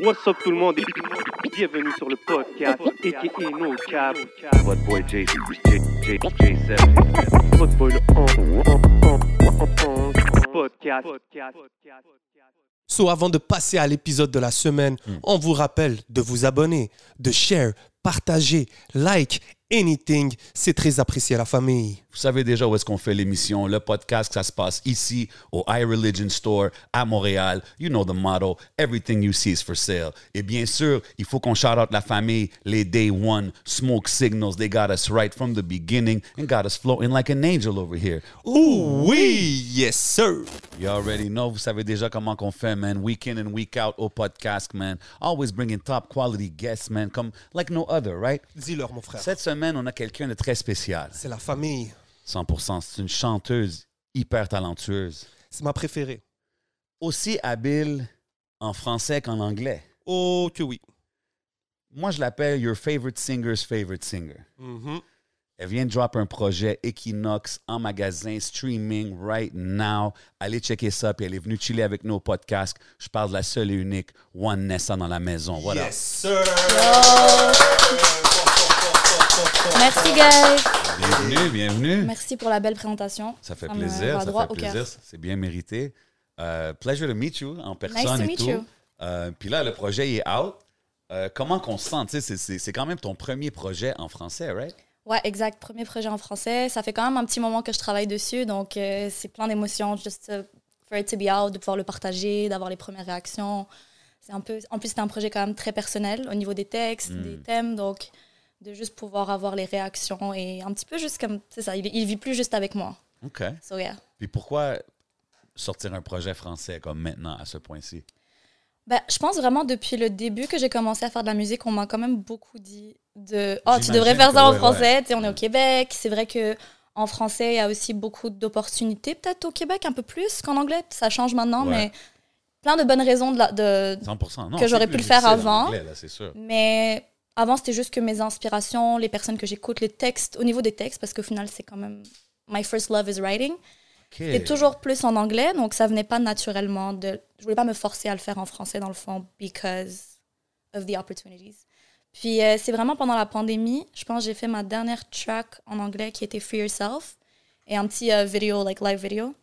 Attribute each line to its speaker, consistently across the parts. Speaker 1: What's up tout le monde et bienvenue sur le podcast et No Cap.
Speaker 2: What boy J J J J7.
Speaker 1: Votre boy le podcast.
Speaker 3: So, avant de passer à l'épisode de la semaine, on vous rappelle de vous abonner, de share, partager, like, anything. C'est très apprécié à la famille.
Speaker 4: Vous savez déjà où est-ce qu'on fait l'émission, le podcast, ça se passe ici, au iReligion Store, à Montréal. You know the motto, everything you see is for sale. Et bien sûr, il faut qu'on shout out la famille, les Day One, Smoke Signals, they got us right from the beginning and got us floating like an angel over here.
Speaker 3: Ouh, oui, yes, sir.
Speaker 4: You already know, vous savez déjà comment qu'on fait, man. Week in and week out au podcast, man. Always bringing top quality guests, man, comme like no other, right?
Speaker 3: Dis-leur, mon frère.
Speaker 4: Cette semaine, on a quelqu'un de très spécial.
Speaker 3: C'est la famille.
Speaker 4: 100%. C'est une chanteuse hyper talentueuse.
Speaker 3: C'est ma préférée.
Speaker 4: Aussi habile en français qu'en anglais.
Speaker 3: Oh, que oui.
Speaker 4: Moi, je l'appelle Your Favorite Singer's Favorite Singer. Mm-hmm.
Speaker 3: Mhm.
Speaker 4: Elle vient de drop un projet Equinox en magasin, streaming right now. Allez checker ça, puis elle est venue chiller avec nos podcasts. Je parle de la seule et unique One Nessa dans la maison. Voilà.
Speaker 3: Yes, sir.
Speaker 5: Merci guys.
Speaker 4: Bienvenue, bienvenue.
Speaker 5: Merci pour la belle présentation.
Speaker 4: Ça fait
Speaker 5: me
Speaker 4: plaisir,
Speaker 5: va
Speaker 4: ça
Speaker 5: droit
Speaker 4: fait
Speaker 5: au cœur.
Speaker 4: plaisir, c'est bien mérité. Euh, pleasure to meet you en
Speaker 5: Nice
Speaker 4: personne
Speaker 5: to
Speaker 4: et
Speaker 5: meet
Speaker 4: tout.
Speaker 5: you.
Speaker 4: Euh, Puis là, le projet il est out. Euh, comment qu'on se sent? Tu sais, c'est- C'est c'est quand même ton premier projet en français, right?
Speaker 5: Ouais, exact. Premier projet en français. Ça fait quand même un petit moment que je travaille dessus, donc euh, c'est plein d'émotions. Just euh, for it to be out, de pouvoir le partager, d'avoir les premières réactions. C'est un peu. En plus, c'est un projet quand même très personnel au niveau des textes,
Speaker 4: Mm.
Speaker 5: des thèmes, donc de juste pouvoir avoir les réactions et un petit peu juste comme c'est ça. Il, il vit plus juste avec moi.
Speaker 4: OK.
Speaker 5: So yeah.
Speaker 4: Puis pourquoi sortir un projet français comme maintenant, à ce point-ci?
Speaker 5: Ben, je pense vraiment depuis le début que j'ai commencé à faire de la musique, on m'a quand même beaucoup dit de oh tu
Speaker 4: J'imagine
Speaker 5: devrais faire
Speaker 4: que
Speaker 5: ça en
Speaker 4: ouais,
Speaker 5: français. Tu sais, on est
Speaker 4: Ouais.
Speaker 5: au Québec, c'est vrai que en français il y a aussi beaucoup d'opportunités peut-être au Québec un peu plus qu'en anglais. Ça change maintenant,
Speaker 4: Ouais.
Speaker 5: mais plein de bonnes raisons de, la- de
Speaker 4: 100 non,
Speaker 5: Que
Speaker 4: c'est
Speaker 5: j'aurais
Speaker 4: plus
Speaker 5: pu le faire
Speaker 4: difficile en
Speaker 5: avant.
Speaker 4: anglais, là, c'est sûr.
Speaker 5: mais avant c'était juste que mes inspirations, les personnes que j'écoute, les textes au niveau des textes parce qu'au final c'est quand même my first love is writing. C'était toujours plus en anglais donc ça venait pas naturellement de je voulais pas me forcer à le faire en français dans le fond because of the opportunities puis euh, c'est vraiment pendant la pandémie je pense que j'ai fait ma dernière track en anglais qui était Free Yourself et un petit euh, vidéo like live vidéo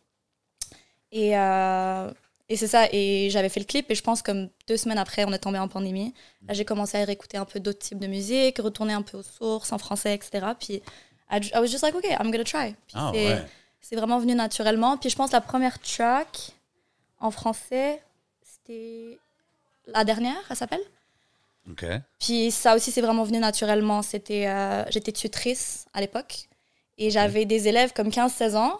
Speaker 5: et euh, et c'est ça et j'avais fait le clip et je pense comme deux semaines après on est tombé en pandémie là j'ai commencé à réécouter un peu d'autres types de musique retourner un peu aux sources en français etc puis I, I was just like okay I'm gonna try Puis
Speaker 4: Ah,
Speaker 5: c'est-
Speaker 4: ouais.
Speaker 5: c'est vraiment venu naturellement. Puis je pense la première track en français, c'était la dernière, elle s'appelle.
Speaker 4: OK.
Speaker 5: Puis ça aussi, c'est vraiment venu naturellement. C'était, euh, j'étais tutrice à l'époque et j'avais des élèves comme 15-16 ans.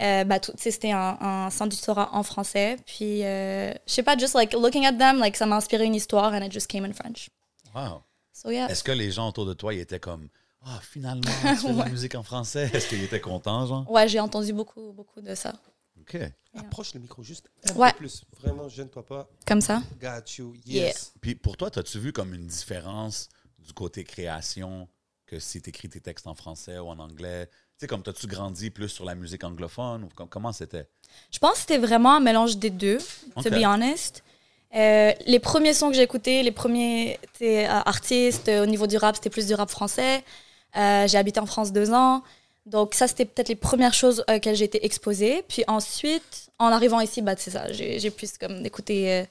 Speaker 5: Euh, bah, tout- tu sais, c'était un, un centre du tutorat en français. Puis, euh, je sais pas, just like looking at them, like ça m'a inspiré une histoire and it just came in French.
Speaker 4: Wow.
Speaker 5: So yeah.
Speaker 4: Est-ce que les gens autour de toi, ils étaient comme, ah, finalement, tu fais de la
Speaker 5: Ouais.
Speaker 4: musique en français? Est-ce qu'ils étaient contents, genre?
Speaker 5: Ouais, j'ai entendu beaucoup, beaucoup de ça.
Speaker 4: OK.
Speaker 3: Approche le micro juste un
Speaker 5: Ouais.
Speaker 3: peu plus. Vraiment, gêne-toi pas.
Speaker 5: Comme ça.
Speaker 3: Got you.
Speaker 5: Yeah.
Speaker 3: Yes.
Speaker 4: Puis pour toi, as-tu vu comme une différence du côté création que si tu écris tes textes en français ou en anglais? Tu sais, comme t'as-tu grandi plus sur la musique anglophone ou com- comment c'était?
Speaker 5: Je pense que c'était vraiment un mélange des deux,
Speaker 4: Ok.
Speaker 5: to be honest. Euh, les premiers sons que j'ai écoutés, les premiers tu sais, euh, artistes euh, au niveau du rap, c'était plus du rap français. Euh, j'ai habité en France deux ans. Donc ça, c'était peut-être les premières choses euh, auxquelles j'ai été exposée. Puis ensuite, en arrivant ici, bah, c'est ça, j'ai j'ai plus comme écouté euh,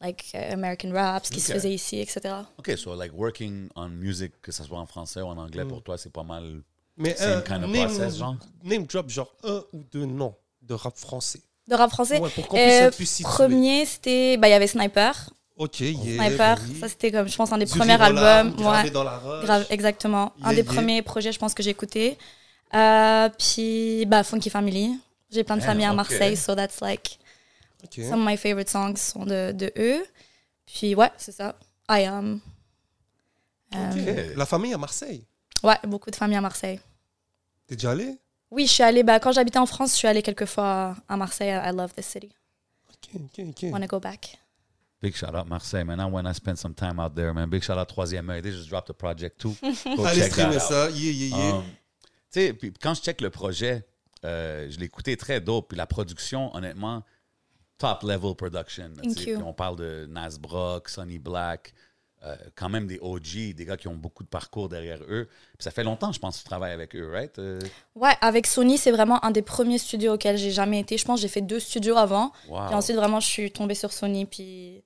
Speaker 5: like, euh, American rap, ce qui se
Speaker 4: Ok.
Speaker 5: faisait ici, etc.
Speaker 4: OK, so like working on music, que ce soit en français ou en anglais,
Speaker 3: Mm.
Speaker 4: pour toi, c'est pas mal.
Speaker 3: Mais
Speaker 4: Same
Speaker 3: un
Speaker 4: kind of
Speaker 3: name,
Speaker 4: process, genre?
Speaker 3: name drop, genre un ou deux noms de rap français.
Speaker 5: De rap français,
Speaker 3: Ouais, pour qu'on puisse
Speaker 5: euh,
Speaker 3: être plus situé.
Speaker 5: premier, c'était, bah, il y avait Sniper.
Speaker 3: Ok, yeah. bah
Speaker 5: Sniper,
Speaker 3: Eh oui.
Speaker 5: ça c'était comme, je pense, un des
Speaker 3: Du
Speaker 5: premiers
Speaker 3: riz dans la-
Speaker 5: albums.
Speaker 3: gravé
Speaker 5: ouais.
Speaker 3: dans la roche.
Speaker 5: Grave, exactement. un
Speaker 3: Yeah,
Speaker 5: des
Speaker 3: yeah.
Speaker 5: premiers projets, je pense, que j'ai écouté. Euh, puis, bah, Funky Family. J'ai plein de
Speaker 4: Ah,
Speaker 5: familles à
Speaker 4: ok.
Speaker 5: Marseille, so that's like
Speaker 3: Ok.
Speaker 5: some of my favorite songs sont de, de eux. Puis, ouais, c'est ça. I am.
Speaker 3: Ok.
Speaker 4: Euh,
Speaker 3: La famille à Marseille.
Speaker 5: Ouais, beaucoup de familles à Marseille.
Speaker 3: T'es déjà allé
Speaker 5: Oui, je suis allée, bah, quand j'habitais en France, je suis allée quelques fois à Marseille. I love this city.
Speaker 3: Ok, ok, ok.
Speaker 5: I wanna go back.
Speaker 4: Big shout out Marseille, man. I went and spent some time out there, man. Big shout out Troisième œil. They just dropped a project too. Go
Speaker 3: Allez
Speaker 4: check that
Speaker 3: streamer
Speaker 4: out.
Speaker 3: ça. Yeah, yeah, yeah.
Speaker 4: Um, tu sais, puis quand je check le projet, euh, je l'ai écouté très dope. Puis la production, honnêtement, top level production. là,
Speaker 5: Thank
Speaker 4: tu sais.
Speaker 5: you.
Speaker 4: Puis on parle de Nas Brock, Sonny Black, euh, quand même des OG, des gars qui ont beaucoup de parcours derrière eux. Puis ça fait longtemps, je pense, que tu travailles avec eux, right? Euh,
Speaker 5: Ouais, avec Sony, c'est vraiment un des premiers studios auxquels j'ai jamais été. Je pense que j'ai fait deux studios avant.
Speaker 4: wow.
Speaker 5: Puis ensuite, vraiment, je suis tombée sur Sony. Puis,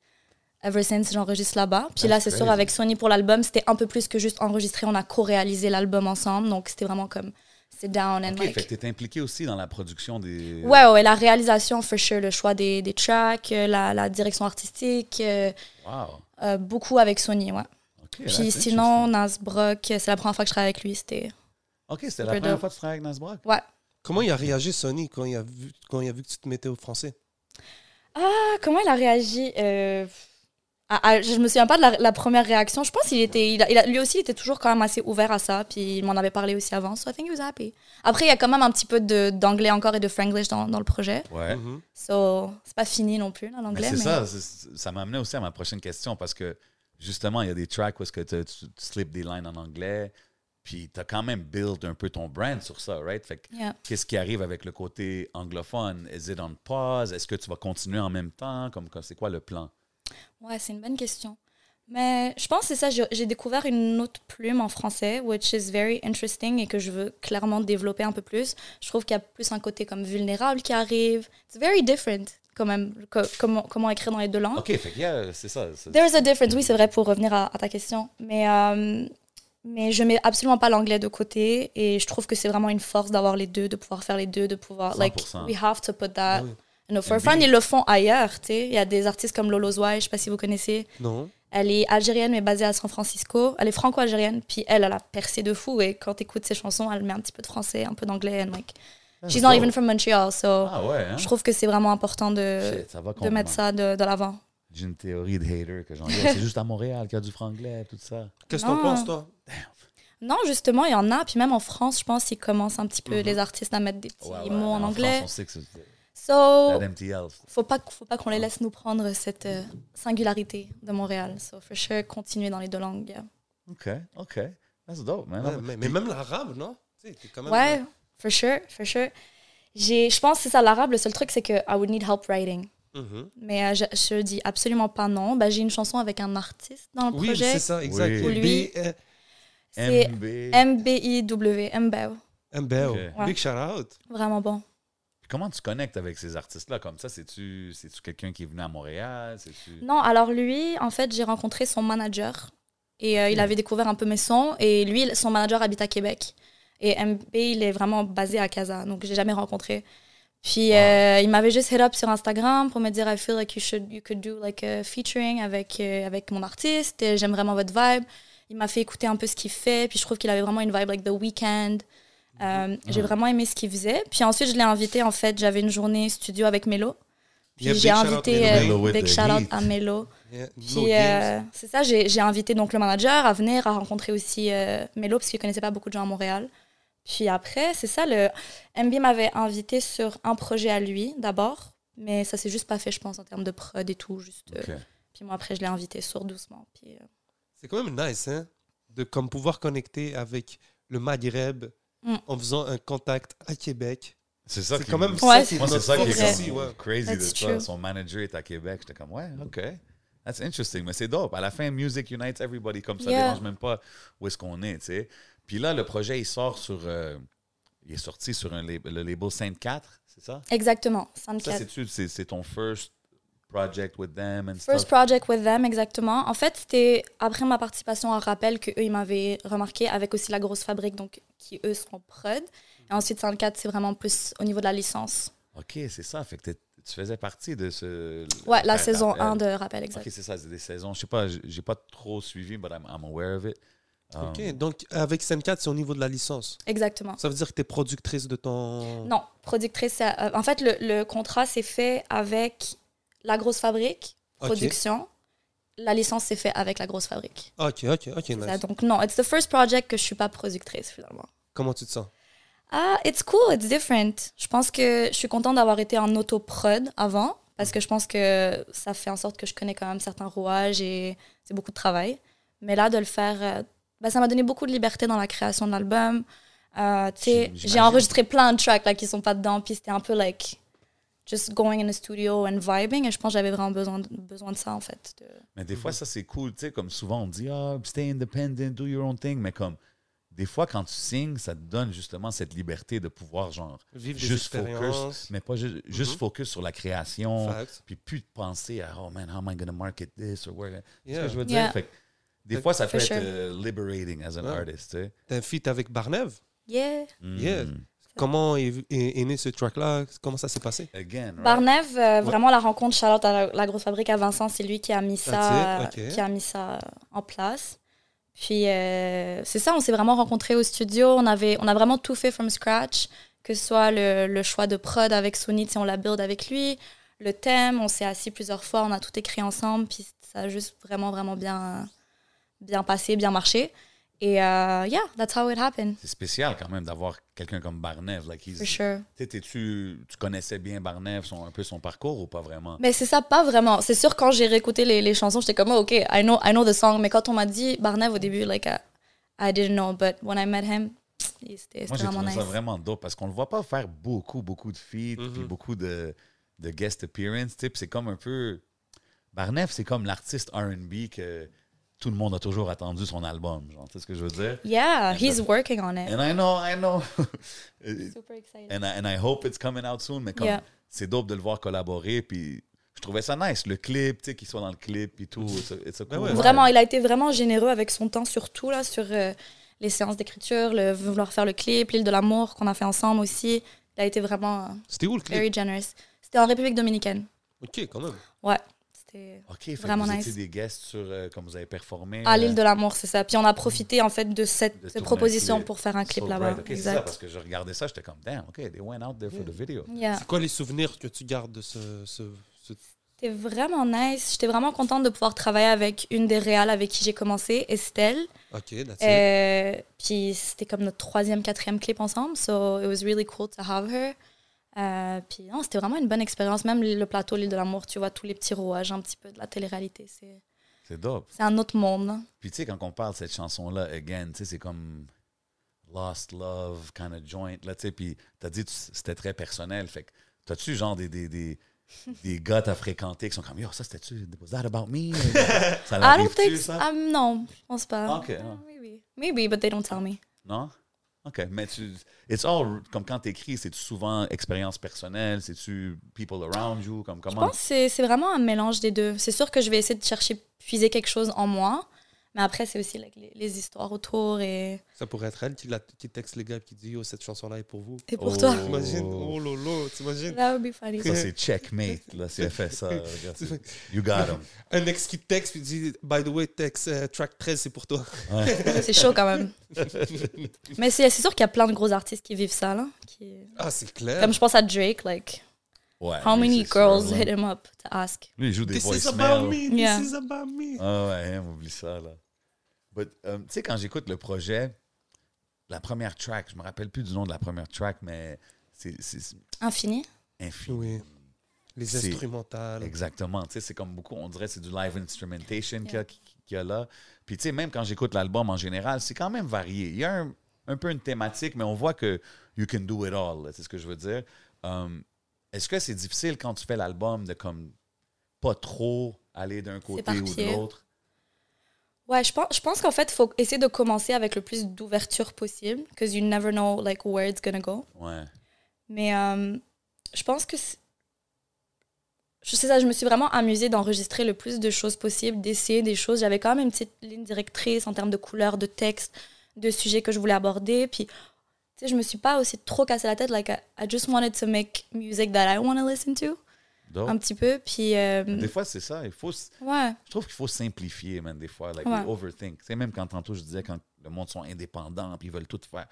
Speaker 5: ever since, j'enregistre là-bas. Puis
Speaker 4: That's
Speaker 5: là, c'est sûr,
Speaker 4: crazy.
Speaker 5: avec Sony pour l'album, c'était un peu plus que juste enregistrer. On a co-réalisé l'album ensemble. Donc, c'était vraiment comme sit down and
Speaker 4: OK,
Speaker 5: like.
Speaker 4: fait que euh, t'es impliqué aussi dans la production des...
Speaker 5: Ben Ouais, ouais, la réalisation, for sure, le choix des, des tracks, euh, la, la direction artistique, euh,
Speaker 4: Wow.
Speaker 5: euh, beaucoup avec Sony, ouais.
Speaker 4: OK,
Speaker 5: Puis
Speaker 4: that's
Speaker 5: sinon,
Speaker 4: interesting.
Speaker 5: Nas Brock, euh, c'est la première fois que je travaille avec lui, c'était...
Speaker 4: OK, c'était la
Speaker 5: Super
Speaker 4: première
Speaker 5: dope.
Speaker 4: fois que tu travailles avec Nas Brock?
Speaker 5: Ouais.
Speaker 3: Comment il a réagi, Sony, quand il a vu, quand il a vu que tu te mettais au français
Speaker 5: Ah, comment il a réagi euh, à- à- Je me souviens pas de la, la première réaction. Je pense qu'il était... il a- il a- lui aussi, il était toujours quand même assez ouvert à ça, puis il m'en avait parlé aussi avant, so I think he was happy. Après, il y a quand même un petit peu de- d'anglais encore et de franglish dans, dans le projet,
Speaker 4: Ouais.
Speaker 3: Mhm.
Speaker 5: so c'est pas fini non plus, là,
Speaker 4: Mais
Speaker 5: l'anglais,
Speaker 4: c'est
Speaker 5: mais...
Speaker 4: ça, c'est- ça m'amenait aussi à ma prochaine question parce que justement, il y a des tracks où est-ce que tu, tu, tu slips des lines en anglais, puis tu as quand même build un peu ton brand sur ça, right? Fait que
Speaker 5: Yeah.
Speaker 4: qu'est-ce qui arrive avec le côté anglophone? Is it on pause? Est-ce que tu vas continuer en même temps? Comme comme- c'est quoi le plan?
Speaker 5: Ouais, c'est une bonne question. Mais je pense que c'est ça, j'ai j'ai découvert une autre plume en français, which is very interesting et que je veux clairement développer un peu plus. Je trouve qu'il y a plus un côté comme vulnérable qui arrive. It's very different quand même, co- comment, comment écrire dans les deux langues.
Speaker 4: OK, fait que yeah, c'est ça. c'est-
Speaker 5: Oh. There is a difference, oui, c'est vrai, pour revenir à, à ta question. Mais, euh, mais je mets absolument pas l'anglais de côté et je trouve que c'est vraiment une force d'avoir les deux, de pouvoir faire les deux, de pouvoir. Like,
Speaker 4: 100%.
Speaker 5: we have to put that.
Speaker 3: Ah oui.
Speaker 5: in the forefront.
Speaker 4: And be-
Speaker 5: ils le font ailleurs, tu sais. Il y a des artistes comme Lolo Zouai, je sais pas si vous connaissez.
Speaker 3: Non.
Speaker 5: Elle est algérienne, mais basée à San Francisco. Elle est franco-algérienne, puis elle, elle a percé de fou. Et quand t'écoutes ses chansons, elle met un petit peu de français, un peu d'anglais. and like, she's not
Speaker 4: dope.
Speaker 5: even from Montreal, so
Speaker 4: Ah ouais, hein?
Speaker 5: je trouve que c'est vraiment important de,
Speaker 4: Shit, ça va
Speaker 5: de mettre
Speaker 4: complètement.
Speaker 5: ça de, de l'avant.
Speaker 4: J'ai une théorie de hater que j'en ai. C'est juste à Montréal qu'il y a du franglais, tout ça.
Speaker 3: Qu'est-ce que t'en
Speaker 5: Non.
Speaker 3: penses, toi
Speaker 5: Non, justement, il y en a. Puis même en France, je pense, ils commencent un petit peu, les artistes, à mettre des petits
Speaker 4: Mhm. Ouais, ouais,
Speaker 5: mots en
Speaker 4: mais
Speaker 5: anglais. Oh.
Speaker 4: France, on sait que c'est
Speaker 5: So,
Speaker 4: that MTL.
Speaker 5: faut pas, faut pas qu'on les laisse nous prendre cette euh, singularité de Montréal. So, for sure, continuer dans les deux langues. yeah.
Speaker 4: OK, OK. That's dope, man.
Speaker 3: Ouais, mais, mais même l'arabe, non Tu sais, t'es quand même-
Speaker 5: Ouais, for sure, for sure. J'ai, je pense que c'est ça l'arabe. Le seul truc, c'est que I would need help writing.
Speaker 3: Mhm.
Speaker 5: Mais euh, je, je dis absolument pas non. Bah, j'ai une chanson avec un artiste dans le
Speaker 3: Oui,
Speaker 5: projet.
Speaker 3: c'est ça, exact.
Speaker 4: Pour
Speaker 5: lui.
Speaker 3: B- euh,
Speaker 5: C'est
Speaker 4: MB.
Speaker 5: MBIW, MBEW.
Speaker 3: Mbeo.
Speaker 4: Ok.
Speaker 5: Ouais.
Speaker 3: Big shout out.
Speaker 5: Vraiment bon.
Speaker 4: Puis Comment tu connectes avec ces artistes-là comme ça? C'est-tu c'est-tu quelqu'un qui est venu à Montréal? C'est-tu-
Speaker 5: Non, alors lui, en fait, j'ai rencontré son manager et euh, il avait découvert un peu mes sons. Et lui, son manager habite à Québec. Et MB, il est vraiment basé à Casa, donc j'ai jamais rencontré. Puis euh, il m'avait juste hit up sur Instagram pour me dire I feel like you should you could do like a featuring avec euh, avec mon artiste. Et J'aime vraiment votre vibe. Il m'a fait écouter un peu ce qu'il fait, puis je trouve qu'il avait vraiment une vibe like The Weeknd.
Speaker 3: Mm-hmm.
Speaker 5: Euh, J'ai vraiment aimé ce qu'il faisait. Puis ensuite, je l'ai invité. En fait, j'avais une journée studio avec Mélo. Puis
Speaker 3: Yeah, big
Speaker 5: j'ai
Speaker 3: shout out
Speaker 5: invité
Speaker 3: Melo.
Speaker 5: euh,
Speaker 4: Melo with
Speaker 5: big
Speaker 4: the
Speaker 5: shout out
Speaker 4: heat.
Speaker 5: à Mélo.
Speaker 3: Yeah,
Speaker 5: Puis
Speaker 3: no
Speaker 5: euh,
Speaker 3: games.
Speaker 5: c'est ça, j'ai j'ai invité donc le manager à venir, à rencontrer aussi euh, Mélo, parce qu'il connaissait pas beaucoup de gens à Montréal. Puis après, c'est ça, le MB m'avait invité sur un projet à lui d'abord, mais ça s'est juste pas fait, je pense, en termes de prod et tout. Juste, euh,
Speaker 4: OK.
Speaker 5: Puis moi, après, je l'ai invité sur doucement. Puis, euh,
Speaker 3: C'est quand même nice, hein, de comme pouvoir connecter avec le Maghreb
Speaker 5: Mm.
Speaker 3: en faisant un contact à Québec.
Speaker 4: C'est ça
Speaker 3: C'est
Speaker 4: qui-
Speaker 3: quand même
Speaker 5: Ouais,
Speaker 3: ça,
Speaker 5: c'est-
Speaker 4: Moi, c'est
Speaker 3: notre
Speaker 4: ça qui
Speaker 3: force
Speaker 5: vrai.
Speaker 4: est
Speaker 3: aussi,
Speaker 4: comme
Speaker 3: ouais.
Speaker 4: crazy de
Speaker 5: That's
Speaker 4: ça.
Speaker 5: true.
Speaker 4: Son manager est à Québec. J'étais comme, ouais, OK. That's interesting. Mais c'est dope. À la fin, Music Unites Everybody. Comme ça, ne
Speaker 5: Yeah.
Speaker 4: dérange même pas où est-ce qu'on est, tu sais. Puis là, le projet, il sort sur... euh, il est sorti sur un lab- le label Sainte 4, c'est ça?
Speaker 5: exactement,
Speaker 4: Ça,
Speaker 5: 54.
Speaker 4: c'est-tu- c'est c'est ton first project with them and stuff?
Speaker 5: First project with them, exactement. En fait, c'était après ma participation à Rappel que eux ils m'avaient remarqué avec aussi la grosse fabrique, donc qui eux sont prod. Et ensuite, 54, c'est vraiment plus au niveau de la licence.
Speaker 4: OK, c'est ça. Fait que t'es- tu faisais partie de ce...
Speaker 5: Ouais, la
Speaker 4: Rappel.
Speaker 5: saison 1 de Rappel, exact.
Speaker 4: Ok, c'est ça, c'est des saisons. Je sais pas, j- j'ai pas trop suivi, but I'm, I'm aware of it. Um,
Speaker 3: Ok, donc avec Sen4, c'est au niveau de la licence.
Speaker 5: Exactement.
Speaker 3: Ça veut dire que tu es productrice de ton.
Speaker 5: Non, productrice. ça- euh, en fait, le, le contrat s'est fait avec la grosse fabrique,
Speaker 3: Ok.
Speaker 5: production. La licence s'est fait avec la grosse fabrique.
Speaker 3: Ok, ok, ok, nice.
Speaker 5: Ça, donc non, it's the first project que je suis pas productrice finalement.
Speaker 3: Comment tu te sens
Speaker 5: Ah, it's cool, it's different. Je pense que je suis contente d'avoir été en auto-prod avant parce que je pense que ça fait en sorte que je connais quand même certains rouages et c'est beaucoup de travail. Mais là, de le faire, euh, bah, ça m'a donné beaucoup de liberté dans la création de l'album. Euh, tu sais,
Speaker 4: J'im- j'imagine.
Speaker 5: j'ai enregistré plein de tracks là, qui sont pas dedans, puis c'était un peu like. just going in the studio and vibing. Et je pense que j'avais vraiment besoin de, besoin de ça, en fait. de-
Speaker 4: Mais des fois, ça, c'est cool. Tu sais, comme souvent, on dit, ah, stay independent, do your own thing. Mais comme, des fois, quand tu signes, ça te donne justement cette liberté de pouvoir, genre,
Speaker 3: Vivre des
Speaker 4: juste focus,
Speaker 3: expériences. Mm-hmm.
Speaker 4: mais pas juste, juste focus sur la création,
Speaker 3: Facts.
Speaker 4: puis plus de penser à, oh man, how am I going to market this? Or where... Tu sais ce
Speaker 3: Yeah.
Speaker 4: que je veux
Speaker 5: Yeah.
Speaker 4: dire? Fait que des fois, ça peut
Speaker 5: For
Speaker 4: être
Speaker 5: sure.
Speaker 4: euh, liberating as an
Speaker 3: Ouais.
Speaker 4: artist, tu sais.
Speaker 3: T'as un feat avec Barnev.
Speaker 5: Yeah.
Speaker 4: Mm.
Speaker 3: Yeah. Comment est, est- est né ce track-là Comment ça s'est passé
Speaker 4: Again, right?
Speaker 5: Barnev, euh, vraiment la rencontre Charlotte à la, la grosse fabrique à Vincent, c'est lui qui a mis ça,
Speaker 3: That's it, ok.
Speaker 5: qui a mis ça euh, en place. Puis euh, c'est ça, on s'est vraiment rencontrés au studio. On avait, on a vraiment tout fait from scratch, que ce soit le, le choix de prod avec Sony, si on la build avec lui, le thème, on s'est assis plusieurs fois, on a tout écrit ensemble, puis ça a juste vraiment vraiment bien, bien passé, bien marché. Et euh, yeah, that's how it happened
Speaker 4: C'est spécial quand même d'avoir quelqu'un comme Barnev. Like he's-
Speaker 5: for sure.
Speaker 4: Tu sais, t'es-tu- tu connaissais bien Barnev, son, un peu son parcours ou pas vraiment?
Speaker 5: Mais c'est ça, pas vraiment. C'est sûr, quand j'ai réécouté les, les chansons, j'étais comme, oh, OK, I know, I know the song. Mais quand on m'a dit Barnev au début, like, I, I didn't know. But when I met him, il- c'était
Speaker 4: Moi, j'ai
Speaker 5: c'était vraiment
Speaker 4: trouvé
Speaker 5: nice.
Speaker 4: ça vraiment dope parce qu'on le voit pas faire beaucoup, beaucoup de feats,
Speaker 3: Mm-hmm.
Speaker 4: puis beaucoup de, de guest appearances. tu sais, puis C'est comme un peu. Barnev, c'est comme l'artiste RB que tout le monde a toujours attendu son album. genre, Tu sais ce que je veux dire?
Speaker 5: Yeah,
Speaker 4: And
Speaker 5: he's
Speaker 4: the-
Speaker 5: working on it.
Speaker 4: And I know, I know. and,
Speaker 5: Super excited.
Speaker 4: I, and I hope it's coming out soon, mais comme
Speaker 5: Yeah.
Speaker 4: c'est dope de le voir collaborer, puis je trouvais ça nice. Le clip, tu sais, qu'il soit dans le clip, puis tout. it's a- it's a
Speaker 3: Ben
Speaker 4: cool
Speaker 3: ouais.
Speaker 4: vibe.
Speaker 5: Vraiment, il a été vraiment généreux avec son temps, surtout là, sur euh, les séances d'écriture, le vouloir faire le clip, l'île de l'amour qu'on a fait ensemble aussi. Il a été vraiment euh,
Speaker 3: C'était où le clip
Speaker 5: very generous. C'était en République dominicaine.
Speaker 3: Ok, quand même.
Speaker 5: Ouais, c'était.
Speaker 4: OK, fait que
Speaker 5: Vraiment
Speaker 4: vous
Speaker 5: nice.
Speaker 4: étiez des guests sur euh, comme vous avez performé.
Speaker 5: À l'île
Speaker 4: euh,
Speaker 5: de l'amour, c'est ça. Puis on a profité en fait de cette
Speaker 4: De tourner un
Speaker 5: proposition
Speaker 4: clip.
Speaker 5: pour faire un clip
Speaker 4: So
Speaker 5: là-bas.
Speaker 4: great. Ok, c'est ça,
Speaker 5: exact.
Speaker 4: parce que je regardais ça, j'étais comme, damn, OK, they went out there for the video.
Speaker 5: Yeah.
Speaker 3: C'est quoi les souvenirs que tu gardes de ce. ce, ce-
Speaker 5: C'était vraiment nice. J'étais vraiment contente de pouvoir travailler avec une des réales avec qui j'ai commencé, Estelle.
Speaker 3: Ok, that's it.
Speaker 5: Euh, puis c'était comme notre troisième, quatrième clip ensemble. So it was really cool to have her. Euh, puis non, c'était vraiment une bonne expérience. Même le plateau, l'île de l'amour, tu vois tous les petits rouages un petit peu de la télé-réalité. C'est,
Speaker 4: C'est dope.
Speaker 5: c'est un autre monde.
Speaker 4: Puis tu sais, quand on parle de cette chanson-là, again, tu sais, c'est comme Lost Love, kind of joint, là, tu sais. Puis t'as dit, tu- c'était très personnel. Fait que, t'as-tu genre des, des, des, des gars t'as fréquenté qui sont comme, yo, ça c'était-tu, was that about me? ça
Speaker 5: I don't
Speaker 4: l'arrive-tu,
Speaker 5: think-
Speaker 4: Ah, ça? Ah,
Speaker 5: um, non, je pense pas.
Speaker 4: Ok, non.
Speaker 5: Maybe. Maybe, but they don't tell me.
Speaker 4: Non? OK, mais tu, it's all, comme quand t'écris, c'est-tu souvent expérience personnelle? C'est-tu people around you? Comme
Speaker 5: Je
Speaker 4: comment?
Speaker 5: pense que c'est- c'est vraiment un mélange des deux. C'est sûr que je vais essayer de chercher, puiser quelque chose en moi, mais après, c'est aussi like, les, les histoires autour et,
Speaker 3: Ça pourrait être elle qui, la- qui texte les gars et qui dit Yo, cette chanson-là est pour vous.
Speaker 5: et pour
Speaker 4: Oh.
Speaker 5: toi.
Speaker 3: T'imagines Oh lolo, t'imagines
Speaker 5: That would be funny.
Speaker 4: Ça, c'est checkmate, là, si elle fait ça. regarde, c'est- You got him.
Speaker 3: Un ex qui texte puis dit By the way, texte, euh, track 13, c'est pour toi.
Speaker 5: C'est chaud quand même. mais c'est c'est sûr qu'il y a plein de gros artistes qui vivent ça. Là, qui-
Speaker 3: Ah, c'est clair.
Speaker 5: Comme je pense à Drake, like,
Speaker 4: Ouais,
Speaker 5: how
Speaker 4: lui,
Speaker 5: many
Speaker 4: c'est
Speaker 5: girls
Speaker 4: sûr, là.
Speaker 5: hit him up to ask?
Speaker 4: Lui, il joue des
Speaker 3: This is
Speaker 4: voicemails.
Speaker 3: about me,
Speaker 5: Yeah.
Speaker 3: this is about me.
Speaker 4: Ah ouais, hein, oublie ça, là. But, euh, tu sais, quand j'écoute le projet, la première track, je me rappelle plus du nom de la première track, mais c'est c'est- c'est
Speaker 5: Infini?
Speaker 4: infini.
Speaker 3: Ah, Oui. Les
Speaker 4: C'est-
Speaker 3: instrumentales.
Speaker 4: Exactement. Tu sais, c'est comme beaucoup, on dirait que c'est du live instrumentation qu'il y a- qu'il y, a là. Puis, tu sais, même quand j'écoute l'album en général, c'est quand même varié. Il y a un, un peu une thématique, mais on voit que you can do it all. là, C'est ce que je veux dire. Um, Est-ce que c'est difficile quand tu fais l'album de comme pas trop aller d'un côté ou de
Speaker 5: S'éparpiller.
Speaker 4: l'autre?
Speaker 5: Ouais, je pense, je pense qu'en fait, il faut essayer de commencer avec le plus d'ouverture possible, because you never know like, where it's gonna go.
Speaker 4: Ouais.
Speaker 5: Mais euh, je pense que. c'est- Je sais ça, je me suis vraiment amusée d'enregistrer le plus de choses possible, d'essayer des choses. J'avais quand même une petite ligne directrice en termes de couleurs, de textes, de sujets que je voulais aborder. Puis, tu sais, je me suis pas aussi trop cassée la tête. Like, I, I just wanted to make music that I want to listen to,
Speaker 4: Donc,
Speaker 5: un petit peu. Puis, euh,
Speaker 4: Oh. des fois, c'est ça. Il faut. s-
Speaker 5: ouais,
Speaker 4: Je trouve qu'il faut simplifier, man, des fois. Like,
Speaker 5: Ouais.
Speaker 4: we overthink. Tu sais, même quand tantôt, je disais, quand le monde sont indépendants puis ils veulent tout faire,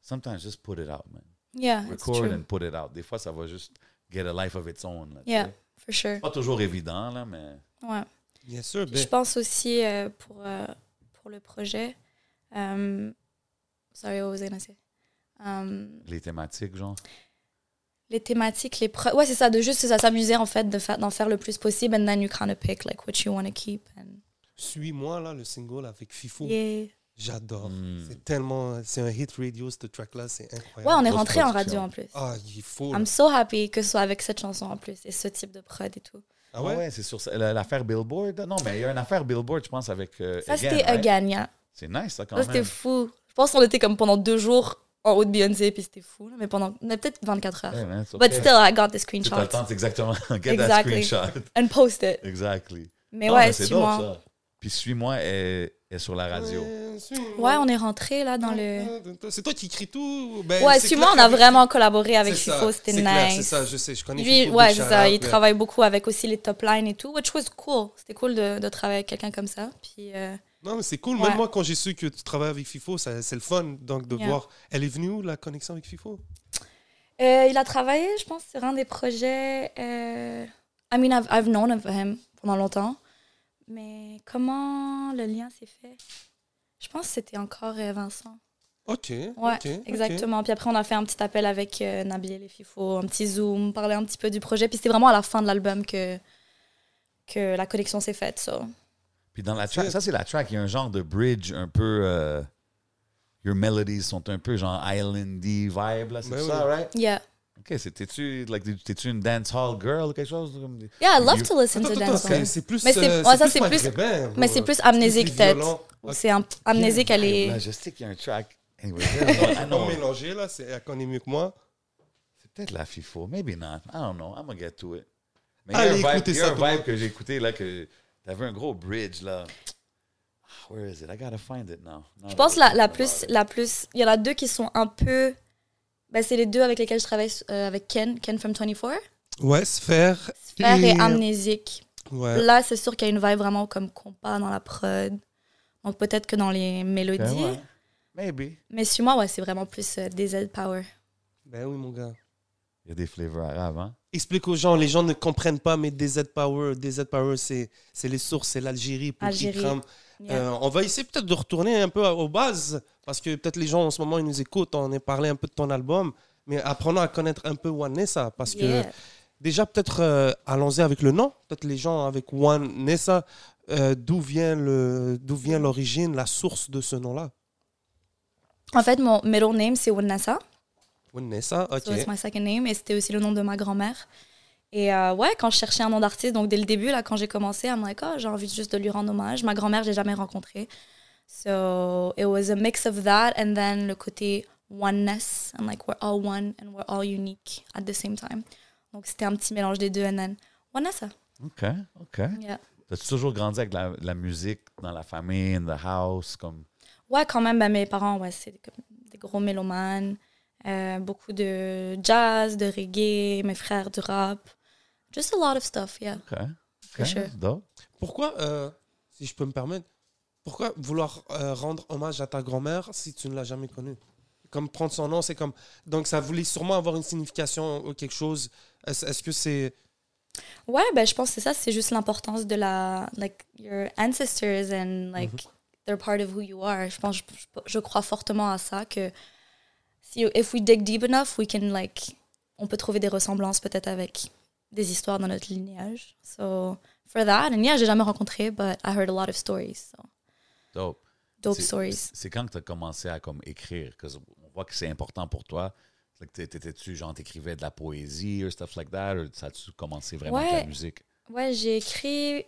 Speaker 4: sometimes just put it out, man.
Speaker 5: yeah, it's
Speaker 4: Record
Speaker 5: Ah, true.
Speaker 4: and put it out. Des fois, ça va juste get a life of its own. là, tu
Speaker 5: Yeah,
Speaker 4: sais.
Speaker 5: for sure.
Speaker 4: Pas toujours évident, là, mais...
Speaker 5: Ouais.
Speaker 4: Oh,
Speaker 3: Bien sûr,
Speaker 5: Puis
Speaker 3: ben,
Speaker 5: Je pense aussi euh, pour, euh, pour le projet. euh, sorry, what was I gonna say? Euh,
Speaker 4: Les thématiques, genre.
Speaker 5: les thématiques, les preuves. Ouais, c'est ça, de juste c'est ça, s'amuser en fait, de fa- d'en faire le plus possible, and then you kind of pick like what you want to keep. And...
Speaker 3: suis-moi là, le single avec Fifo.
Speaker 5: Yeah.
Speaker 3: J'adore.
Speaker 4: Mm.
Speaker 3: C'est tellement. C'est un hit radio, ce track-là. C'est
Speaker 5: Ouais, on
Speaker 3: incroyable.
Speaker 5: est
Speaker 4: grosse
Speaker 5: rentré en radio
Speaker 4: production.
Speaker 5: en plus.
Speaker 3: Ah, il faut.
Speaker 5: I'm so happy que ce soit avec cette chanson en plus et ce type de prod et tout.
Speaker 3: Ah ouais?
Speaker 4: c'est sur ça. La- l'affaire Billboard. Non, mais il y a une affaire Billboard, je pense, avec. euh,
Speaker 5: Ça,
Speaker 4: Again,
Speaker 5: c'était
Speaker 4: right?
Speaker 5: Again, yeah.
Speaker 4: C'est nice, ça, quand
Speaker 5: Ça, c'était
Speaker 4: même.
Speaker 5: fou. Je pense qu'on était comme pendant deux jours en haut de Beyoncé, puis c'était fou. là, Mais pendant mais peut-être 24 heures.
Speaker 4: Ouais, man, it's
Speaker 5: But
Speaker 4: okay.
Speaker 5: still, I got the
Speaker 4: Tu
Speaker 5: screenshot
Speaker 4: t'attends, c'est exactement. Get that
Speaker 5: Exactly.
Speaker 4: screenshot.
Speaker 5: and post it.
Speaker 4: Exactly.
Speaker 5: Mais
Speaker 4: Non,
Speaker 5: ouais,
Speaker 4: Ah, c'est
Speaker 5: suis-moi.
Speaker 4: dope, ça. Puis suis-moi est, est sur la radio.
Speaker 5: Ouais, on est rentré là dans le.
Speaker 3: C'est toi qui écris tout. Ben,
Speaker 5: Ouais,
Speaker 3: c'est
Speaker 5: suis-moi, on
Speaker 3: clair
Speaker 5: a
Speaker 3: que-
Speaker 5: vraiment collaboré avec
Speaker 3: C'est ça,
Speaker 5: Fifo, c'était
Speaker 3: c'est clair, C'est
Speaker 5: nice.
Speaker 3: ça, je sais, je connais
Speaker 5: Lui,
Speaker 3: Fifo,
Speaker 5: ouais,
Speaker 3: big
Speaker 5: c'est
Speaker 3: shout
Speaker 5: ça,
Speaker 3: out,
Speaker 5: il
Speaker 3: mais-
Speaker 5: travaille beaucoup avec aussi les top lines et tout, which was cool. C'était cool de, de travailler avec quelqu'un comme ça. Puis, euh,
Speaker 3: Non, mais c'est cool.
Speaker 5: Ouais.
Speaker 3: Même moi, quand j'ai su que tu travailles avec FIFO, ça- c'est le fun donc, de
Speaker 5: Yeah.
Speaker 3: voir. Elle est venue où, la connexion avec FIFO
Speaker 5: euh, il a travaillé, je pense, sur un des projets. euh, I mean, I've, I've known of him pendant longtemps. Mais comment le lien s'est fait Je pense que c'était encore euh, Vincent.
Speaker 3: Ok.
Speaker 5: Ouais,
Speaker 3: ok, ok.
Speaker 5: exactement. Puis après, on a fait un petit appel avec euh, Nabil et Fifo, un petit zoom, parler un petit peu du projet. Puis c'était vraiment à la fin de l'album que, que la connexion s'est faite. so.
Speaker 4: Puis dans la track, ça, c'est la track. Il y a un genre de bridge un peu. euh, your melodies sont un peu genre islandy vibe, là, c'est
Speaker 3: Ben
Speaker 4: ça, right?
Speaker 5: Yeah.
Speaker 4: Ok, c'était-tu like, t'es-tu une dance hall girl ou quelque chose? comme-
Speaker 5: Yeah, I love
Speaker 4: You-
Speaker 5: to listen
Speaker 3: Attends,
Speaker 5: to
Speaker 3: attends,
Speaker 5: dance.
Speaker 3: c'est- c'est plus.
Speaker 5: Mais c'est-
Speaker 3: euh,
Speaker 5: ouais, ça, c'est plus-
Speaker 3: maghrébin, ou,
Speaker 5: Mais c'est
Speaker 3: euh,
Speaker 5: plus
Speaker 3: plus
Speaker 5: amnésique tête.
Speaker 3: violent. Ok.
Speaker 5: C'est un amnésique, elle
Speaker 4: Là,
Speaker 5: est.
Speaker 4: je sais qu'il y a un track. Anyway, I
Speaker 3: Non,
Speaker 4: know.
Speaker 3: mélangé, là, c'est elle connaît mieux que moi.
Speaker 4: C'est peut-être la FIFO, maybe not. I don't know. I'm gonna get to it. Mais
Speaker 3: Allez,
Speaker 4: il y a un vibe,
Speaker 3: écoutez
Speaker 4: il y a
Speaker 3: ça,
Speaker 4: un
Speaker 3: tout le
Speaker 4: vibe
Speaker 3: monde.
Speaker 4: que j'ai écouté là que t'avais un gros bridge là. Ah, Where is it? I gotta find it now. Now
Speaker 5: Je pense
Speaker 4: that
Speaker 5: la,
Speaker 4: we're
Speaker 5: la
Speaker 4: talking
Speaker 5: plus,
Speaker 4: about it.
Speaker 5: la plus. Il y en a deux qui sont un peu. Ben, c'est les deux avec lesquels je travaille euh, avec Ken, Ken from 24.
Speaker 3: Ouais, sphère.
Speaker 5: Faire et amnésique.
Speaker 3: Ouais.
Speaker 5: Là, c'est sûr qu'il y a une vibe vraiment comme compas dans la prod. Donc peut-être que dans les mélodies.
Speaker 4: Ok, ouais. Maybe.
Speaker 5: Mais sur moi, ouais, c'est vraiment plus euh, DZ Power.
Speaker 3: Ben oui, mon gars.
Speaker 4: Il y a des flavors arabes, hein?
Speaker 3: Explique aux gens, les gens ne comprennent pas, mais DZ Power, DZ Power, c'est c'est les sources, c'est l'Algérie pour
Speaker 5: Algérie.
Speaker 3: Ikram.
Speaker 5: Yeah.
Speaker 3: Euh, on va essayer peut-être de retourner un peu à- aux bases, parce que peut-être les gens en ce moment, ils nous écoutent, on a parlé un peu de ton album, mais apprenons à connaître un peu Wanessa, parce que
Speaker 5: Yeah.
Speaker 3: déjà peut-être euh, allons-y avec le nom, peut-être les gens avec Wanessa, euh, d'où vient le- d'où vient l'origine, la source de ce nom-là
Speaker 5: En fait, mon middle name, c'est Wannassa.
Speaker 3: Wanessa, ok.
Speaker 5: So it's my second name. Et c'était aussi le nom de ma grand-mère. Et euh, ouais, quand je cherchais un nom d'artiste, donc dès le début, là, quand j'ai commencé, I'm like, oh, j'ai envie juste de lui rendre hommage. Ma grand-mère, j'ai jamais rencontré. So it was a mix of that and then le côté oneness. And like, we're all one and we're all unique at the same time. Donc c'était un petit mélange des deux. And then Wannassa.
Speaker 4: OK, OK.
Speaker 5: Yeah.
Speaker 4: T'as-tu toujours grandi avec la, la musique dans la famille, in the house, comme...
Speaker 5: Ouais, quand même, ben, mes parents, ouais, c'est comme des gros mélomanes. Euh, beaucoup de jazz, de reggae, mes frères du rap. Just a lot of stuff, yeah.
Speaker 4: OK, OK,
Speaker 5: For sure.
Speaker 4: that's dope.
Speaker 3: Pourquoi, euh, si je peux me permettre, pourquoi vouloir euh, rendre hommage à ta grand-mère si tu ne l'as jamais connue Comme prendre son nom, c'est comme. Donc ça voulait sûrement avoir une signification ou quelque chose. Est-ce est-ce que c'est.
Speaker 5: Ouais, ben, je pense que c'est ça, c'est juste l'importance de la. Like, your ancestors and, like, they're part of who you are. Je pense, je, je- je crois fortement à ça, que si, if we dig deep enough, we can, like, on peut trouver des ressemblances peut-être avec des histoires dans notre lignage. So, for that, and yeah, j'ai jamais rencontré, but I heard a lot of stories. So,
Speaker 4: Dope.
Speaker 5: dope
Speaker 4: C'est-
Speaker 5: stories.
Speaker 4: C'est quand que tu as commencé à comme, écrire? 'Cause on voit que c'est important pour toi. C'est que t'é- T'étais-tu, genre, t'écrivais de la poésie ou stuff like that? Ou ça a-tu commencé vraiment avec la
Speaker 5: Ouais.
Speaker 4: musique?
Speaker 5: Ouais, j'ai écrit.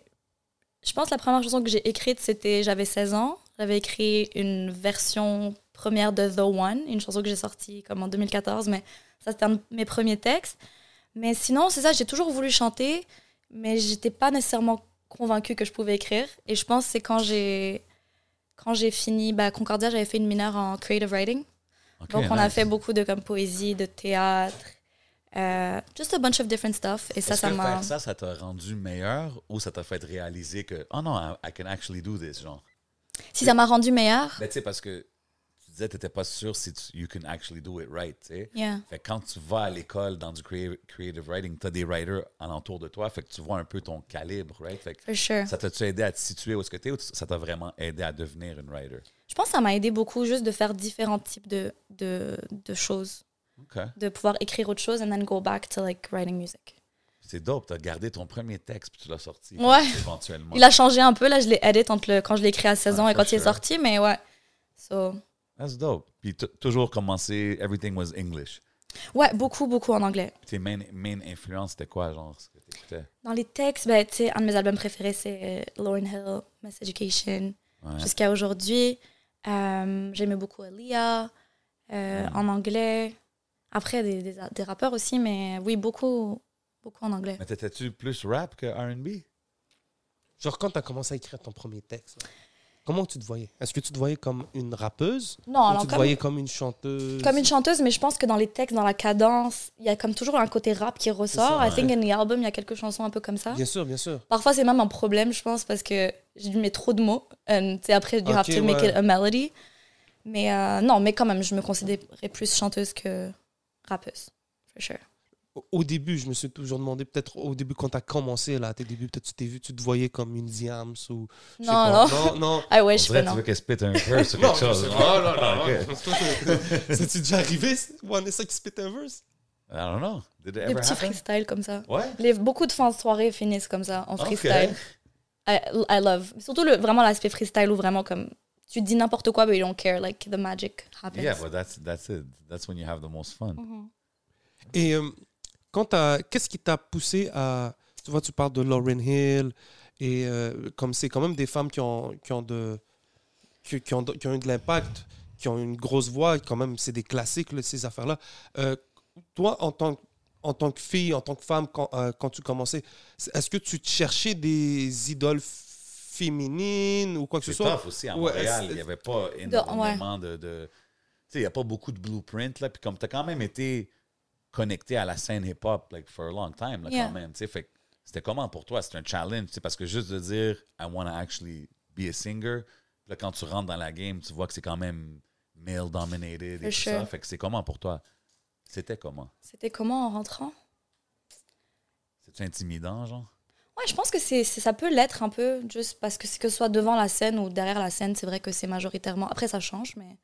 Speaker 5: Je pense que la première chanson que j'ai écrite, c'était. J'avais 16 ans. J'avais écrit une version première de The One, une chanson que j'ai sortie comme en 2014, mais ça, c'était un de mes premiers textes. Mais sinon, c'est ça, j'ai toujours voulu chanter, mais j'étais pas nécessairement convaincue que je pouvais écrire. Et je pense que c'est quand j'ai. Quand j'ai fini, bah, Concordia, j'avais fait une mineure en creative writing.
Speaker 4: Ok,
Speaker 5: Donc, on a
Speaker 4: nice.
Speaker 5: fait beaucoup de comme poésie, de théâtre, euh, just a bunch of different stuff. Et ça,
Speaker 4: Est-ce
Speaker 5: ça
Speaker 4: que
Speaker 5: m'a.
Speaker 4: faire ça, ça t'a rendu meilleur ou ça t'a fait réaliser que, oh non, I, I can actually do this, genre?
Speaker 5: Si ça m'a rendu meilleure.
Speaker 4: Ben, tu sais, parce que tu disais, t'étais pas sûr si tu, you can actually do it right, tu sais.
Speaker 5: Yeah.
Speaker 4: Fait que quand tu vas à l'école dans du crea- creative writing, t'as des writers alentour de toi, fait que tu vois un peu ton calibre, right? Fait que
Speaker 5: For sure.
Speaker 4: ça t'a-tu aidé à te situer où est-ce que t'es ou t- ça t'a vraiment aidé à devenir une writer?
Speaker 5: Je pense que ça m'a aidé beaucoup juste de faire différents types de, de, de choses,
Speaker 4: OK.
Speaker 5: de pouvoir écrire autre chose and then go back to like writing music.
Speaker 4: C'est dope, t'as gardé ton premier texte puis tu l'as sorti.
Speaker 5: Ouais.
Speaker 4: Éventuellement.
Speaker 5: Il a changé un peu, là je l'ai edit entre le, quand je l'ai écrit à 16 ans
Speaker 4: Ah,
Speaker 5: et quand
Speaker 4: for
Speaker 5: il est
Speaker 4: sure.
Speaker 5: sorti, mais ouais, So,
Speaker 4: That's dope. Puis t- toujours commencé, everything was English.
Speaker 5: ouais, beaucoup, beaucoup en anglais.
Speaker 4: Tes main, main influences, c'était quoi, genre, ce que t'écoutais?
Speaker 5: Dans les textes, ben, tu sais, un de mes albums préférés, c'est euh, Lauryn Hill, Mass Education,
Speaker 4: Ouais.
Speaker 5: jusqu'à aujourd'hui. Euh, J'aimais beaucoup Aaliyah, euh, en anglais. Après, des, des, des rappeurs aussi, mais oui, beaucoup, beaucoup en anglais.
Speaker 4: Mais t'étais-tu plus rap que R&B?
Speaker 3: Genre, quand tu as commencé à écrire ton premier texte, là, comment tu te voyais Est-ce que tu te voyais comme une rappeuse
Speaker 5: Non,
Speaker 3: Ou
Speaker 5: alors
Speaker 3: tu te
Speaker 5: comme-
Speaker 3: voyais comme une chanteuse
Speaker 5: comme une chanteuse, mais je pense que dans les textes, dans la cadence, il y a comme toujours un côté rap qui ressort.
Speaker 4: ça,
Speaker 5: I think in the album, il y a quelques chansons un peu comme ça.
Speaker 3: Bien sûr, bien sûr.
Speaker 5: Parfois, c'est même un problème, je pense, parce que je lui mets trop de mots. And, tu sais, après, you have
Speaker 3: Ok,
Speaker 5: to make
Speaker 3: ouais.
Speaker 5: it a melody. Mais euh, non, mais quand même, je me considérais plus chanteuse que rappeuse, for sure.
Speaker 3: Au- Au début, je me suis toujours demandé, peut-être au début, quand tu as commencé, là, à tes débuts, peut-être tu t'es vu, tu te voyais comme une Diams ou. je sais
Speaker 5: Non,
Speaker 3: pas.
Speaker 5: non.
Speaker 3: Non, non.
Speaker 5: Ah
Speaker 4: On
Speaker 5: ouais, je peux,
Speaker 4: dirait que tu
Speaker 5: non.
Speaker 4: veux qu'elle spit un verse ou
Speaker 3: Non,
Speaker 4: quelque chose.
Speaker 3: je sais
Speaker 4: Ah,
Speaker 3: pas. Oh là là.
Speaker 4: ok.
Speaker 3: C'est-tu déjà arrivé, Vanessa qui spit un verse
Speaker 4: I don't know. Did it
Speaker 5: Des
Speaker 4: ever
Speaker 5: petits
Speaker 4: happen?
Speaker 5: freestyles comme ça.
Speaker 4: Ouais?
Speaker 5: Les, beaucoup de fins de soirée finissent comme ça, en
Speaker 4: Ok.
Speaker 5: freestyle. I, I love. Surtout le, vraiment l'aspect freestyle où vraiment comme tu dis n'importe quoi, but you don't care. Like, the magic happens.
Speaker 4: Yeah, but that's, that's it. That's when you have the most fun.
Speaker 3: Et euh, quand t'as- qu'est-ce qui t'a poussé à. Tu vois, tu parles de Lauren Hill, et euh, comme c'est quand même des femmes qui ont, qui ont, de, qui, qui ont, de- qui ont eu de l'impact, qui ont une grosse voix, quand même, c'est des classiques, là, ces affaires-là. Euh, toi, en tant, que- en tant que fille, en tant que femme, quand, euh, quand tu commençais, c'est- est-ce que tu te cherchais des idoles féminines ou quoi que ce
Speaker 4: C'est
Speaker 3: soit
Speaker 4: tough aussi à
Speaker 3: Ouais,
Speaker 4: Montréal.
Speaker 3: c'est-
Speaker 4: Il n'y avait pas énormément de. de- tu sais, il n'y a pas beaucoup de blueprints. Là, puis comme tu as quand même été connecté à la scène hip-hop like, for a long time, là,
Speaker 5: Yeah.
Speaker 4: quand même. tu sais, Fait que c'était comment pour toi? C'était un challenge. tu sais, Parce que juste de dire I want to actually be a singer, là, quand tu rentres dans la game, tu vois que c'est quand même male-dominated et
Speaker 5: For
Speaker 4: tout
Speaker 5: sure.
Speaker 4: ça. Fait que c'est comment pour toi? C'était comment?
Speaker 5: C'était comment en rentrant
Speaker 4: C'est-tu intimidant, genre?
Speaker 5: Ouais, je pense que c'est c'est- ça peut l'être un peu, juste parce que c'est que ce soit devant la scène ou derrière la scène, c'est vrai que c'est majoritairement. Après, ça change, mais.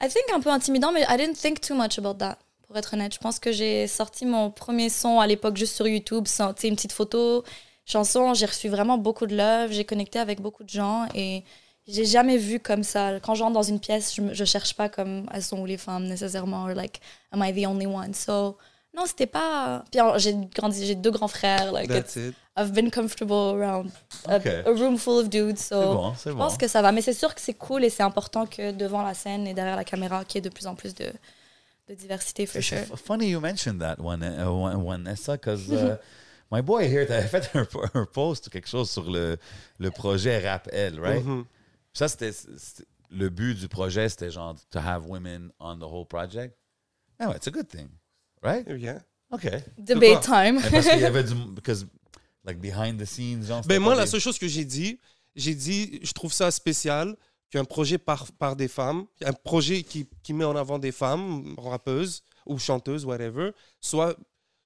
Speaker 5: I think un peu intimidant, mais I didn't think too much about that, pour être honnête. Je pense que j'ai sorti mon premier son à l'époque juste sur YouTube, sans, tu sais, une petite photo, chanson. J'ai reçu vraiment beaucoup de love, j'ai connecté avec beaucoup de gens et j'ai jamais vu comme ça. Quand je rentre dans une pièce, je, me- je cherche pas comme elles sont où les femmes nécessairement, or like, am I the only one? So. Non, c'était pas. Puis alors, j'ai grandi, j'ai deux grands frères. Like, it's-
Speaker 3: That's it.
Speaker 5: I've been comfortable around a,
Speaker 3: Euh,
Speaker 4: Ok.
Speaker 5: a room full of dudes, so
Speaker 4: C'est bon, c'est
Speaker 5: je
Speaker 4: bon. hein.
Speaker 5: pense que ça va. Mais c'est sûr que c'est cool et c'est important que devant la scène et derrière la caméra, qu'il y ait de plus en plus de, de diversité, for
Speaker 4: It's
Speaker 5: sure.
Speaker 4: f- funny you mentioned that one, uh, one, one Nessa, because uh, my boy here, t'avais fait un, po- un post ou quelque chose sur le, le projet Rap L, right?
Speaker 3: Mm-hmm.
Speaker 4: Ça, c'était c'était- le but du projet, c'était genre to have women on the whole project. Anyway, it's a good thing, right?
Speaker 3: Yeah.
Speaker 4: Okay.
Speaker 5: Debate time.
Speaker 4: Mais parce qu'il y avait du, because like behind the scenes, genre. c'était
Speaker 3: Ben moi,
Speaker 4: pas
Speaker 3: la
Speaker 4: des-
Speaker 3: seule chose que j'ai dit, j'ai dit, je trouve ça spécial qu'un projet par, par des femmes, un projet qui, qui met en avant des femmes, rappeuses ou chanteuses, whatever, soit,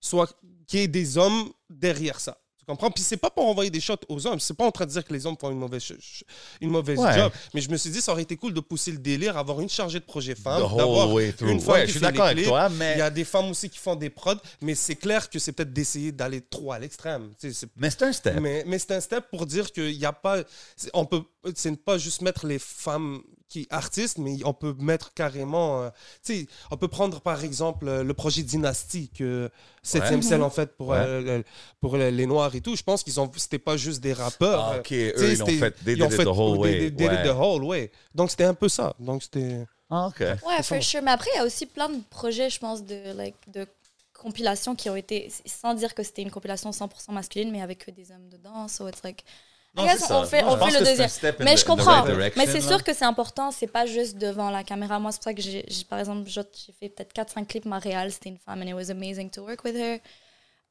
Speaker 3: soit qu'il y ait des hommes derrière ça. Tu comprends? Puis c'est pas pour envoyer des shots aux hommes. C'est pas en train de dire que les hommes font une mauvaise, ch- ch- une mauvaise
Speaker 4: Ouais.
Speaker 3: job. Mais je me suis dit, ça aurait été cool de pousser le délire, avoir une chargée de projet femme.
Speaker 4: The whole
Speaker 3: d'avoir
Speaker 4: way through.
Speaker 3: Une femme
Speaker 4: Oh, Ouais,
Speaker 3: qui
Speaker 4: je suis
Speaker 3: fait les
Speaker 4: d'accord avec
Speaker 3: clips.
Speaker 4: toi, mais-
Speaker 3: Il y a des femmes aussi qui font des prods, mais c'est clair que c'est peut-être d'essayer d'aller trop à l'extrême. Tu sais, c'est
Speaker 4: Mais c'est un step.
Speaker 3: mais, mais c'est un step pour dire qu'il n'y a pas. c'est- On peut. C'est ne pas juste mettre les femmes qui artistes, mais on peut mettre carrément. euh, tu sais, on peut prendre par exemple euh, le projet Dynastie que 7e
Speaker 4: Ouais.
Speaker 3: Ciel en fait pour,
Speaker 4: Ouais.
Speaker 3: euh, le- pour les, les Noirs et tout. Je pense qu'ils ont. C'était pas juste des rappeurs.
Speaker 4: Ah,
Speaker 3: euh,
Speaker 4: ok,
Speaker 3: tu sais,
Speaker 4: eux, ils l'ont
Speaker 3: c'était-
Speaker 4: fait- they
Speaker 3: ils ont
Speaker 4: did it the whole
Speaker 3: they-
Speaker 4: way.
Speaker 3: they did it
Speaker 4: Ouais.
Speaker 3: the whole way. Donc c'était un peu ça. Donc c'était.
Speaker 4: Ah, ok.
Speaker 5: Ouais, for sure. Mais après, il y a aussi plein de projets, je pense, de, like, de compilations qui ont été, sans dire que c'était une compilation 100% masculine, mais avec que des hommes dedans. So it's like. I
Speaker 4: Non,
Speaker 5: guess
Speaker 4: c'est
Speaker 5: on
Speaker 4: ça.
Speaker 5: fait,
Speaker 4: Non,
Speaker 5: on
Speaker 4: je pense
Speaker 5: fait
Speaker 4: que
Speaker 5: le
Speaker 4: c'est un
Speaker 5: deuxième.
Speaker 4: step in
Speaker 5: Mais
Speaker 4: the-
Speaker 5: je
Speaker 4: in the right
Speaker 5: comprends.
Speaker 4: direction,
Speaker 5: mais c'est
Speaker 4: là.
Speaker 5: sûr que c'est important. C'est pas juste devant la caméra. Moi, c'est pour ça que j'ai, j'ai- par exemple, j'ai j'ai fait peut-être 4-5 clips. Montréal, c'était une femme, and it was amazing to work with her.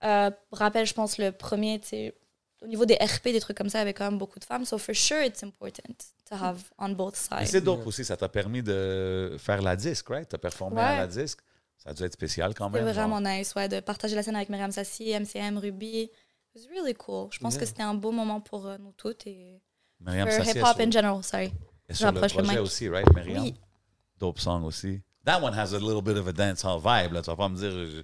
Speaker 5: Euh, rappel, je pense, le premier, tu sais, au niveau des RP, des trucs comme ça, il y avait quand même beaucoup de femmes. So for sure, it's important to have on both
Speaker 4: Mais
Speaker 5: sides.
Speaker 4: c'est dope aussi, ça t'a permis de faire la disque, right? T'as performé
Speaker 5: Ouais.
Speaker 4: à la disque. Ça a dû être spécial quand
Speaker 5: C'était
Speaker 4: même. genre.
Speaker 5: vraiment nice, ouais, de partager la scène avec Myriam Sassi, MCM, Ruby. It was really cool. Je pense
Speaker 3: Yeah.
Speaker 5: que c'était un beau moment pour euh, nous toutes et
Speaker 4: Myriam
Speaker 5: for
Speaker 4: Sassi est
Speaker 5: hip-hop
Speaker 4: sur-
Speaker 5: in general, sorry.
Speaker 4: est sur le
Speaker 5: Rapproche le
Speaker 4: projet
Speaker 5: mic.
Speaker 4: aussi, right, Myriam?
Speaker 5: Oui.
Speaker 4: Dope song aussi. That one has a little bit of a dancehall vibe. Là. Tu vas pas me dire je- je-
Speaker 5: Euh,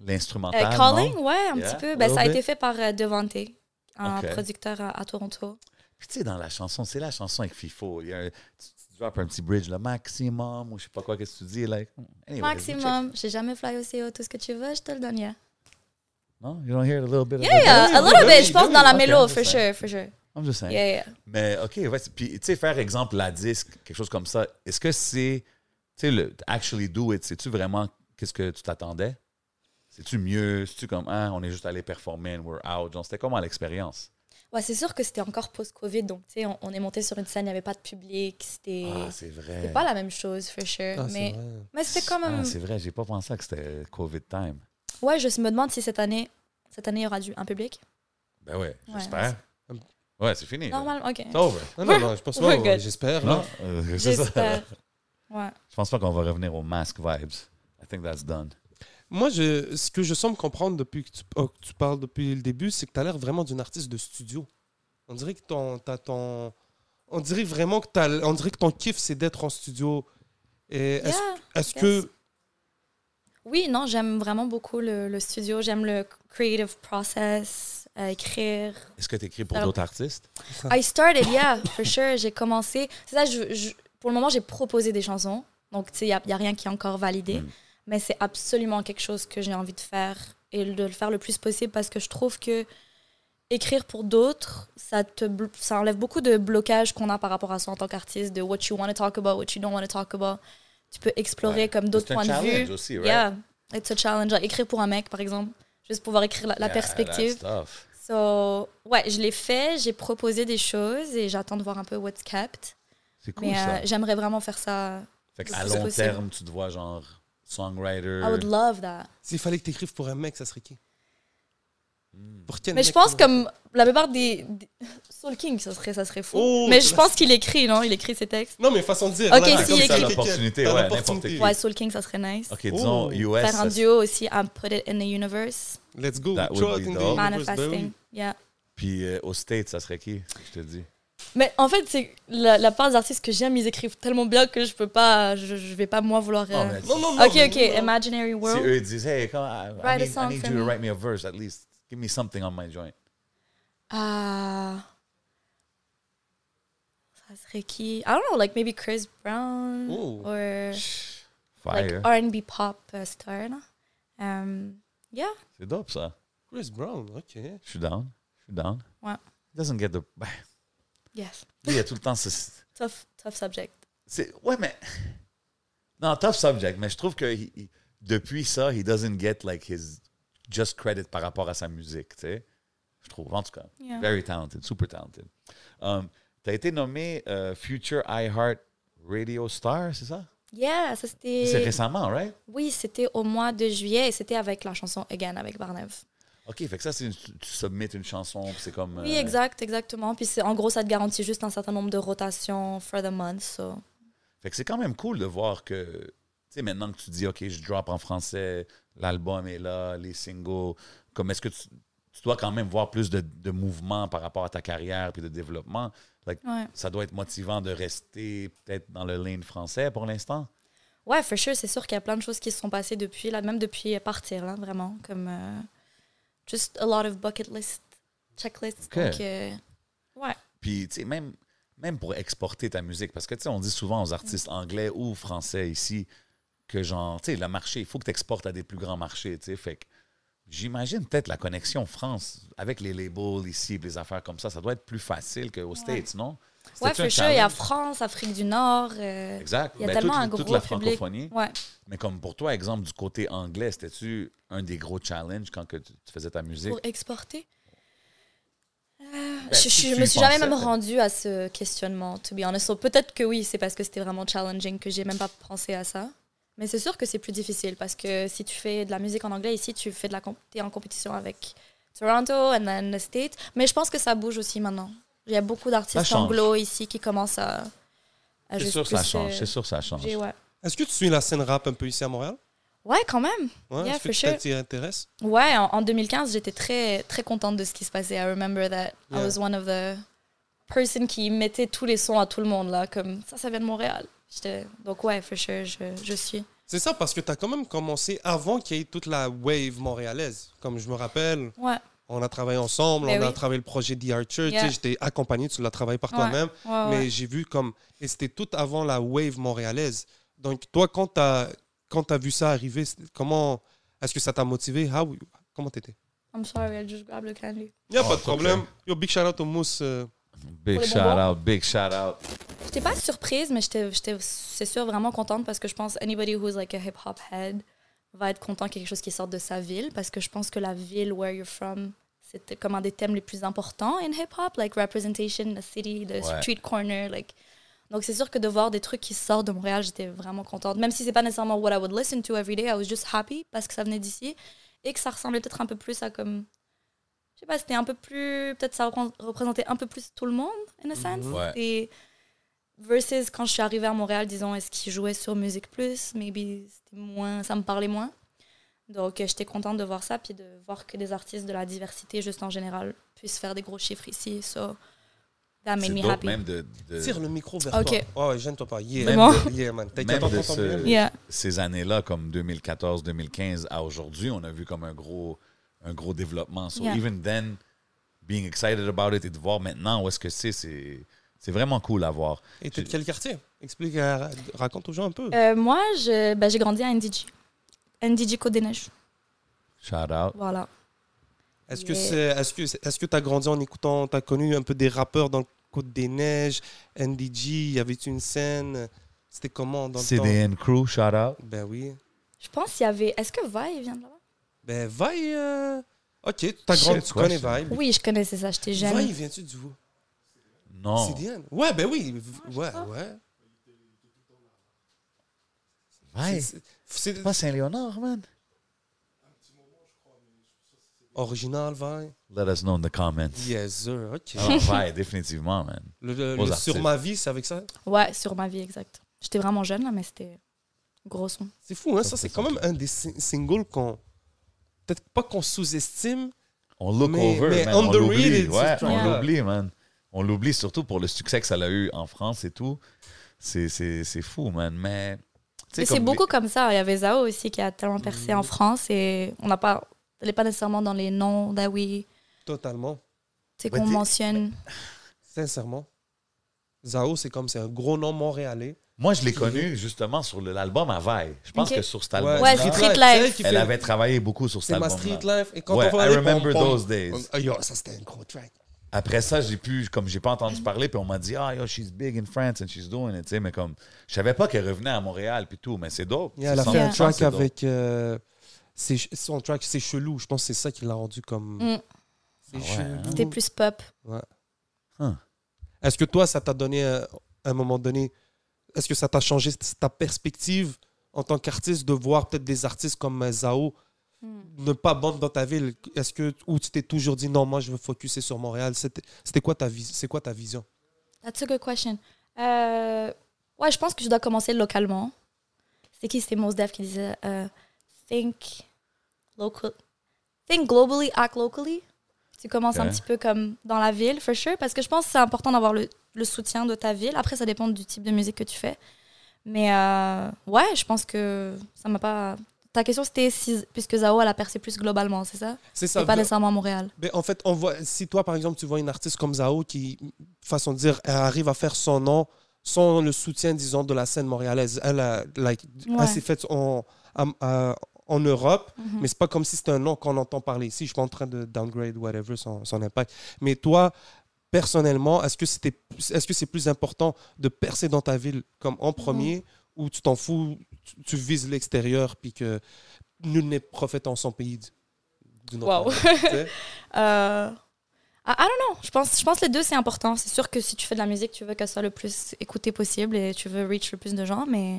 Speaker 4: l'instrumental.
Speaker 5: calling,
Speaker 4: non?
Speaker 5: ouais, un
Speaker 4: Yeah,
Speaker 5: petit peu. Ben, ça a
Speaker 4: little
Speaker 5: été fait par euh, Devante, un
Speaker 4: Ok.
Speaker 5: producteur à, à Toronto.
Speaker 4: Puis tu sais, dans la chanson, c'est la chanson avec FIFO. Il y a un, tu, tu drops un petit bridge, le maximum, ou je sais pas quoi, qu'est-ce que tu dis. Like, hmm. anyway, check.
Speaker 5: Maximum. J'ai jamais fly aussi haut. Tout ce que tu veux, je te le donne, yeah.
Speaker 4: Non, you don't hear a little bit of
Speaker 5: Yeah, yeah. A little
Speaker 4: oui,
Speaker 5: bit, je pense,
Speaker 4: oui,
Speaker 5: dans la
Speaker 4: ok,
Speaker 5: mélo,
Speaker 4: on
Speaker 5: for
Speaker 4: sait.
Speaker 5: sure, for sure.
Speaker 4: I'm just saying.
Speaker 5: Yeah, yeah.
Speaker 4: Mais OK, ouais, c'est- puis tu sais, faire exemple la disque, quelque chose comme ça, est-ce que c'est, tu sais, le actually do it, c'est-tu vraiment qu'est-ce que tu t'attendais? C'est-tu mieux? C'est-tu comme, ah, on est juste allé performer and we're out? Genre, c'était comment l'expérience?
Speaker 5: Ouais, c'est sûr que c'était encore post-Covid, donc tu sais, on, on est monté sur une scène, il n'y avait pas de public, c'était
Speaker 4: Ah, c'est vrai.
Speaker 5: c'était pas la même chose, for sure.
Speaker 3: Ah, c'est
Speaker 5: mais
Speaker 3: vrai.
Speaker 5: mais c'était quand même.
Speaker 4: Ah, c'est vrai, j'ai pas pensé que c'était COVID time.
Speaker 5: ouais, je me demande si cette année, cette année, il y aura du, un public.
Speaker 4: Ben ouais,
Speaker 5: Ouais,
Speaker 4: j'espère. Ouais, c'est fini. là.
Speaker 5: Normalement, ok.
Speaker 4: It's over.
Speaker 3: Non, non, non, je pense
Speaker 5: We're
Speaker 3: pas.
Speaker 5: good.
Speaker 3: J'espère. hein.
Speaker 4: Non?
Speaker 3: là.
Speaker 4: Euh, c'est ça.
Speaker 5: J'espère. Ouais.
Speaker 4: Je pense pas qu'on va revenir aux mask vibes. I think that's done.
Speaker 3: Moi, je, ce que je semble comprendre depuis que tu, oh, que tu parles depuis le début, c'est que tu as l'air vraiment d'une artiste de studio. On dirait que ton, t'as ton- on dirait vraiment que t'as- on dirait que ton kiff c'est d'être en studio. Et est-ce,
Speaker 5: Yeah.
Speaker 3: est-ce
Speaker 5: yes.
Speaker 3: que
Speaker 5: Oui, non, j'aime vraiment beaucoup le, le studio, j'aime le creative process, euh, écrire.
Speaker 4: Est-ce que tu écris pour
Speaker 5: Alors-
Speaker 4: d'autres artistes?
Speaker 5: I started, yeah, for sure. J'ai commencé. C'est ça, je, je- pour le moment, j'ai proposé des chansons. Donc, tu sais, il n'y a, y a rien qui est encore validé.
Speaker 4: Mm.
Speaker 5: Mais c'est absolument quelque chose que j'ai envie de faire et de le faire le plus possible parce que je trouve que écrire pour d'autres, ça, te, blo- ça enlève beaucoup de blocages qu'on a par rapport à ça en tant qu'artiste, de what you want to talk about, what you don't want to talk about. Tu peux explorer
Speaker 4: Ouais.
Speaker 5: comme d'autres
Speaker 4: C'est un
Speaker 5: points de
Speaker 4: challenge
Speaker 5: vue.
Speaker 4: aussi, right?
Speaker 5: Yeah, it's a challenge. Genre, Écrire pour un mec, par exemple, juste pouvoir écrire la- la
Speaker 4: Yeah,
Speaker 5: perspective.
Speaker 4: that's tough.
Speaker 5: So, ouais, je l'ai fait, j'ai proposé des choses et j'attends de voir un peu what's capped.
Speaker 4: C'est cool,
Speaker 5: Mais
Speaker 4: ça.
Speaker 5: euh, j'aimerais vraiment faire ça.
Speaker 4: Fait que
Speaker 5: Le
Speaker 4: à
Speaker 5: plus
Speaker 4: long
Speaker 5: possible.
Speaker 4: terme, tu te vois genre songwriter.
Speaker 5: I would love that.
Speaker 3: s'il fallait que tu écrives pour un mec, ça serait qui
Speaker 4: Hmm.
Speaker 3: Pour quel
Speaker 5: Mais je
Speaker 3: mec,
Speaker 5: pense
Speaker 3: euh,
Speaker 5: comme la plupart des, des- Soul King, ça serait, ça serait fou.
Speaker 3: Oh,
Speaker 5: Mais
Speaker 3: c'est
Speaker 5: je
Speaker 3: vrai.
Speaker 5: pense qu'il écrit, non Il écrit ses textes.
Speaker 3: Non, mais façon de dire.
Speaker 5: Ok,
Speaker 3: là,
Speaker 5: si,
Speaker 3: comme
Speaker 5: il
Speaker 3: ça,
Speaker 5: écrit.
Speaker 3: quelqu'un-
Speaker 4: L'opportunité,
Speaker 3: t'as
Speaker 4: ouais,
Speaker 3: l'opportunité.
Speaker 5: Ouais, Soul King, ça serait nice.
Speaker 4: Ok, disons
Speaker 3: Oh.
Speaker 4: US.
Speaker 5: Faire
Speaker 4: ça-
Speaker 5: un duo aussi, I put it in the universe,
Speaker 3: Let's go.
Speaker 4: That would
Speaker 3: Throw
Speaker 4: be
Speaker 3: it in the
Speaker 4: dope.
Speaker 3: universe, ben oui.
Speaker 5: manifesting. Yeah.
Speaker 4: Puis euh, aux States, ça serait qui Je te dis.
Speaker 5: Mais en fait, c'est la, la part des artistes que j'aime, ils écrivent tellement bien que je peux pas, je, je vais pas moi vouloir. euh,
Speaker 4: Ah, mais
Speaker 3: Non, non, non.
Speaker 5: ok,
Speaker 3: mais-
Speaker 5: ok,
Speaker 3: non, non.
Speaker 5: Imaginary
Speaker 4: si
Speaker 5: World.
Speaker 4: eux ils disent, hey, come, I, I
Speaker 5: Write a
Speaker 4: need, I
Speaker 5: song
Speaker 4: need
Speaker 5: for
Speaker 4: you to
Speaker 5: me.
Speaker 4: write me a verse at least. Give me something on my joint.
Speaker 5: Ah. Ça serait qui? I don't know, like maybe Chris Brown
Speaker 3: Oh.
Speaker 5: or like
Speaker 4: Fire.
Speaker 5: R&B pop uh, star. là. Um, yeah.
Speaker 4: C'est dope ça.
Speaker 3: Chris Brown, ok.
Speaker 4: Je suis down. Je suis down.
Speaker 5: Ouais.
Speaker 4: It doesn't get the. Ben,
Speaker 5: Yes.
Speaker 4: lui, il y a tout le temps ce.
Speaker 5: Tough, tough subject.
Speaker 4: C'est, ouais, mais. Non, tough subject, mais je trouve que he- he- depuis ça, he doesn't get like his just credit par rapport à sa musique, tu sais. Je trouve, en tout cas.
Speaker 5: Yeah.
Speaker 4: Very talented, super talented. Um, tu as été nommé euh, Future iHeart Radio Star, c'est ça?
Speaker 5: Yeah, ça
Speaker 4: C'est
Speaker 5: c'était...
Speaker 4: récemment, right?
Speaker 5: Oui, c'était au mois de juillet et c'était avec la chanson Again avec Barnev.
Speaker 4: OK, fait que ça, c'est une- tu, tu submets une chanson, puis c'est comme.
Speaker 5: Oui,
Speaker 4: euh,
Speaker 5: exact, exactement. Puis c'est- en gros, ça te garantit juste un certain nombre de rotations for the month. So.
Speaker 4: Fait que c'est quand même cool de voir que, tu sais, maintenant que tu dis, OK, je drop en français, l'album est là, les singles, comme est-ce que tu, tu dois quand même voir plus de, de mouvement par rapport à ta carrière puis de développement? Like,
Speaker 5: Ouais.
Speaker 4: Ça doit être motivant de rester peut-être dans le lane français pour l'instant.
Speaker 5: Ouais, for sure, c'est sûr qu'il y a plein de choses qui se sont passées depuis, là, même depuis partir, là, vraiment, comme euh, just a lot of bucket list, checklist.
Speaker 4: Ok.
Speaker 5: Donc, euh, ouais,
Speaker 4: Puis, tu sais, même, même pour exporter ta musique, parce que, tu sais, on dit souvent aux artistes anglais ou français ici que, genre, tu sais, le marché, il faut que tu exportes à des plus grands marchés, tu sais. Fait que j'imagine peut-être la connexion France avec les labels ici, puis les affaires comme ça, ça doit être plus facile qu'aux States, non?
Speaker 5: ouais,
Speaker 4: C'était-tu un
Speaker 5: for sure, il y a
Speaker 4: challenge?
Speaker 5: France, Afrique du Nord. euh,
Speaker 4: Exact.
Speaker 5: il y a
Speaker 4: Ben,
Speaker 5: tellement
Speaker 4: toute-
Speaker 5: un
Speaker 4: toute
Speaker 5: gros
Speaker 4: la
Speaker 5: public.
Speaker 4: francophonie.
Speaker 5: Ouais.
Speaker 4: Mais comme pour toi, exemple, du côté anglais, c'était-tu un des gros challenges quand que tu tu faisais ta musique?
Speaker 5: Pour exporter Euh,
Speaker 4: Ben, si
Speaker 5: je, je
Speaker 4: tu
Speaker 5: me
Speaker 4: y
Speaker 5: suis jamais
Speaker 4: pensais,
Speaker 5: même
Speaker 4: peut-être.
Speaker 5: rendue à ce questionnement, to be honest. So, Peut-être que oui, c'est parce que c'était vraiment challenging que j'ai même pas pensé à ça. Mais c'est sûr que c'est plus difficile parce que si tu fais de la musique en anglais ici, tu fais de la comp- t'es en compétition avec Toronto and then the States. Mais je pense que ça bouge aussi maintenant. Il y a beaucoup d'artistes
Speaker 4: change.
Speaker 5: anglo ici qui commencent à. à
Speaker 4: C'est
Speaker 5: juste
Speaker 4: sûr que ça
Speaker 5: plus,
Speaker 4: change,
Speaker 5: euh,
Speaker 4: c'est sûr que ça change.
Speaker 5: bouger, ouais.
Speaker 3: Est-ce que tu suis la scène rap un peu ici à Montréal
Speaker 5: ouais, quand même.
Speaker 3: Ouais, Est-ce
Speaker 5: Yeah,
Speaker 3: que
Speaker 5: for
Speaker 3: tu
Speaker 5: sure.
Speaker 3: t'y intéresses
Speaker 5: Ouais, en, en 2015, j'étais très, très contente de ce qui se passait. I remember that I was one of the person qui mettait tous les sons à tout le monde, là, comme ça, ça vient de Montréal. J'étais- Donc, ouais, for sure, je, je suis.
Speaker 3: C'est ça, parce que tu as quand même commencé avant qu'il y ait toute la wave montréalaise. Comme je me rappelle,
Speaker 5: Ouais,
Speaker 3: On a travaillé ensemble,
Speaker 5: Ben
Speaker 3: on a
Speaker 5: oui.
Speaker 3: travaillé le projet The Archer.
Speaker 5: Yeah.
Speaker 3: Tu sais, je t'ai accompagné, tu l'as travaillé par
Speaker 5: Ouais.
Speaker 3: toi-même.
Speaker 5: Ouais, ouais.
Speaker 3: Mais j'ai vu comme. Et c'était tout avant la wave montréalaise. Donc, toi, quand tu as, vu ça arriver, c'est- comment. Est-ce que ça t'a motivé? How, comment t'étais?
Speaker 5: I'm sorry, I just grabbed the candy.
Speaker 3: Il n'y a
Speaker 4: Oh,
Speaker 3: pas de
Speaker 4: c'est ok.
Speaker 3: problème. Yo, big shout out au Mousse. euh,
Speaker 4: Big
Speaker 5: Pour les
Speaker 4: shout
Speaker 5: bonbons.
Speaker 4: out, big shout out.
Speaker 5: J'étais pas surprise, mais j'étais, j'étais, c'est sûr, vraiment contente parce que je pense anybody who's like a hip hop head va être content qu'il y ait quelque chose qui sorte de sa ville parce que je pense que la ville where you're from c'était comme un des thèmes les plus importants in hip hop, like representation, the city, the
Speaker 4: Ouais.
Speaker 5: street corner, like. Donc c'est sûr que de voir des trucs qui sortent de Montréal, j'étais vraiment contente. Même si c'est pas nécessairement what I would listen to every day, I was just happy parce que ça venait d'ici et que ça ressemblait peut-être un peu plus à comme, je sais pas, c'était un peu plus, peut-être ça repré- représentait un peu plus tout le monde in a sense.
Speaker 3: Mhm.
Speaker 4: Ouais.
Speaker 5: Et versus quand je suis arrivée à Montréal, disons, est-ce qu'ils jouaient sur Musique Plus, maybe c'était moins, ça me parlait moins. Donc euh, j'étais contente de voir ça, puis de voir que des artistes de la diversité, juste en général, puissent faire des gros chiffres ici. So, that made
Speaker 4: C'est
Speaker 5: me
Speaker 4: dope,
Speaker 5: happy.
Speaker 4: même de, de-
Speaker 3: Tire le micro vers
Speaker 5: Ok.
Speaker 3: toi. Ouais, ouais, gêne-toi pas. Yeah,
Speaker 5: C'est bon?
Speaker 3: yeah man. T'as
Speaker 4: Même
Speaker 3: 14
Speaker 4: de
Speaker 3: ans,
Speaker 4: ce-
Speaker 3: bien.
Speaker 5: Yeah.
Speaker 4: ces années-là, comme 2014-2015 à aujourd'hui, on a vu comme un gros, un gros développement. So
Speaker 5: Yeah.
Speaker 4: even then, being excited about it et de voir maintenant où est-ce que c'est, c'est, c'est vraiment cool à voir.
Speaker 3: Et t'es de quel quartier? Explique, euh, raconte aux gens un peu.
Speaker 5: Euh, moi, je- ben, j'ai grandi à NDG. NDG Côte des Neiges.
Speaker 4: Shout out.
Speaker 5: Voilà.
Speaker 3: Est-ce que
Speaker 5: Yeah.
Speaker 3: c'est, est-ce que, c'est- est-ce que t'as grandi en écoutant, t'as connu un peu des rappeurs dans le Côte des Neiges, NDG, y avait une scène, c'était comment dans le temps?
Speaker 4: CDN Crew, shout out.
Speaker 3: Ben oui.
Speaker 5: Je pense qu'il y avait. Est-ce que Vaille vient de là-bas?
Speaker 3: Ben Vaille, euh, ok, t'as
Speaker 4: Shit,
Speaker 3: grandi, tu
Speaker 4: quoi,
Speaker 3: connais
Speaker 4: c'est-
Speaker 3: Vaille.
Speaker 5: Oui, je connaissais ça, j'étais jeune.
Speaker 3: Vaille, viens-tu du vous?
Speaker 4: Non.
Speaker 3: CDN? Ouais, ben oui, v- ouais, ouais.
Speaker 4: Ouais.
Speaker 3: C'est- C'est, c'est
Speaker 4: Pas Saint-Léonard, man.
Speaker 3: original, Vaille.
Speaker 4: Let us know in the comments.
Speaker 3: Yes, sir, ok.
Speaker 4: Ah, ouais, définitivement, man.
Speaker 3: Le, le-
Speaker 4: Beaux
Speaker 3: le
Speaker 4: artistes.
Speaker 3: sur ma vie, c'est avec ça?
Speaker 5: Ouais, sur ma vie, exact. J'étais vraiment jeune, là, mais c'était gros son.
Speaker 3: C'est fou, hein? Ça, c'est quand même un des si- singles qu'on. Peut-être pas qu'on sous-estime.
Speaker 4: On look
Speaker 3: Mais-
Speaker 4: over,
Speaker 3: mais
Speaker 4: man. On l'oublie,
Speaker 3: underrated,
Speaker 4: ouais,
Speaker 3: c'est
Speaker 4: on
Speaker 5: genre-
Speaker 4: l'oublie, man. On l'oublie surtout pour le succès que ça a eu en France et tout. C'est, c'est, c'est fou, man. Mais tu sais,
Speaker 5: Mais c'est
Speaker 4: comme Mmh.
Speaker 5: beaucoup comme ça. Il y avait Zao aussi qui a tellement percé en France et on n'a pas. Elle n'est pas nécessairement dans les noms d'Awi,
Speaker 3: Totalement.
Speaker 5: tu sais,
Speaker 4: Bah,
Speaker 5: qu'on
Speaker 4: t'es-
Speaker 5: mentionne.
Speaker 3: Sincèrement. Zao, c'est comme c'est un gros nom montréalais.
Speaker 4: Moi, je l'ai connue justement sur le- l'album à Vaille. Je pense
Speaker 5: Ok.
Speaker 4: que sur cet album.
Speaker 5: Ouais, Street Life.
Speaker 3: c'est elle qui
Speaker 4: Elle
Speaker 3: fait-
Speaker 4: avait travaillé beaucoup sur cet
Speaker 3: C'est ma
Speaker 4: album.
Speaker 3: street life. Et quand
Speaker 4: Ouais,
Speaker 3: on va
Speaker 4: I
Speaker 3: aller,
Speaker 4: remember
Speaker 3: on- on-
Speaker 4: those days.
Speaker 3: on- Ah, yo, ça, c'était un gros track.
Speaker 4: Après ça, j'ai pu, comme j'ai pas entendu parler, puis on m'a dit, ah, yo, she's big in France and she's doing it, tu sais, mais comme, je savais pas qu'elle revenait à Montréal, puis tout, mais c'est dope.
Speaker 3: Yeah, elle a
Speaker 4: C'est
Speaker 3: fait un
Speaker 4: 100%,
Speaker 3: track
Speaker 4: c'est dope.
Speaker 3: avec. euh, c'est ch- son track, c'est chelou. Je pense que c'est ça qui l'a rendu comme. C'est
Speaker 5: Mm.
Speaker 4: Ah ouais, hein?
Speaker 3: chelou.
Speaker 5: C'était plus pop.
Speaker 3: Est-ce que toi, ça t'a donné, euh, à un moment donné, est-ce que ça t'a changé ta perspective en tant qu'artiste de voir peut-être des artistes comme euh, Zao
Speaker 5: Hmm.
Speaker 3: ne pas bande dans ta ville Est-ce que ou tu t'es toujours dit non, moi je veux focuser sur Montréal C'était c'était quoi ta vision C'est quoi ta vision
Speaker 5: That's a good question. Euh, ouais, je pense que je dois commencer localement. C'est qui C'était Mos Def qui disait euh, Think local. Think globally, act locally. Tu commences un
Speaker 4: Ok.
Speaker 5: petit peu comme dans la ville, for sure, parce que je pense que c'est important d'avoir le, le soutien de ta ville. Après, ça dépend du type de musique que tu fais. Mais euh, ouais, je pense que ça m'a pas. Ta question, c'était si, puisque Zao, elle a percé plus globalement, c'est ça
Speaker 3: C'est ça.
Speaker 5: C'est pas
Speaker 3: veux-
Speaker 5: nécessairement à Montréal.
Speaker 3: Ben, en fait, on voit, si toi, par exemple, tu vois une artiste comme Zao qui, façon de dire, elle arrive à faire son nom sans le soutien, disons, de la scène montréalaise. Elle, a, like,
Speaker 5: Ouais.
Speaker 3: elle s'est faite en, à- à- en Europe,
Speaker 5: Mhm.
Speaker 3: mais c'est pas comme si c'était un nom qu'on entend parler ici. Je suis pas en train de downgrade, whatever, son, son impact. Mais toi, personnellement, est-ce que c'était, est-ce que c'est plus important de percer dans ta ville comme en premier ou tu t'en fous, tu, tu vises l'extérieur puis que nul n'est prophète en son pays d'une autre
Speaker 5: Wow.
Speaker 3: manière, tu sais?
Speaker 5: Euh, I, I don't know. Je pense, je pense les deux, c'est important. C'est sûr que si tu fais de la musique, tu veux qu'elle soit le plus écoutée possible et tu veux reach le plus de gens, mais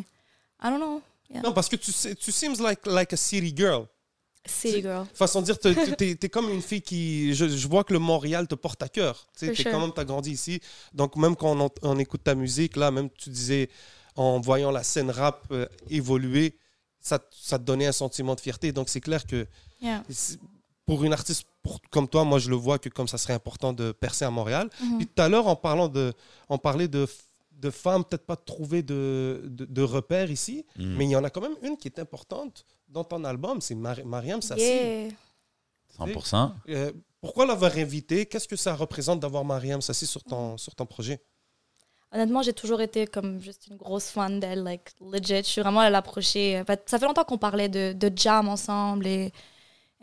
Speaker 5: I don't know.
Speaker 3: Non, parce que tu, sais- tu seems like, like a city girl.
Speaker 5: City
Speaker 3: C'est-
Speaker 5: girl.
Speaker 3: Façon de dire, t'es- t'es- t'es t'es comme une fille qui. Je, je vois que le Montréal te porte à cœur. Tu sais,
Speaker 5: For
Speaker 3: t'es
Speaker 5: sure.
Speaker 3: quand même, t'as grandi ici. Donc, même quand on, ent- on écoute ta musique, là, même tu disais, en voyant la scène rap euh, évoluer, ça, t- ça te donnait un sentiment de fierté. Donc, c'est clair que
Speaker 5: Yeah.
Speaker 3: c'est- pour une artiste pour- comme toi, moi, je le vois que comme ça serait important de percer à Montréal.
Speaker 5: Mhm.
Speaker 3: Puis tout à l'heure, en parlant de, on parlait de, f- de femmes peut-être pas trouver de, de, de repères ici,
Speaker 4: Mm.
Speaker 3: mais il y en a quand même une qui est importante dans ton album, c'est Mar- Mariam Sassi.
Speaker 5: Yeah.
Speaker 4: 100%.
Speaker 3: Euh, pourquoi l'avoir invité Qu'est-ce que ça représente d'avoir Mariam Sassi sur ton, sur ton projet
Speaker 5: Honnêtement, j'ai toujours été comme juste une grosse fan d'elle, like legit. Je suis vraiment allée l'approcher. En fait, Ça fait longtemps qu'on parlait de, de jam ensemble et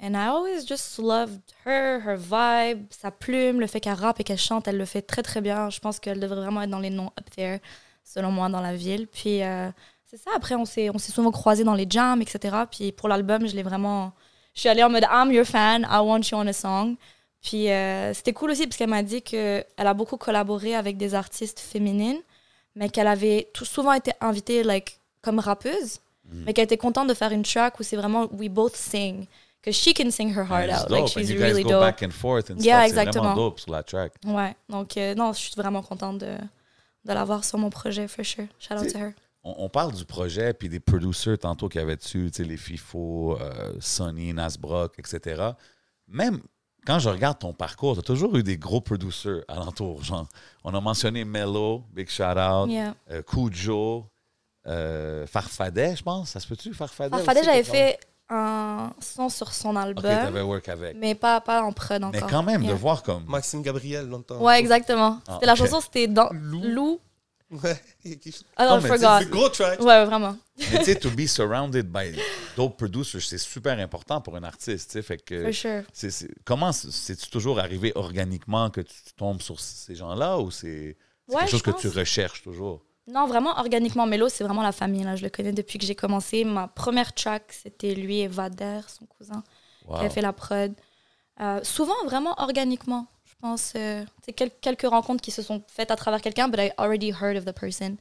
Speaker 5: and I always just loved her, her vibe, sa plume, le fait qu'elle rappe et qu'elle chante, elle le fait très très bien. Je pense qu'elle devrait vraiment être dans les noms up there, selon moi, dans la ville. Puis euh, c'est ça. Après, on s'est on s'est souvent croisés dans les jams, etc. Puis pour l'album, je l'ai vraiment, je suis allée en mode I'm your fan, I want you on a song. Puis euh, c'était cool aussi parce qu'elle m'a dit qu'elle a beaucoup collaboré avec des artistes féminines, mais qu'elle avait tout, souvent été invitée like, comme rappeuse,
Speaker 4: Mm.
Speaker 5: mais qu'elle était contente de faire une track où c'est vraiment we both sing, que she can sing her heart
Speaker 4: It's
Speaker 5: out,
Speaker 4: dope,
Speaker 5: like
Speaker 4: and
Speaker 5: she's
Speaker 4: you guys
Speaker 5: really
Speaker 4: go
Speaker 5: dope.
Speaker 4: back and forth and
Speaker 5: Yeah,
Speaker 4: stuff. C'est
Speaker 5: exactement.
Speaker 4: vraiment dope sur la track.
Speaker 5: Ouais, donc euh, non, je suis vraiment contente de, de l'avoir sur mon projet for sure. Shout out
Speaker 4: C'est-
Speaker 5: to her.
Speaker 4: On, on parle du projet puis des producers tantôt qu'il y avait dessus, tu sais, les FIFO, euh, Sony, Nasbrock, etc. Même quand je regarde ton parcours, tu as toujours eu des gros producers alentour. Genre, on a mentionné Mello, Big Shout Out,
Speaker 5: Yeah.
Speaker 4: euh, Kujo, euh, Farfadet, je pense. Ça se peut-tu, Farfadet?
Speaker 5: Farfadet,
Speaker 4: aussi,
Speaker 5: Ah, j'avais
Speaker 4: t'as-
Speaker 5: fait un son sur son
Speaker 4: Ok,
Speaker 5: album,
Speaker 4: t'avais work avec.
Speaker 5: mais pas, pas en prod encore.
Speaker 4: Mais quand même,
Speaker 5: Yeah.
Speaker 4: de voir comme.
Speaker 3: Maxime Gabriel, longtemps.
Speaker 5: Ouais, exactement.
Speaker 4: Ah,
Speaker 5: c'était la
Speaker 4: ok.
Speaker 5: chanson, c'était dans
Speaker 3: Loup.
Speaker 5: Loup.
Speaker 3: Ouais. il y a quelque chose-
Speaker 5: Ah non,
Speaker 4: Non, mais
Speaker 5: I
Speaker 4: tu sais,
Speaker 5: forgot.
Speaker 3: C'est gros track.
Speaker 5: Ouais, ouais, vraiment.
Speaker 4: Mais tu sais, to be surrounded by dope producers, c'est super important pour un artiste. tu sais, Fait que,
Speaker 5: For sure.
Speaker 4: c'est- c'est- comment c- c'est-tu toujours arrivé organiquement que tu tombes sur ces gens-là ou c'est c'est
Speaker 5: Ouais,
Speaker 4: quelque chose
Speaker 5: je
Speaker 4: que
Speaker 5: pense.
Speaker 4: tu recherches toujours?
Speaker 5: Non, vraiment, organiquement, Mélo, c'est vraiment la famille. Là. Je le connais depuis que j'ai commencé. Ma première track, c'était lui et Vader, son cousin,
Speaker 4: Wow.
Speaker 5: qui a fait la prod. Euh, souvent, vraiment organiquement, je pense. euh, c'est quel- quelques rencontres qui se sont faites à travers quelqu'un, but I already heard of the person.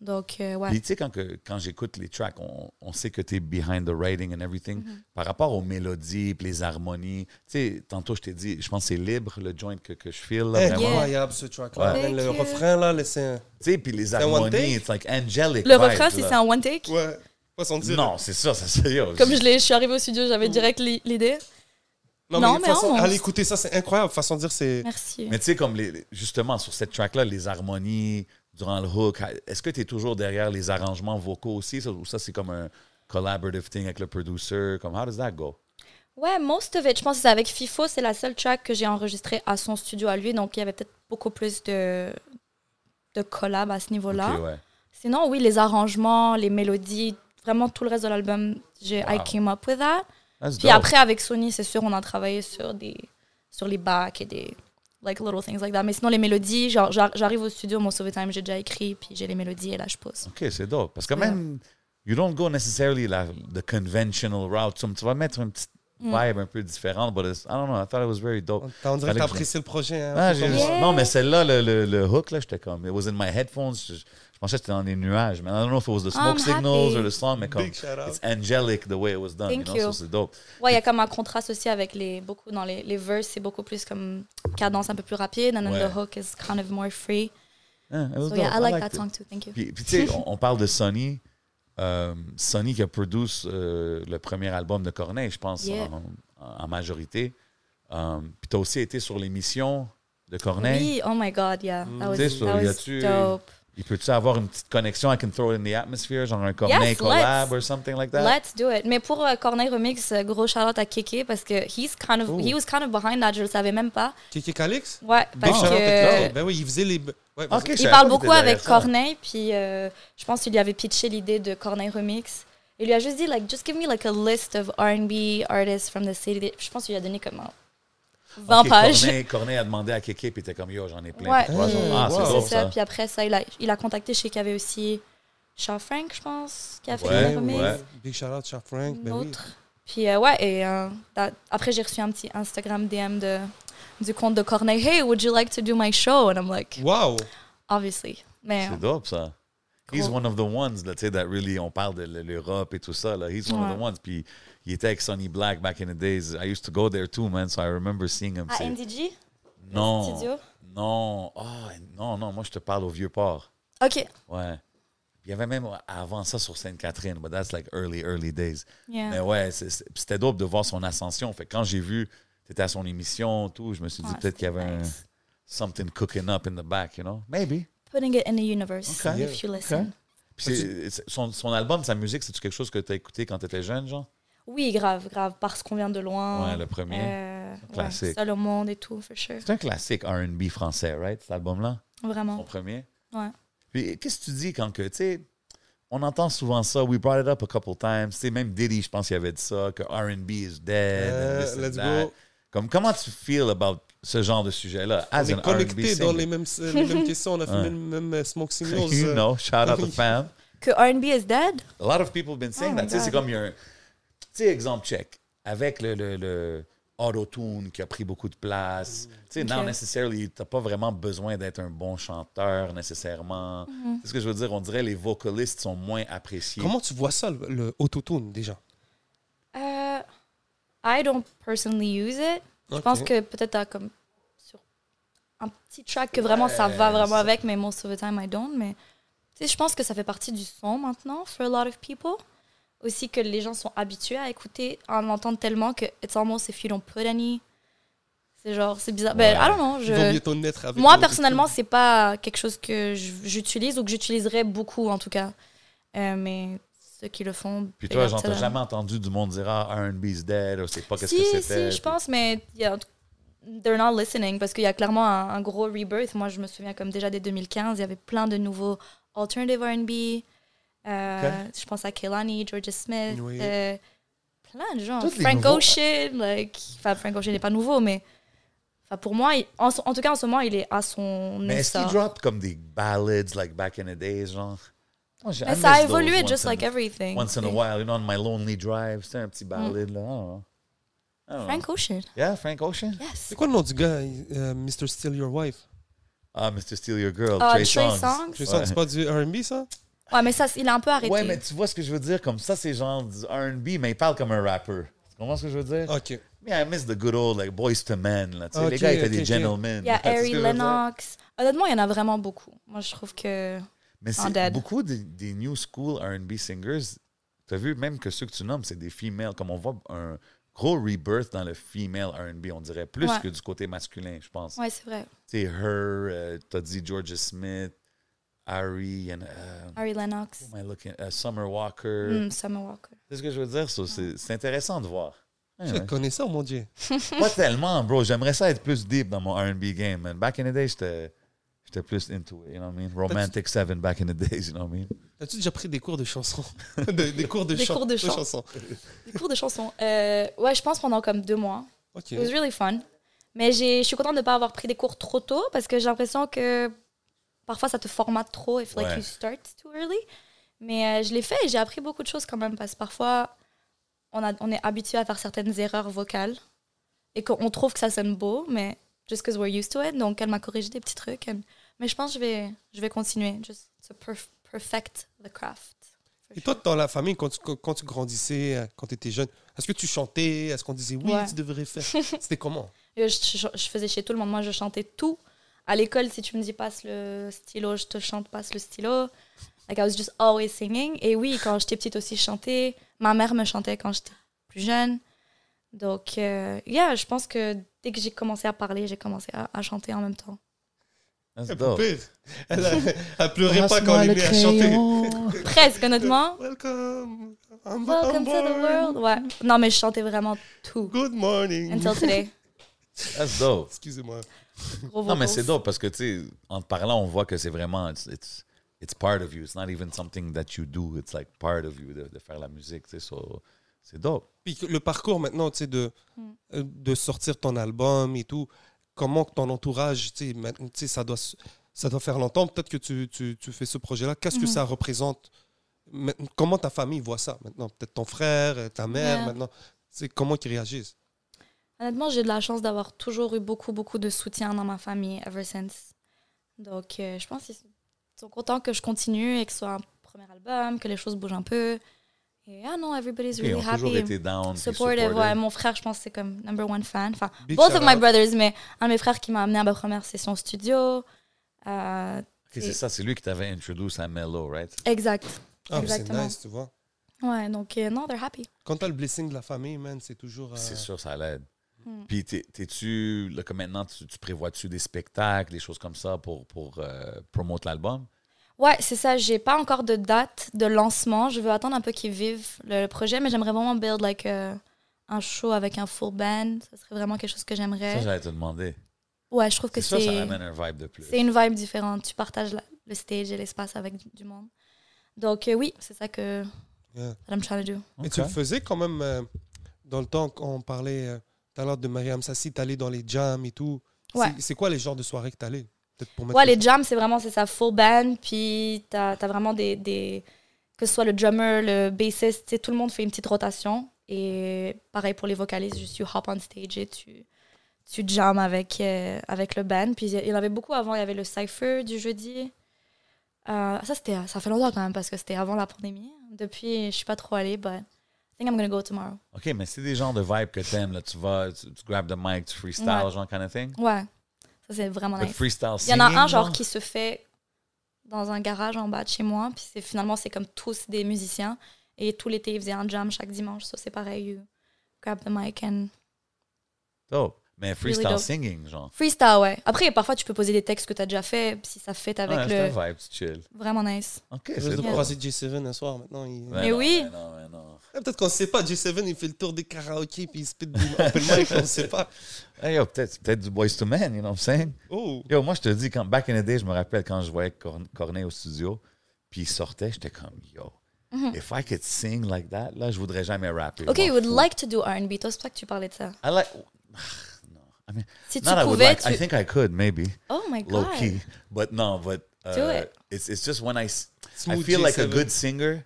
Speaker 5: Donc, euh,
Speaker 4: Puis
Speaker 5: ouais.
Speaker 4: tu sais, quand, que- quand j'écoute les tracks, on, on sait que tu es behind the writing and everything.
Speaker 5: Mm-hmm.
Speaker 4: Par rapport aux mélodies, puis les harmonies, tu sais, tantôt je t'ai dit, je pense que c'est libre le joint que, que je file.
Speaker 3: Eh,
Speaker 4: là, vraiment.
Speaker 5: Yeah.
Speaker 3: Incroyable ce track-là.
Speaker 5: Ouais.
Speaker 3: Avec Le
Speaker 5: Thank you.
Speaker 3: refrain, là, le- c'est.
Speaker 4: Tu sais, puis les
Speaker 3: un one
Speaker 4: harmonies,
Speaker 3: take?
Speaker 4: it's like angelic.
Speaker 5: Le
Speaker 4: vibes,
Speaker 5: refrain, si
Speaker 4: là.
Speaker 5: c'est un one take,
Speaker 3: Ouais. Pas son dire.
Speaker 4: Non, c'est ça, ça c'est yo,
Speaker 5: comme je, l'ai- je suis arrivée au studio, j'avais direct l'i- l'idée. Non,
Speaker 3: de
Speaker 5: mais
Speaker 3: façon,
Speaker 5: on-
Speaker 3: allez écouter ça, c'est incroyable. Façon de dire, c'est.
Speaker 5: Merci.
Speaker 4: Mais tu sais, comme les, les- justement, sur cette track-là, les harmonies durant le hook, est-ce que tu es toujours derrière les arrangements vocaux aussi? Ça- ou ça, c'est comme un collaborative thing avec le producer? Comme, how does that go?
Speaker 5: Ouais, most of it. Je pense que c'est avec FIFO, c'est la seule track que j'ai enregistrée à son studio à lui. Donc, il y avait peut-être beaucoup plus de, de collab à ce niveau-là.
Speaker 4: Ok, ouais.
Speaker 5: Sinon, oui, les arrangements, les mélodies, vraiment tout le reste de l'album, j'ai I
Speaker 4: Wow.
Speaker 5: came up with that.
Speaker 4: That's
Speaker 5: Puis
Speaker 4: dope.
Speaker 5: après, avec Sony, c'est sûr, on a travaillé sur, des, sur les bacs et des like, little things like that. Mais sinon, les mélodies, genre, j'ar- j'arrive au studio, mon sauve time, j'ai déjà écrit, puis j'ai les mélodies et là, je pose.
Speaker 4: OK, c'est dope. Parce que même, you don't go necessarily la, the conventional route. Tu, tu vas mettre une petite
Speaker 5: Mm.
Speaker 4: vibe un peu différente, but it's- I don't know, I thought it was very dope.
Speaker 3: On dirait que
Speaker 4: Fallait que je-
Speaker 3: t'apprécies le projet. hein,
Speaker 4: Ah,
Speaker 3: tout
Speaker 4: j'ai-
Speaker 3: comme moi.
Speaker 5: Yeah.
Speaker 4: Non, mais celle-là, le, le- le hook, là, j'étais comme, it was in my headphones. Je, je pensais que c'était dans les nuages. Mais I don't know if it was the
Speaker 5: Ah,
Speaker 4: smoke
Speaker 5: I'm
Speaker 4: signals
Speaker 5: happy.
Speaker 4: or the song, mais comme,
Speaker 3: Big shout out.
Speaker 4: it's angelic the way it was done.
Speaker 5: Thank
Speaker 4: you know,
Speaker 5: you.
Speaker 4: so c'est dope.
Speaker 5: Ouais, il y a comme un contraste aussi avec les. Beaucoup dans les, les verses, c'est beaucoup plus comme cadence un peu plus rapide, and then
Speaker 4: Ouais.
Speaker 5: the hook is kind of more free.
Speaker 4: Yeah, Ah, it was
Speaker 5: So
Speaker 4: dope.
Speaker 5: Oh, yeah, I like, that
Speaker 4: liked it.
Speaker 5: song too, thank you.
Speaker 4: Puis, puis tu sais, on, on parle de Sonny. Euh, Sonny qui a produit euh, le premier album de Corneille, je pense,
Speaker 5: Yeah.
Speaker 4: en, en majorité. Euh, puis tu as aussi été sur l'émission de Corneille.
Speaker 5: Oui, oh my god, yeah. That was,
Speaker 4: Tu sais, sur-
Speaker 5: that
Speaker 4: Mm. y
Speaker 5: was
Speaker 4: a-tu-
Speaker 5: dope.
Speaker 4: Il peut-tu avoir une petite connexion? I can throw it in the atmosphere, genre un Corneille
Speaker 5: Yes,
Speaker 4: collab
Speaker 5: let's.
Speaker 4: or something like that?
Speaker 5: Let's do it. Mais pour euh, Corneille Remix, euh, gros shout out à Keke parce que he's kind of,
Speaker 4: Oh.
Speaker 3: Cool.
Speaker 5: he was kind of behind that, je le savais même pas.
Speaker 3: Kéké Calix
Speaker 5: Ouais, parce
Speaker 4: shout out à
Speaker 5: que
Speaker 4: Claude.
Speaker 3: Ben oui, il faisait les. Ouais, vas-y.
Speaker 4: Ok, je
Speaker 5: il
Speaker 4: savais
Speaker 5: parle
Speaker 4: pas que
Speaker 5: beaucoup
Speaker 4: t'étais derrière
Speaker 5: avec
Speaker 4: ça.
Speaker 5: Corneille, puis euh, je pense qu'il lui avait pitché l'idée de Corneille Remix. Il lui a juste dit like just give me like a list of R&B artists from the city. Je pense qu'il lui a donné comme un 20
Speaker 4: Ok,
Speaker 5: pages.
Speaker 4: Corneille, Corneille a demandé à Kéké, puis était comme yo, j'en ai plein.
Speaker 5: Ouais. Mm.
Speaker 4: pour toi. Genre, ah,
Speaker 3: wow.
Speaker 4: c'est
Speaker 5: C'est
Speaker 4: dope,
Speaker 5: ça.
Speaker 4: ça.
Speaker 5: Puis après ça, il a, il a contacté chez qui avait aussi Shaw Frank, je pense, qui a fait
Speaker 4: Ouais,
Speaker 5: le remix.
Speaker 4: ouais.
Speaker 3: Big shout out, Charles Frank.
Speaker 5: Une
Speaker 3: Ben oui.
Speaker 5: autre. Puis euh, ouais, et euh, that- après j'ai reçu un petit Instagram DM de, du compte de Corneille. Hey, would you like to do my show? And I'm like,
Speaker 3: Wow!
Speaker 5: obviously. Mais euh,
Speaker 4: C'est dope, ça. He's
Speaker 5: Cool.
Speaker 4: one of the ones, là, tu sais, that really, on parle de l- l'Europe et tout ça, là. He's one of the
Speaker 5: Ouais.
Speaker 4: ones. Puis, il était avec Sonny Black back in the days. I used to go there too, man, so I remember seeing him.
Speaker 5: à
Speaker 4: c'est-
Speaker 5: NDG?
Speaker 4: non,
Speaker 5: studio?
Speaker 4: non, ah, non, non, moi, je te parle au Vieux-Port.
Speaker 5: Ok.
Speaker 4: Ouais. Puis Il y avait même avant ça sur Sainte-Catherine, but that's like early, early days.
Speaker 5: Yeah.
Speaker 4: Mais ouais, c'est- c'est- puis c'était dope de voir son ascension. Fait que quand j'ai vu, t'étais à son émission, tout, je me suis dit
Speaker 5: Ouais,
Speaker 4: peut-être qu'il y avait un-
Speaker 5: nice.
Speaker 4: something cooking up in the back, you know? Maybe.
Speaker 5: Putting it in the universe,
Speaker 4: Ok.
Speaker 5: if you listen.
Speaker 4: Puis c'est- c'est- son, son album, sa musique, c'est-tu quelque chose que t'as écouté quand t'étais jeune, genre?
Speaker 5: Oui, grave, grave, parce qu'on vient de loin.
Speaker 4: Ouais, le premier.
Speaker 5: Euh, ouais,
Speaker 4: Classique.
Speaker 5: Seul au monde et tout, for sure.
Speaker 4: C'est un classique RB français, right? Cet album-là, son
Speaker 5: Vraiment.
Speaker 4: premier.
Speaker 5: Ouais.
Speaker 4: Puis qu'est-ce que tu dis quand que, tu sais, on entend souvent ça. We brought it up a couple times. Tu sais, même Diddy, je pense qu'il avait dit ça, que RB is dead. and
Speaker 3: Euh,
Speaker 4: this and
Speaker 3: let's
Speaker 4: that.
Speaker 3: go.
Speaker 4: Comme, comment tu feel about ce genre de sujet-là?
Speaker 3: On
Speaker 4: As an
Speaker 3: est connectés
Speaker 4: R&B
Speaker 3: dans
Speaker 4: singer.
Speaker 3: les mêmes, euh, les mêmes questions. On a fait
Speaker 4: Ouais.
Speaker 3: le même euh, Smoke Signals.
Speaker 4: You
Speaker 3: euh,
Speaker 4: know, shout out to
Speaker 3: oui.
Speaker 4: fam.
Speaker 5: Que RB is dead?
Speaker 4: A lot of people have been saying
Speaker 5: Oh
Speaker 4: that.
Speaker 5: my
Speaker 4: Tu sais, c'est
Speaker 5: God.
Speaker 4: comme il y a un. Tu sais, exemple check. Avec le, le, le auto-tune qui a pris beaucoup de place.
Speaker 3: Mm.
Speaker 4: Tu sais, non
Speaker 5: Ok.
Speaker 4: necessarily, t'as pas vraiment besoin d'être un bon chanteur nécessairement.
Speaker 5: Mm-hmm.
Speaker 4: C'est ce que je veux dire. On dirait les vocalistes sont moins appréciés.
Speaker 3: Comment tu vois ça, le, le autotune, déjà
Speaker 5: Euh, I don't personally use it. Je pense que peut-être t'as comme sur un petit track que vraiment ça va
Speaker 4: Ouais,
Speaker 5: vraiment
Speaker 4: ça-
Speaker 5: avec, mais most of the time I don't. Mais tu sais, je pense que ça fait partie du son maintenant for a lot of people. Aussi que les gens sont habitués à écouter, à l'entendre tellement que it's almost if you don't put any. C'est genre, c'est bizarre. Ben,
Speaker 4: Ouais.
Speaker 5: I don't know.
Speaker 3: Ils vont
Speaker 5: Je...
Speaker 3: bientôt naître avec
Speaker 5: Moi,
Speaker 3: l'autotune.
Speaker 5: personnellement, c'est pas quelque chose que j- j'utilise ou que j'utiliserais beaucoup en tout cas. Euh, mais ceux qui le font.
Speaker 4: Puis toi,
Speaker 5: big up
Speaker 4: j'entends
Speaker 5: to them.
Speaker 4: jamais entendu du monde dire Ah, R&B's dead, ou c'est pas qu'est-ce
Speaker 5: si,
Speaker 4: que c'était.
Speaker 5: si, je pense, mais il y a- they're not listening parce qu'il y a clairement un, un gros rebirth. Moi, je me souviens comme déjà dès 2015, il y avait plein de nouveaux alternative R&B. Euh, Je pense à Kehlani, Georgia Smith,
Speaker 3: Oui.
Speaker 5: euh, plein de gens.
Speaker 4: Toutes les
Speaker 5: Frank
Speaker 4: nouveaux-
Speaker 5: Ocean, like, enfin Frank Ocean n'est pas nouveau, mais enfin pour moi, il- en, en tout cas en ce moment, il est à son
Speaker 4: Mais est-ce
Speaker 5: essor.
Speaker 4: qu'il drop comme des ballads, like back in the days, genre Moi, j'ai- I
Speaker 5: Mais ça a
Speaker 4: miss those
Speaker 5: évolué,
Speaker 4: once
Speaker 5: just
Speaker 4: in
Speaker 5: like
Speaker 4: a-
Speaker 5: everything. Mm.
Speaker 4: Once in a while, you know, on my lonely drive, c'était un petit ballad, là. I don't know. I don't know.
Speaker 5: Frank Ocean,
Speaker 4: Yeah, Frank Ocean.
Speaker 5: yes.
Speaker 3: C'est quoi le nom du gars, euh, Mr. Steal Your Wife
Speaker 4: Ah, Mr. Steal Your Girl,
Speaker 5: Ah,
Speaker 4: Trey,
Speaker 5: Trey
Speaker 4: Songz.
Speaker 5: Songz.
Speaker 3: Je sens que c'est pas du R&B, ça
Speaker 5: Ouais, mais ça, il a un peu arrêté.
Speaker 4: Ouais, mais tu vois ce que je veux dire? Comme ça, c'est genre du R&B, mais il parle comme un rapper. Tu comprends ce que je veux dire?
Speaker 3: Ok.
Speaker 4: Mais I miss the good old, like, boys to men, là. Tu sais,
Speaker 3: Ok,
Speaker 4: les gars étaient
Speaker 3: ok,
Speaker 4: des
Speaker 3: ok.
Speaker 4: gentlemen.
Speaker 5: Il y a
Speaker 4: Tu sais ce
Speaker 5: Harry
Speaker 4: que je veux dire?
Speaker 5: Lennox. Honnêtement, il y en a vraiment beaucoup. Moi, je trouve que.
Speaker 4: Mais
Speaker 5: En
Speaker 4: c'est
Speaker 5: dead.
Speaker 4: beaucoup des, des new school R&B singers. T'as vu, même que ceux que tu nommes, c'est des females. Comme on voit un gros rebirth dans le female R&B, on dirait, plus
Speaker 5: Ouais.
Speaker 4: que du côté masculin, je pense.
Speaker 5: Ouais, c'est vrai.
Speaker 4: Tu sais, Her, euh, t'as dit Georgia Smith, Harry, and, euh,
Speaker 5: Harry Lennox,
Speaker 4: who am I looking- euh, Summer Walker.
Speaker 5: Hmm, Summer Walker.
Speaker 4: C'est ce que je veux dire, ça. C'est c'est intéressant de voir.
Speaker 3: Je
Speaker 4: Ouais, ouais.
Speaker 3: connais ça, mon Dieu.
Speaker 4: Pas tellement, bro. J'aimerais ça être plus deep dans mon R&B game, man. Back in the day, j'étais j'étais plus into it, you know what I mean? Romantic Seven back in the days, you know what I mean?
Speaker 3: As-tu déjà pris des cours de chansons Des- Des cours de
Speaker 5: Des
Speaker 3: chan-
Speaker 5: cours de chant.
Speaker 3: chansons.
Speaker 5: Des cours de chansons. Euh, ouais, je pense pendant comme deux mois.
Speaker 3: Ok.
Speaker 5: It was really fun. Mais j'ai- je suis contente de ne pas avoir pris des cours trop tôt parce que j'ai l'impression que parfois ça te formate trop if like
Speaker 4: Ouais.
Speaker 5: you start too early. Mais euh, je l'ai fait et j'ai appris beaucoup de choses quand même parce que parfois on, a, on est habitué à faire certaines erreurs vocales et qu'on trouve que ça sonne beau, mais just because we're used to it. Donc elle m'a corrigé des petits trucs. and- Mais je pense que je vais, je vais continuer. Just to perf- perfect the craft.
Speaker 3: Et toi, dans la famille, quand tu, quand tu grandissais, euh, quand tu étais jeune, est-ce que tu chantais Est-ce qu'on disait oui,
Speaker 5: Ouais.
Speaker 3: tu devrais faire C'était comment
Speaker 5: Et Je, je- je faisais chez tout le monde. Moi, je chantais tout. À l'école, si tu me dis passe le stylo, je te chante passe le stylo. Like I was just always singing. Et oui, quand j'étais petite aussi, je chantais. Ma mère me chantait quand j'étais plus jeune. Donc, euh, yeah, je pense que dès que j'ai commencé à parler, j'ai commencé à, à chanter en même temps.
Speaker 4: That's
Speaker 3: Elle
Speaker 4: dope.
Speaker 3: pleure. Elle, a- elle pleurait pas quand on lui a chanté.
Speaker 5: Presque, honnêtement.
Speaker 3: Welcome, I'm
Speaker 5: Welcome to the
Speaker 3: born.
Speaker 5: world. Ouais. Non, mais je chantais vraiment tout.
Speaker 3: Good morning.
Speaker 5: Until today.
Speaker 4: That's dope.
Speaker 3: Excusez-moi.
Speaker 5: Gros
Speaker 4: Non, mais
Speaker 5: vocals.
Speaker 4: c'est dope parce que, tu sais, en te parlant, on voit que c'est vraiment, it's, it's, it's part of you. It's not even something that you do. It's like part of you de, de faire la musique, tu sais. So, c'est dope.
Speaker 3: Puis que le parcours maintenant, tu sais, de,
Speaker 5: Mm.
Speaker 3: euh, de sortir ton album et tout, comment que ton entourage, tu sais, maintenant, tu sais, ça doit, se- ça doit faire longtemps, peut-être que tu, tu- tu fais ce projet-là, qu'est-ce que
Speaker 5: Mhm.
Speaker 3: ça représente Maintenant, Comment ta famille voit ça maintenant Peut-être ton frère, euh, ta mère,
Speaker 5: Ouais.
Speaker 3: maintenant, tu sais, comment ils réagissent
Speaker 5: Honnêtement, j'ai de la chance d'avoir toujours eu beaucoup, beaucoup de soutien dans ma famille, ever since. Donc, euh, je pense qu'ils sont contents que je continue et que ce soit un premier album, que les choses bougent un peu. Et ah non, everybody's
Speaker 4: Ils
Speaker 5: really
Speaker 4: ont toujours
Speaker 5: happy.
Speaker 4: été down. puis
Speaker 5: Supportive, ouais.
Speaker 4: supportive.
Speaker 5: Mon frère, je pense, c'est comme number one fan. Enfin,
Speaker 3: Big
Speaker 5: both
Speaker 3: shout
Speaker 5: of my
Speaker 3: out.
Speaker 5: brothers, mais un de mes frères qui m'a amené à ma première session studio. Euh,
Speaker 4: Ok, c'est ça, c'est lui qui t'avait introduit à Mello, right?
Speaker 5: exact.
Speaker 3: Ah, mais c'est
Speaker 5: Exactement.
Speaker 3: nice, tu vois.
Speaker 5: Ouais, donc euh, non, they're happy.
Speaker 3: Quand t'as le blessing de la famille, man, c'est toujours. euh,
Speaker 4: C'est sûr, ça l'aide.
Speaker 5: Mm.
Speaker 4: Puis, t'es- t'es-tu, là, comme maintenant, tu, tu prévois-tu des spectacles, des choses comme ça pour, pour euh, promouvoir l'album?
Speaker 5: Ouais, c'est ça. J'ai pas encore de date de lancement. Je veux attendre un peu qu'ils vivent le, le projet, mais j'aimerais vraiment build like, euh, un show avec un full band. Ça serait vraiment quelque chose que
Speaker 4: Ça,
Speaker 5: j'aimerais.
Speaker 4: j'allais te demander.
Speaker 5: Ouais, je trouve que
Speaker 4: C'est ça,
Speaker 5: c'est
Speaker 4: ça ramène un vibe de plus.
Speaker 5: c'est une vibe différente. Tu partages la- le stage et l'espace avec du, du monde. Donc euh, oui, c'est ça que
Speaker 3: Yeah.
Speaker 5: that I'm trying to do.
Speaker 3: Mais tu le faisais quand même euh, dans le temps qu'on parlait euh, tout à l'heure de Mariam Sassi, t'allais dans les jams et tout.
Speaker 5: Ouais.
Speaker 3: C'est- C'est quoi les genres de soirées que t'allais Peut-être pour mettre
Speaker 5: Ouais,
Speaker 3: le-
Speaker 5: les jams, c'est vraiment c'est ça, full band. Puis t'as as vraiment des, des. Que ce soit le drummer, le bassiste, tu sais, tout le monde fait une petite rotation. Et pareil pour les vocalistes, juste tu hop on stage et tu, tu jams avec, euh, avec le band. Puis il y en avait beaucoup avant, il y avait le cypher du jeudi. Euh, ça, c'était ça fait longtemps quand même parce que c'était avant la pandémie. Depuis, je suis pas trop allée, but I think I'm gonna go tomorrow.
Speaker 4: OK, mais c'est des genres de vibes que t'aimes. Là, tu vas, tu, tu grabes the mic, tu freestyle,
Speaker 5: Ouais.
Speaker 4: genre kind of thing.
Speaker 5: Ouais, ça c'est vraiment
Speaker 4: Le
Speaker 5: nice.
Speaker 4: freestyle
Speaker 5: Il y en a
Speaker 4: singing,
Speaker 5: un genre qui se fait dans un garage en bas de chez moi, puis c'est finalement c'est comme tous des musiciens et tout l'été ils faisaient un jam chaque dimanche, ça c'est pareil. You grab the mic and
Speaker 4: Dope. Mais freestyle
Speaker 5: dope.
Speaker 4: singing, genre.
Speaker 5: freestyle ouais. Après parfois tu peux poser des textes que t'as déjà fait puis si ça fait avec
Speaker 4: Ouais,
Speaker 5: le
Speaker 4: Ah, C'est un vibe, tu chill.
Speaker 5: vraiment nice.
Speaker 4: OK,
Speaker 3: Je
Speaker 4: c'est
Speaker 3: vais
Speaker 4: bon.
Speaker 3: croiser J7 un soir maintenant. il-
Speaker 4: Mais
Speaker 5: Mais
Speaker 4: non,
Speaker 5: oui.
Speaker 4: mais non, mais non.
Speaker 3: Eh, Peut-être qu'on ne sait pas. J7, il fait le tour des karaokés puis il spit des open mic, on ne sait pas.
Speaker 4: Hey, yo, peut-être peut du Boys to Men, you know what I'm saying?
Speaker 3: Oh
Speaker 4: Yo, moi, je te dis, quand, back in the day, je me rappelle quand je voyais Corn- Corneille au studio, puis il sortait, j'étais comme, yo, if I could sing like that, là, je voudrais jamais rapper.
Speaker 5: Mm-hmm. OK,
Speaker 4: Je m'en
Speaker 5: you would
Speaker 4: fous.
Speaker 5: like to do R&B, toi, c'est pour ça que tu parlais de ça.
Speaker 4: I like... Ah, no. I mean,
Speaker 5: Si tu
Speaker 4: not I would
Speaker 5: pouvais
Speaker 4: like,
Speaker 5: tu
Speaker 4: I think I could, maybe.
Speaker 5: Oh my god.
Speaker 4: low key. But no, but uh,
Speaker 5: Do it.
Speaker 4: It's it's just when I s- I
Speaker 3: Smooth
Speaker 4: feel like a
Speaker 3: J7.
Speaker 4: good singer.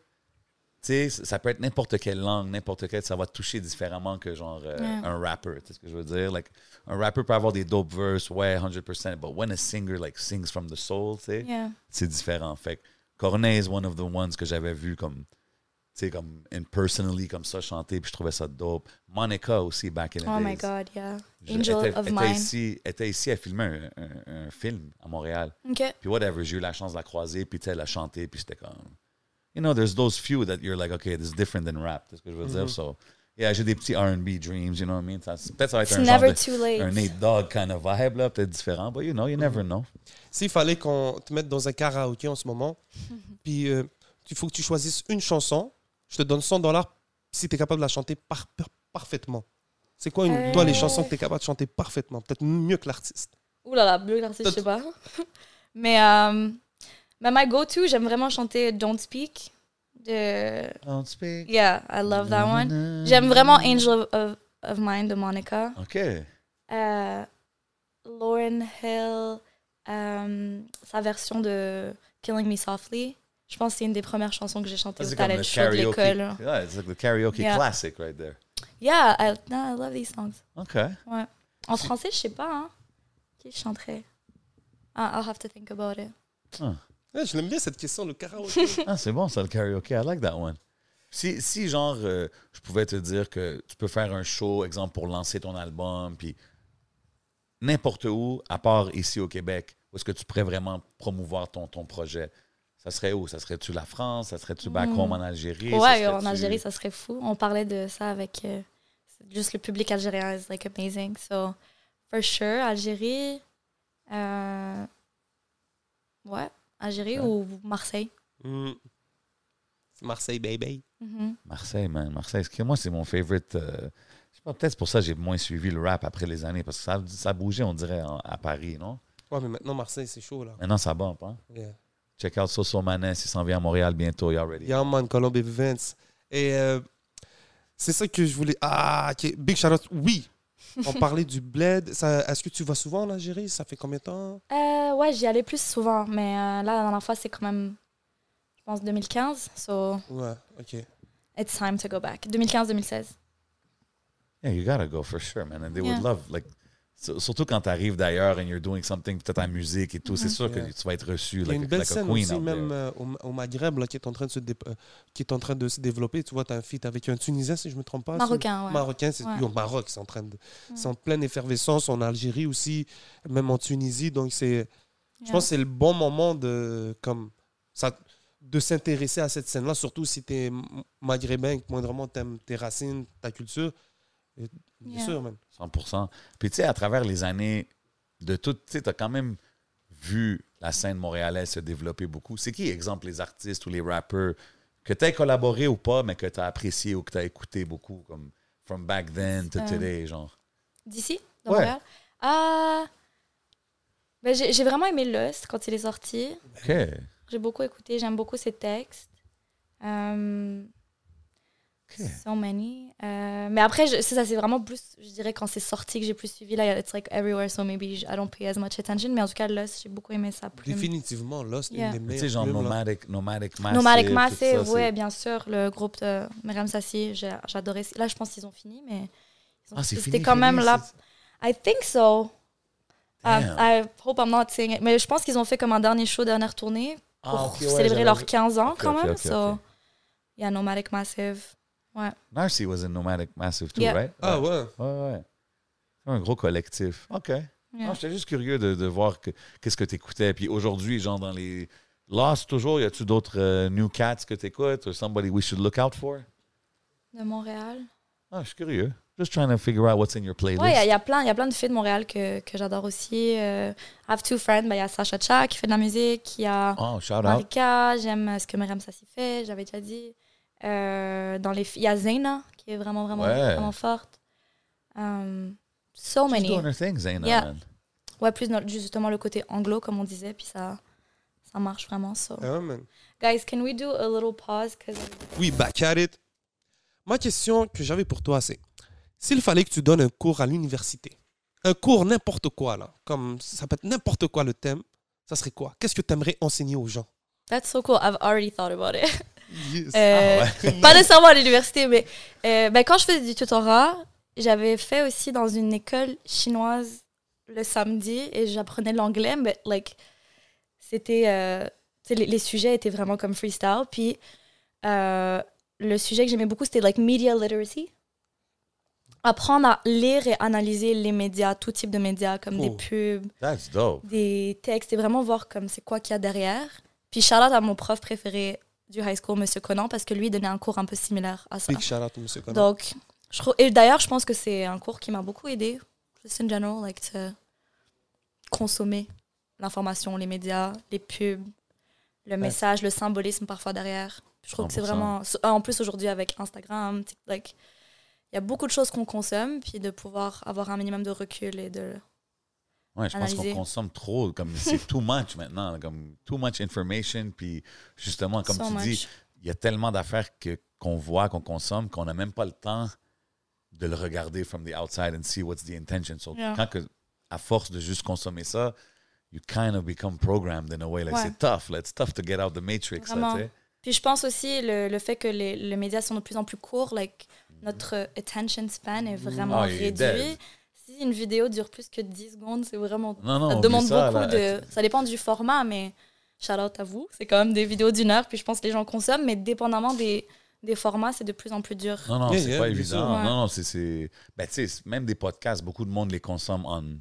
Speaker 4: Tu sais, ça peut être n'importe quelle langue, n'importe quelle, ça va te toucher différemment que genre euh,
Speaker 5: Yeah.
Speaker 4: un rapper. Tu sais ce que je veux dire? Like, un rapper peut avoir des dope verses, ouais, 100%, but when a singer like sings from the soul, tu sais,
Speaker 5: Yeah.
Speaker 4: c'est différent. Fait que Corneille is one of the ones que j'avais vu comme, tu sais, comme in personally, comme ça, chanter, puis je trouvais ça dope. Monica aussi, back in the
Speaker 5: Oh my
Speaker 4: days.
Speaker 5: god, yeah.
Speaker 4: Je-
Speaker 5: Angel
Speaker 4: était,
Speaker 5: of
Speaker 4: était
Speaker 5: mine.
Speaker 4: Ici, était ici à filmer un, un- un film à Montréal.
Speaker 5: OK.
Speaker 4: Puis whatever, j'ai eu la chance de la croiser, puis tu sais, elle a chanté, puis c'était comme... You know, there's those few that you're like, okay, this is different than rap. C'est ce que je veux
Speaker 5: Mhm.
Speaker 4: dire. So, yeah, j'ai des petits R&B dreams, you know what I mean? Ça- Peut-être ça va être
Speaker 5: It's
Speaker 4: un genre
Speaker 5: never
Speaker 4: de-
Speaker 5: too late. Mhm.
Speaker 4: un Nate Dogg kind of vibe, là, peut-être différent. But you know, you never know.
Speaker 3: S'il fallait qu'on te mette dans un karaoké en ce moment, puis euh, il faut que tu choisisses une chanson, je te donne 100 dollars si tu es capable de la chanter par- par- parfaitement. C'est quoi, une, toi, les
Speaker 5: Euh.
Speaker 3: chansons que tu es capable de chanter parfaitement Peut-être mieux que l'artiste.
Speaker 5: Ouh là là, bleu l'artiste, je sais pas. mais, euh, mais my go-to, j'aime vraiment chanter Don't Speak. De...
Speaker 4: Don't speak.
Speaker 5: Yeah, I love that one.
Speaker 4: Mm-hmm.
Speaker 5: J'aime vraiment Angel of, of Mine de Monica.
Speaker 4: OK.
Speaker 5: Euh, Lauren Hill, euh, sa version de Killing Me Softly. Je pense que c'est une des premières chansons que j'ai chantées
Speaker 4: Ça,
Speaker 5: au
Speaker 4: c'est comme
Speaker 5: talent
Speaker 4: le
Speaker 5: show de
Speaker 4: karaoke.
Speaker 5: l'école.
Speaker 4: Yeah, it's like the karaoke
Speaker 5: Yeah.
Speaker 4: classic right there.
Speaker 5: Yeah, I, no, I love these songs.
Speaker 4: OK.
Speaker 5: Ouais. En français, je sais pas. Hein. Qui chanterait? Ah, I'll have to think about it.
Speaker 3: Ouais, je l'aime bien cette question, le karaoké.
Speaker 4: Ah, c'est bon, ça, le karaoke. I like that one. Si, si genre, euh, je pouvais te dire que tu peux faire un show, exemple, pour lancer ton album, puis n'importe où, à part ici au Québec, où est-ce que tu pourrais vraiment promouvoir ton, ton projet? Ça serait où? Ça serait-tu la France? Ça serait-tu back
Speaker 5: Hmm.
Speaker 4: home en Algérie? Ça
Speaker 5: Ouais,
Speaker 4: serait-tu-
Speaker 5: en Algérie, ça serait fou. On parlait de ça avec euh, c'est juste le public algérien. It's like amazing. So, for sure, Algérie. euh, ouais, Algérie ou Marseille.
Speaker 3: Mm. C'est Marseille, baby.
Speaker 5: Mhm.
Speaker 4: Marseille, man. Marseille, Est-ce que moi, c'est mon favorite. euh, je sais pas, peut-être c'est pour ça que j'ai moins suivi le rap après les années, parce que ça, ça bougeait, on dirait, en- à Paris, non?
Speaker 3: Ouais, mais maintenant, Marseille, c'est chaud, là.
Speaker 4: Maintenant, ça bombe, hein?
Speaker 3: Yeah.
Speaker 4: Check out Soso Maness, il s'en vient à Montréal bientôt, you already.
Speaker 3: Yeah, man, Colombe et Vince. Et euh, c'est ça que je voulais. Ah, ok. Big shout out. Oui. On parlait du bled. Ça- Est-ce que tu vas souvent en Algérie Ça fait combien de temps
Speaker 5: Euh, ouais, j'y allais plus souvent, mais euh, là, la dernière fois, c'est quand même, je pense, 2015. So,
Speaker 3: Ouais, ok.
Speaker 5: it's time to go back. 2015-2016.
Speaker 4: Ah, Yeah, you gotta go for sure, man. And they would
Speaker 5: Yeah.
Speaker 4: love, like, sur- surtout quand t'arrives d'ailleurs and you're doing something, peut-être en musique et tout,
Speaker 5: Mm-hmm.
Speaker 4: c'est sûr
Speaker 3: Yeah.
Speaker 4: que tu vas être reçu,
Speaker 3: Il y a
Speaker 4: like,
Speaker 3: une belle
Speaker 4: like a
Speaker 3: scène
Speaker 4: queen
Speaker 3: aussi,
Speaker 4: out
Speaker 3: même
Speaker 4: there.
Speaker 3: euh, au, au Maghreb, là, qui, est en train de se dé- euh, qui est en train de se développer. Tu vois, tu as un feat avec un Tunisien, si je me trompe pas.
Speaker 5: Marocain,
Speaker 3: c'est-
Speaker 5: ouais.
Speaker 3: Marocain, c'est
Speaker 5: Ouais. Mm.
Speaker 3: oui, au Maroc, c'est en, train de... c'est en pleine effervescence, en Algérie aussi, même en Tunisie. Donc, c'est, je
Speaker 5: Yeah.
Speaker 3: pense que c'est le bon moment de, comme, ça, de s'intéresser à cette scène-là, surtout si tu es maghrébin, que moindrement tu aimes tes racines, ta culture. Et- bien
Speaker 5: Yeah.
Speaker 3: sûr, man.
Speaker 4: 100%. Puis, tu sais, à travers les années de tout, tu sais, t'as quand même vu la scène montréalaise se développer beaucoup, c'est qui, exemple, les artistes ou les rappers que tu as collaboré ou pas, mais que tu as apprécié ou que tu as écouté beaucoup, comme From Back Then to
Speaker 5: Euh,
Speaker 4: Today, genre?
Speaker 5: D'ici, de
Speaker 4: Ouais.
Speaker 5: Montréal. Ah. Ben, j'ai j'ai vraiment aimé Lust quand il est sorti.
Speaker 4: OK. OK.
Speaker 5: J'ai beaucoup écouté, j'aime beaucoup ses textes. Euh, So many. Euh, mais après, je- c'est ça, c'est vraiment plus, je dirais, quand c'est sorti que j'ai plus suivi. Là, it's like everywhere, so maybe I don't pay as much attention. Mais en tout cas, Lust, j'ai beaucoup aimé ça.
Speaker 3: Définitivement, Lost,
Speaker 5: Yeah.
Speaker 3: une des
Speaker 4: Tu
Speaker 3: meilleures.
Speaker 4: sais, genre
Speaker 3: plumes, là.
Speaker 4: Nomadic, nomadic Massive.
Speaker 5: Nomadic
Speaker 4: tout
Speaker 5: Massive,
Speaker 4: ça, c'est-
Speaker 5: ouais, bien sûr. Le groupe de Myriam Sassi, j'ai- j'adorais. Là, je pense qu'ils ont fini, mais ils ont-
Speaker 4: Ah, c'est fini.
Speaker 5: c'était quand
Speaker 4: fini,
Speaker 5: même là.
Speaker 4: c'est-
Speaker 5: I think so. Um,
Speaker 4: Damn.
Speaker 5: I hope I'm not saying it. Mais je pense qu'ils ont fait comme un dernier show, dernière tournée pour
Speaker 4: Ah, ok, ouais,
Speaker 5: célébrer
Speaker 4: j'avais
Speaker 5: leurs
Speaker 4: vu.
Speaker 5: 15 ans
Speaker 4: Ok,
Speaker 5: quand
Speaker 4: ok,
Speaker 5: même.
Speaker 4: ok,
Speaker 5: so,
Speaker 4: ok.
Speaker 5: yeah, Nomadic Massive.
Speaker 4: Narcy was in Nomadic Massive, too,
Speaker 5: Yeah.
Speaker 4: right?
Speaker 3: Ah ouais.
Speaker 4: Ouais, ouais. C'est un gros collectif. OK.
Speaker 5: Yeah.
Speaker 4: Non, j'étais juste curieux de, de voir que- qu'est-ce que tu écoutais. Puis aujourd'hui, genre dans les. Lost, toujours, y a-tu d'autres euh, new cats que tu écoutes or somebody we should look out for?
Speaker 5: De Montréal.
Speaker 4: Ah, je suis curieux. Just trying to figure out what's in your playlist.
Speaker 5: Ouais, il y a- il y, a plein- il y a plein de filles de Montréal que, que j'adore aussi. Euh, I have two friends, bah, il y a Sacha Cha qui fait de la musique, il y a
Speaker 4: Oh, shout out.
Speaker 5: Marika, j'aime euh, ce que Myriam Sassi fait, j'avais déjà dit. Euh, dans les filles- il y a Zena qui est vraiment, vraiment,
Speaker 4: Ouais.
Speaker 5: vraiment forte. Um, so
Speaker 4: She's
Speaker 5: many.
Speaker 4: doing her thing, Zayn,
Speaker 5: Yeah.
Speaker 4: man.
Speaker 5: Ouais, plus dans- justement le côté anglo, comme on disait, puis ça, ça marche vraiment. so.
Speaker 3: Ah, man.
Speaker 5: Guys, can we do a little pause? 'Cause-
Speaker 3: Oui, back at it. Ma question que j'avais pour toi, c'est s'il fallait que tu donnes un cours à l'université, un cours n'importe quoi, là, comme ça peut être n'importe quoi le thème, ça serait quoi Qu'est-ce que tu aimerais enseigner aux gens
Speaker 5: That's so cool. I've already thought about it.
Speaker 4: Ah
Speaker 3: Yes.
Speaker 5: Euh, pas nécessairement à l'université, mais euh, ben, quand je faisais du tutorat, j'avais fait aussi dans une école chinoise le samedi et j'apprenais l'anglais, mais like, c'était. euh, tu sais, les, les sujets étaient vraiment comme freestyle. Puis euh, le sujet que j'aimais beaucoup, c'était like media literacy. Apprendre à lire et analyser les médias, tout type de médias, comme
Speaker 3: Oh.
Speaker 5: des pubs,
Speaker 4: That's dope.
Speaker 5: des textes et vraiment voir comme c'est quoi qu'il y a derrière. Puis shout out à mon prof préféré du high school, Monsieur Conan, parce que lui il donnait un cours un peu similaire à ça.
Speaker 3: Big shout out, monsieur Conan.
Speaker 5: Donc, je trouve- et d'ailleurs, je pense que c'est un cours qui m'a beaucoup aidé, just in general, like to consommer l'information, les médias, les pubs, le message, le symbolisme parfois derrière. Je trouve que c'est
Speaker 4: 100%.
Speaker 5: vraiment. En plus, aujourd'hui, avec Instagram, TikTok, il y a beaucoup de choses qu'on consomme, puis de pouvoir avoir un minimum de recul et de.
Speaker 4: Ouais, je pense qu'on
Speaker 5: Analyser.
Speaker 4: consomme trop, comme c'est too much maintenant, comme too much information. Puis justement, comme
Speaker 5: So
Speaker 4: tu
Speaker 5: much.
Speaker 4: dis, il y a tellement d'affaires que- qu'on voit, qu'on consomme, qu'on n'a même pas le temps de le regarder from the outside and see what's the intention. So,
Speaker 5: Yeah.
Speaker 4: quand que- à force de juste consommer ça, you kind of become programmed in a way. Like,
Speaker 5: Ouais.
Speaker 4: C'est tough. là. It's tough to get out the matrix. là,
Speaker 5: Vraiment.
Speaker 4: tu sais.
Speaker 5: Puis je pense aussi le, le fait que les, les médias sont de plus en plus courts, like, notre attention span est vraiment
Speaker 4: Mm-hmm. Ah, il est dead.
Speaker 5: réduit. Si une vidéo dure plus que 10 secondes, c'est vraiment...
Speaker 4: non, non,
Speaker 5: ça
Speaker 4: oublie
Speaker 5: demande
Speaker 4: ça,
Speaker 5: beaucoup
Speaker 4: là.
Speaker 5: de... Ça dépend du format, mais shout-out à vous. C'est quand même des vidéos d'une heure, puis je pense que les gens consomment, mais dépendamment des, des formats, c'est de plus en plus dur.
Speaker 4: Non, non,
Speaker 3: Yeah,
Speaker 4: c'est
Speaker 3: yeah,
Speaker 4: pas
Speaker 3: bien
Speaker 4: évident.
Speaker 5: sûr. Ouais.
Speaker 4: Non, non, c'est- c'est. Ben, tu sais, même des podcasts, beaucoup de monde les consomme on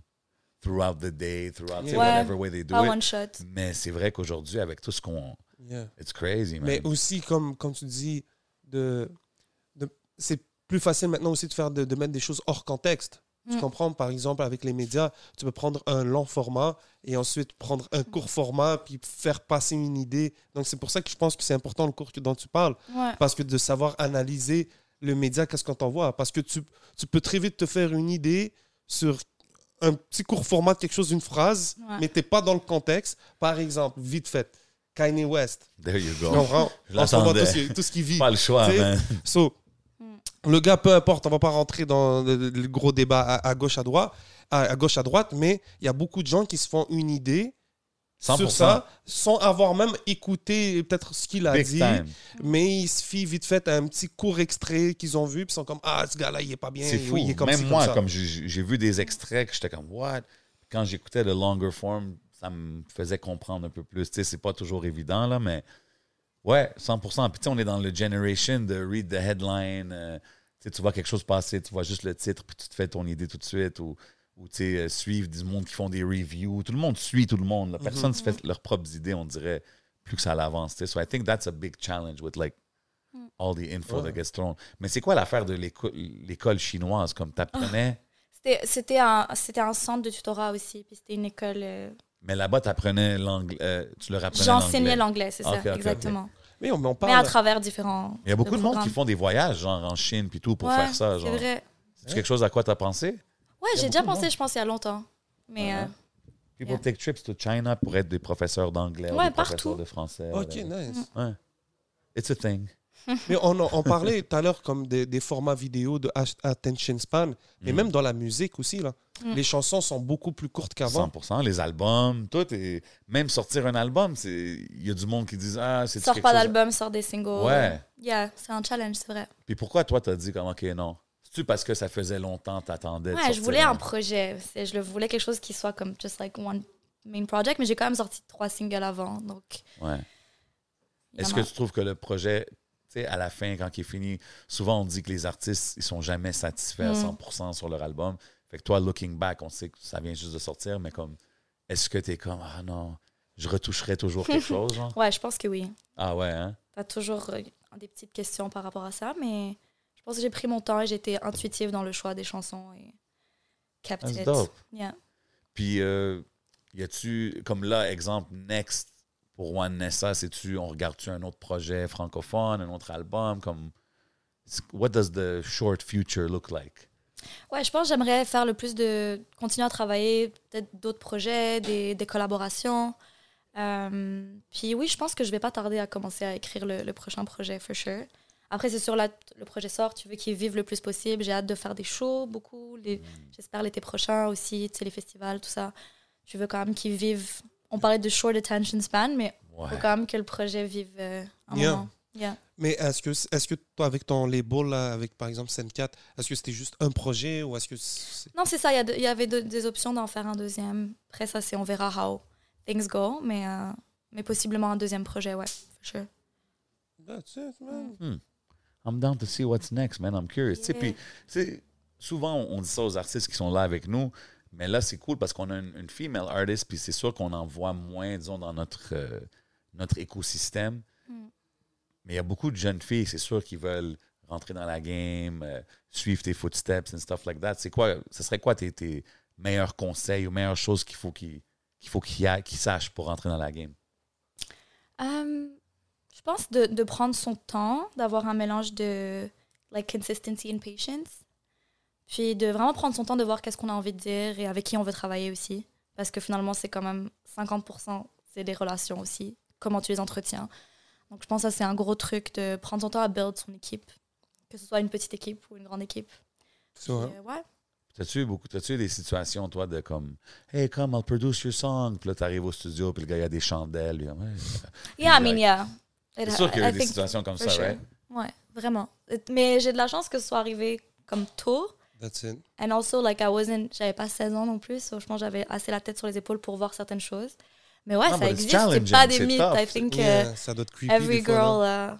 Speaker 4: throughout the day, throughout tu sais,
Speaker 3: Yeah.
Speaker 5: Ouais. Ah,
Speaker 4: whatever way they do
Speaker 5: Pas
Speaker 4: it.
Speaker 5: one shot.
Speaker 4: Mais c'est vrai qu'aujourd'hui, avec tout ce qu'on.
Speaker 3: Yeah.
Speaker 4: It's crazy, man.
Speaker 3: Mais aussi, comme, comme tu dis, de, de- c'est plus facile maintenant aussi de, faire de, de mettre des choses hors contexte. Tu
Speaker 5: Mm.
Speaker 3: comprends, par exemple, avec les médias, tu peux prendre un long format et ensuite prendre un court format, puis faire passer une idée. Donc, c'est pour ça que je pense que c'est important le cours que- dont tu parles,
Speaker 5: Ouais.
Speaker 3: parce que de savoir analyser le média, qu'est-ce qu'on t'envoie. Parce que tu, tu peux très vite te faire une idée sur un petit court format de quelque chose, une phrase,
Speaker 5: Ouais.
Speaker 3: mais t'es pas dans le contexte. Par exemple, vite fait, Kanye West,
Speaker 4: There you
Speaker 3: tu
Speaker 4: go.
Speaker 3: comprends?
Speaker 4: Je
Speaker 3: On s'en va
Speaker 4: l'attendais.
Speaker 3: tout, ce qui- tout ce qui vit.
Speaker 4: Oh, Pas le choix,
Speaker 3: Tu sais,
Speaker 4: man.
Speaker 3: So, le gars, peu importe, on va pas rentrer dans le, le gros débat à, à gauche à droite, à, à gauche à droite, mais il y a beaucoup de gens qui se font une idée
Speaker 4: 100%.
Speaker 3: sur ça, sans avoir même écouté peut-être ce qu'il a
Speaker 4: Big
Speaker 3: dit,
Speaker 4: time.
Speaker 3: mais ils se fient vite fait à un petit court extrait qu'ils ont vu, puis ils sont comme ah ce gars-là il est pas bien,
Speaker 4: C'est
Speaker 3: il-
Speaker 4: fou.
Speaker 3: il est comme
Speaker 4: Même
Speaker 3: ci,
Speaker 4: moi,
Speaker 3: ça.
Speaker 4: comme, j'ai j'ai vu des extraits que j'étais comme, what? Quand j'écoutais le longer form, ça me faisait comprendre un peu plus. Tu sais, c'est pas toujours évident, là, mais ouais, 100%. Puis tu sais, on est dans le generation de read the headline. euh, tu sais, tu vois quelque chose passer, tu vois juste le titre, puis tu te fais ton idée tout de suite. Ou, ou tu sais, euh, suivre du monde qui font des reviews. Tout le monde suit tout le monde. là. Personne
Speaker 5: Mhm.
Speaker 4: se fait leurs propres idées, on dirait, plus que ça l'avance. tu sais. So I think that's a big challenge with like
Speaker 5: Mm.
Speaker 4: all the info that gets thrown. Mais c'est quoi l'affaire de l'éco- l'école chinoise? Comme t'apprenais.
Speaker 5: C'était- C'était un, c'était un centre de tutorat aussi, puis c'était une école euh,
Speaker 4: Mais là-bas, t'apprenais l'anglais. euh, tu leur apprenais l'anglais. Ah,
Speaker 5: J'enseignais l'anglais, c'est ça,
Speaker 4: Ok, ok, ok.
Speaker 5: exactement.
Speaker 3: Mais on, mais on
Speaker 5: Mais à
Speaker 3: parle.
Speaker 5: travers différents.
Speaker 4: Il y a beaucoup de monde qui
Speaker 5: programmes.
Speaker 4: font des voyages, genre en Chine puis tout, pour
Speaker 5: Ouais,
Speaker 4: faire ça.
Speaker 5: C'est
Speaker 4: Genre.
Speaker 5: vrai.
Speaker 4: C'est quelque chose à quoi t'as pensé?
Speaker 5: Ouais,
Speaker 4: Il y a
Speaker 5: j'ai déjà
Speaker 4: beaucoup de
Speaker 5: pensé, je pense, il y a longtemps. Mais
Speaker 4: Ah.
Speaker 5: euh,
Speaker 4: People
Speaker 5: Yeah.
Speaker 4: take trips to China pour être des professeurs d'anglais, ou
Speaker 5: Ouais,
Speaker 4: des professeurs
Speaker 5: partout.
Speaker 4: de français.
Speaker 3: Ok,
Speaker 4: whatever.
Speaker 5: Mm.
Speaker 3: nice.
Speaker 4: Ouais. It's a thing.
Speaker 3: Mais on, en- on parlait tout à l'heure comme des, des formats vidéo de hash- attention span, et
Speaker 4: Mm.
Speaker 3: même dans la musique aussi. Là.
Speaker 5: Mm.
Speaker 3: Les chansons sont beaucoup plus courtes qu'avant.
Speaker 4: 100%, les albums, tout. Et même sortir un album, c'est- il y a du monde qui dit Ah, c'est
Speaker 5: sors pas d'album, sors des singles.
Speaker 4: Ouais.
Speaker 5: Yeah, c'est un challenge, c'est vrai.
Speaker 4: Puis pourquoi toi, t'as dit comme OK, non C'est-tu parce que ça faisait longtemps, t'attendais de
Speaker 5: Ouais, je
Speaker 4: sortir
Speaker 5: voulais
Speaker 4: un-
Speaker 5: un projet. C'est- Je le voulais quelque chose qui soit comme just like one main project, mais j'ai quand même sorti trois singles avant. Donc,
Speaker 4: Ouais.
Speaker 5: il y
Speaker 4: Est-ce
Speaker 5: en
Speaker 4: que
Speaker 5: a-
Speaker 4: tu trouves que le projet, tu sais, à la fin, quand il est fini, souvent on dit que les artistes, ils sont jamais satisfaits à
Speaker 5: Mm.
Speaker 4: 100% sur leur album. Fait que toi, looking back, on sait que ça vient juste de sortir, mais comme, est-ce que t'es comme, ah non, je retoucherai toujours quelque chose, genre?
Speaker 5: Ouais, je pense que oui.
Speaker 4: Ah ouais, hein?
Speaker 5: T'as toujours euh, des petites questions par rapport à ça, mais je pense que j'ai pris mon temps et j'étais intuitive dans le choix des chansons et
Speaker 4: That's
Speaker 5: capté.
Speaker 4: dope.
Speaker 5: Yeah.
Speaker 4: Puis, euh, y a-tu, comme là, exemple, Next pour One Nessa, c'est-tu, on regarde-tu un autre projet francophone, un autre album, comme, what does the short future look like?
Speaker 5: Ouais, je pense que j'aimerais faire le plus de continuer à travailler peut-être d'autres projets, des, des collaborations. Euh, puis oui, je pense que je vais pas tarder à commencer à écrire le, le prochain projet, for sure. Après, c'est sûr, là, t- le projet sort, tu veux qu'il vive le plus possible. J'ai hâte de faire des shows, beaucoup. les- J'espère l'été prochain aussi, tu sais, les festivals, tout ça. Tu veux quand même qu'il vive. On parlait de short attention span, mais
Speaker 4: Ouais.
Speaker 5: faut quand même que le projet vive euh, un
Speaker 3: Yeah.
Speaker 5: moment. Yeah.
Speaker 3: Mais est-ce que, est que toi, avec ton label, là, avec par exemple Scène 4, est-ce que c'était juste un projet ou est-ce que. c'est-
Speaker 5: Non, c'est ça. Il y, a de- il y avait de- des options d'en faire un deuxième. Après, ça, c'est on verra how things go. Mais, euh, mais possiblement un deuxième projet, ouais. for sure.
Speaker 3: That's it,
Speaker 5: Mm.
Speaker 3: man.
Speaker 4: I'm down to see what's next, man. I'm curious. Tu sais,
Speaker 5: Yeah.
Speaker 4: Puis, tu sais, souvent, on on dit ça aux artistes qui sont là avec nous, mais là, c'est cool parce qu'on a une, une female artist, puis c'est sûr qu'on en voit moins, disons, dans notre, euh, notre écosystème.
Speaker 5: Mm.
Speaker 4: Mais il y a beaucoup de jeunes filles, c'est sûr, qui veulent rentrer dans la game, euh, suivre tes footsteps and stuff like that. C'est quoi, ce serait quoi tes, tes meilleurs conseils ou meilleures choses qu'il faut qu'ils qu'il faut qu'ils a- qu'ils sachent pour rentrer dans la game?
Speaker 5: Euh, je pense de, de prendre son temps, d'avoir un mélange de like, consistency and patience. Puis de vraiment prendre son temps de voir qu'est-ce qu'on a envie de dire et avec qui on veut travailler aussi. Parce que finalement, c'est quand même 50%, c'est des relations aussi, comment tu les entretiens. Donc je pense que ça, c'est un gros truc de prendre son temps à build son équipe, que ce soit une petite équipe ou une grande équipe.
Speaker 3: C'est vrai.
Speaker 5: Puis, euh, ouais.
Speaker 4: T'as-tu eu beaucoup, t'as-tu eu des situations, toi, de comme, hey, come, I'll produce your song. Puis là, t'arrives au studio, puis le gars, il y a des chandelles. Puis, ouais.
Speaker 5: Yeah,
Speaker 4: Direct.
Speaker 5: I mean, yeah. It-
Speaker 4: C'est sûr qu'il y a
Speaker 5: I
Speaker 4: eu des
Speaker 5: think-
Speaker 4: situations comme
Speaker 5: for
Speaker 4: ça,
Speaker 5: sure.
Speaker 4: right?
Speaker 5: Ouais, vraiment. It- Mais j'ai de la chance que ce soit arrivé comme tôt.
Speaker 3: That's it.
Speaker 5: And also, like, I wasn't, j'avais pas 16 ans non plus, so je pense que j'avais assez la tête sur les épaules pour voir certaines choses. Mais ouais,
Speaker 4: Ah, but
Speaker 5: ça
Speaker 4: it's
Speaker 5: existe, c'est
Speaker 4: challenging,
Speaker 5: pas des
Speaker 4: c'est
Speaker 5: mythes.
Speaker 4: tough.
Speaker 5: I think uh,
Speaker 3: Yeah, ça doit être creepy.
Speaker 5: every
Speaker 3: des fois, là.
Speaker 5: girl,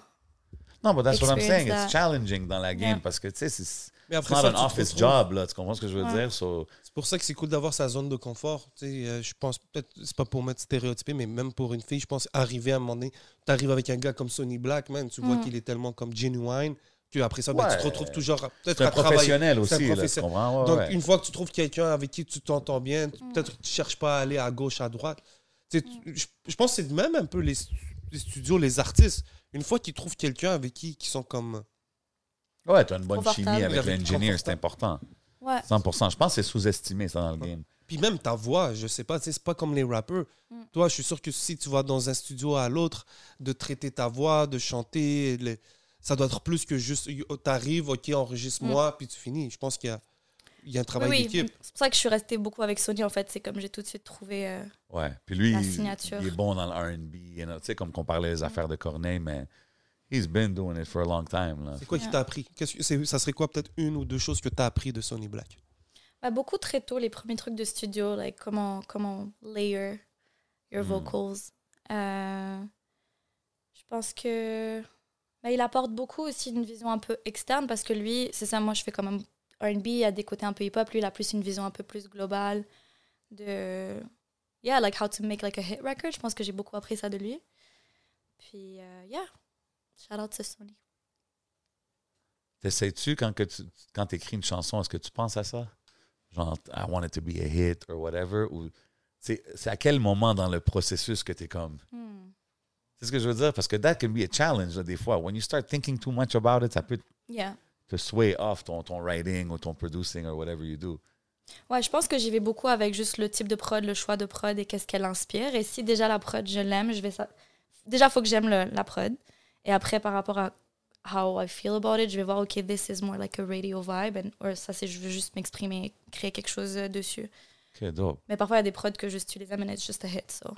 Speaker 5: uh,
Speaker 4: Non, mais that's what I'm
Speaker 5: Experience
Speaker 4: saying.
Speaker 5: that.
Speaker 4: It's challenging dans la game
Speaker 5: Yeah.
Speaker 4: parce que, tu sais, c'est
Speaker 3: Mais
Speaker 4: it's
Speaker 3: après
Speaker 4: not
Speaker 3: ça,
Speaker 4: an
Speaker 3: tu te
Speaker 4: office
Speaker 3: retrouves.
Speaker 4: job, là. Tu comprends ce que je veux
Speaker 5: Ouais.
Speaker 4: dire? So,
Speaker 3: C'est pour ça que c'est cool d'avoir sa zone de confort. Tu sais, euh, je pense, peut-être, c'est pas pour mettre stéréotypé, mais même pour une fille, je pense, arriver à un moment donné, t'arrives avec un gars comme Sonny Black, man, tu vois
Speaker 5: Mm.
Speaker 3: qu'il est tellement comme genuine, que après ça, ben, tu
Speaker 4: Ouais.
Speaker 3: te retrouves toujours à- peut-être
Speaker 4: c'est un
Speaker 3: à travailler.
Speaker 4: professionnel
Speaker 3: C'est un
Speaker 4: aussi, là. Tu
Speaker 3: professionnel.
Speaker 4: comprends? Ouais,
Speaker 3: Donc,
Speaker 4: ouais.
Speaker 3: une fois que tu trouves quelqu'un avec qui tu t'entends bien, tu- peut-être que tu cherches pas à aller à gauche, à droite. Tu sais, tu- je, je pense que c'est même un peu les, stu- les studios, les artistes. Une fois qu'ils trouvent quelqu'un avec qui ils sont comme.
Speaker 4: Ouais, t'as une bonne
Speaker 5: Confortable.
Speaker 4: chimie avec
Speaker 3: Avec-
Speaker 4: l'engineer, c'est important.
Speaker 5: ouais.
Speaker 4: 100 Je pense que c'est sous-estimé, ça, dans le game.
Speaker 3: Puis même ta voix, je sais pas, tu sais, c'est pas comme les rappeurs.
Speaker 5: Mm.
Speaker 3: Toi, je suis sûr que si tu vas dans un studio à l'autre, de traiter ta voix, de chanter, les- ça doit être plus que juste yo, t'arrives, ok, enregistre-moi, puis tu finis. Je pense qu'il y a, il y a un travail
Speaker 5: Mm. Oui, oui.
Speaker 3: d'équipe.
Speaker 5: C'est pour ça que je suis restée beaucoup avec Sony, en fait. C'est comme j'ai tout de suite trouvé. euh,
Speaker 4: Ouais. Puis lui,
Speaker 5: La
Speaker 4: il,
Speaker 5: signature.
Speaker 4: il est bon dans le RB. you know, Tu sais, comme qu'on parlait des affaires de Corneille, mais he's been doing it for a long time. Là.
Speaker 3: C'est quoi qui
Speaker 5: Yeah.
Speaker 3: t'a appris Qu'est-ce que, c'est- Ça serait quoi peut-être une ou deux choses que t'as appris de Sonny Black
Speaker 5: bah, beaucoup très tôt, les premiers trucs de studio, like comment, comment layer your
Speaker 4: Mm.
Speaker 5: vocals. Euh, je pense que bah, il apporte beaucoup aussi une vision un peu externe parce que lui, c'est ça, moi je fais quand même RB, il y a des côtés un peu hip-hop, lui il a plus une vision un peu plus globale de. Yeah, like how to make like a hit record. Je pense que j'ai beaucoup appris ça de lui. Puis, euh, yeah, shout out to Sony.
Speaker 4: T'essayes-tu quand que tu quand écris une chanson, est-ce que tu penses à ça? Genre, I want it to be a hit or whatever, ou c'est c'est à quel moment dans le processus que tu es comme.
Speaker 5: Hmm,
Speaker 4: C'est ce que je veux dire, parce que that can be a challenge, là, des fois. When you start thinking too much about it, ça peut
Speaker 5: Yeah.
Speaker 4: te sway off ton, ton writing ou ton producing or whatever you do.
Speaker 5: Ouais, je pense que j'y vais beaucoup avec juste le type de prod, le choix de prod et qu'est-ce qu'elle inspire. Et si déjà la prod, je l'aime, je vais ça. Déjà, faut que j'aime le- la prod. Et après, par rapport à how I feel about it, je vais voir, OK, this is more like a radio vibe. And, or ça, c'est je veux juste m'exprimer, créer quelque chose euh, dessus.
Speaker 4: OK, dope.
Speaker 5: Mais parfois, il y a des prods que juste tu les amènes, it's just a hit, so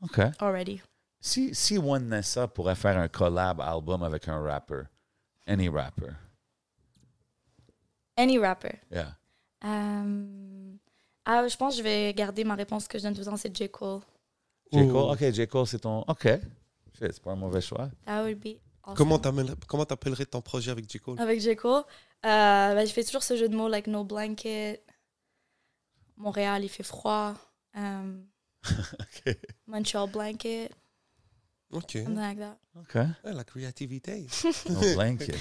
Speaker 4: OK.
Speaker 5: already.
Speaker 4: Si, si One Nessa pourrait faire un collab album avec un rapper, any rapper,
Speaker 5: Any rapper.
Speaker 4: yeah.
Speaker 5: Euh, Ah, je pense que je vais garder ma réponse que je donne tout le temps, c'est J. Cole.
Speaker 4: J.
Speaker 3: Ouh.
Speaker 4: Cole, OK, J. Cole, c'est ton... OK. Shit, C'est pas un mauvais choix.
Speaker 5: That would be awesome.
Speaker 3: Comment t'appellerais- comment t'appellerais ton projet avec J. Cole
Speaker 5: Avec J. Cole. Euh, bah, je fais toujours ce jeu de mots, like no blanket. Montréal, il fait froid. Euh,
Speaker 4: OK. Mhm.
Speaker 5: Montreal blanket. Euh,
Speaker 3: Ok.
Speaker 5: Something like that.
Speaker 4: OK.
Speaker 3: Ah, la créativité.
Speaker 4: No blanket.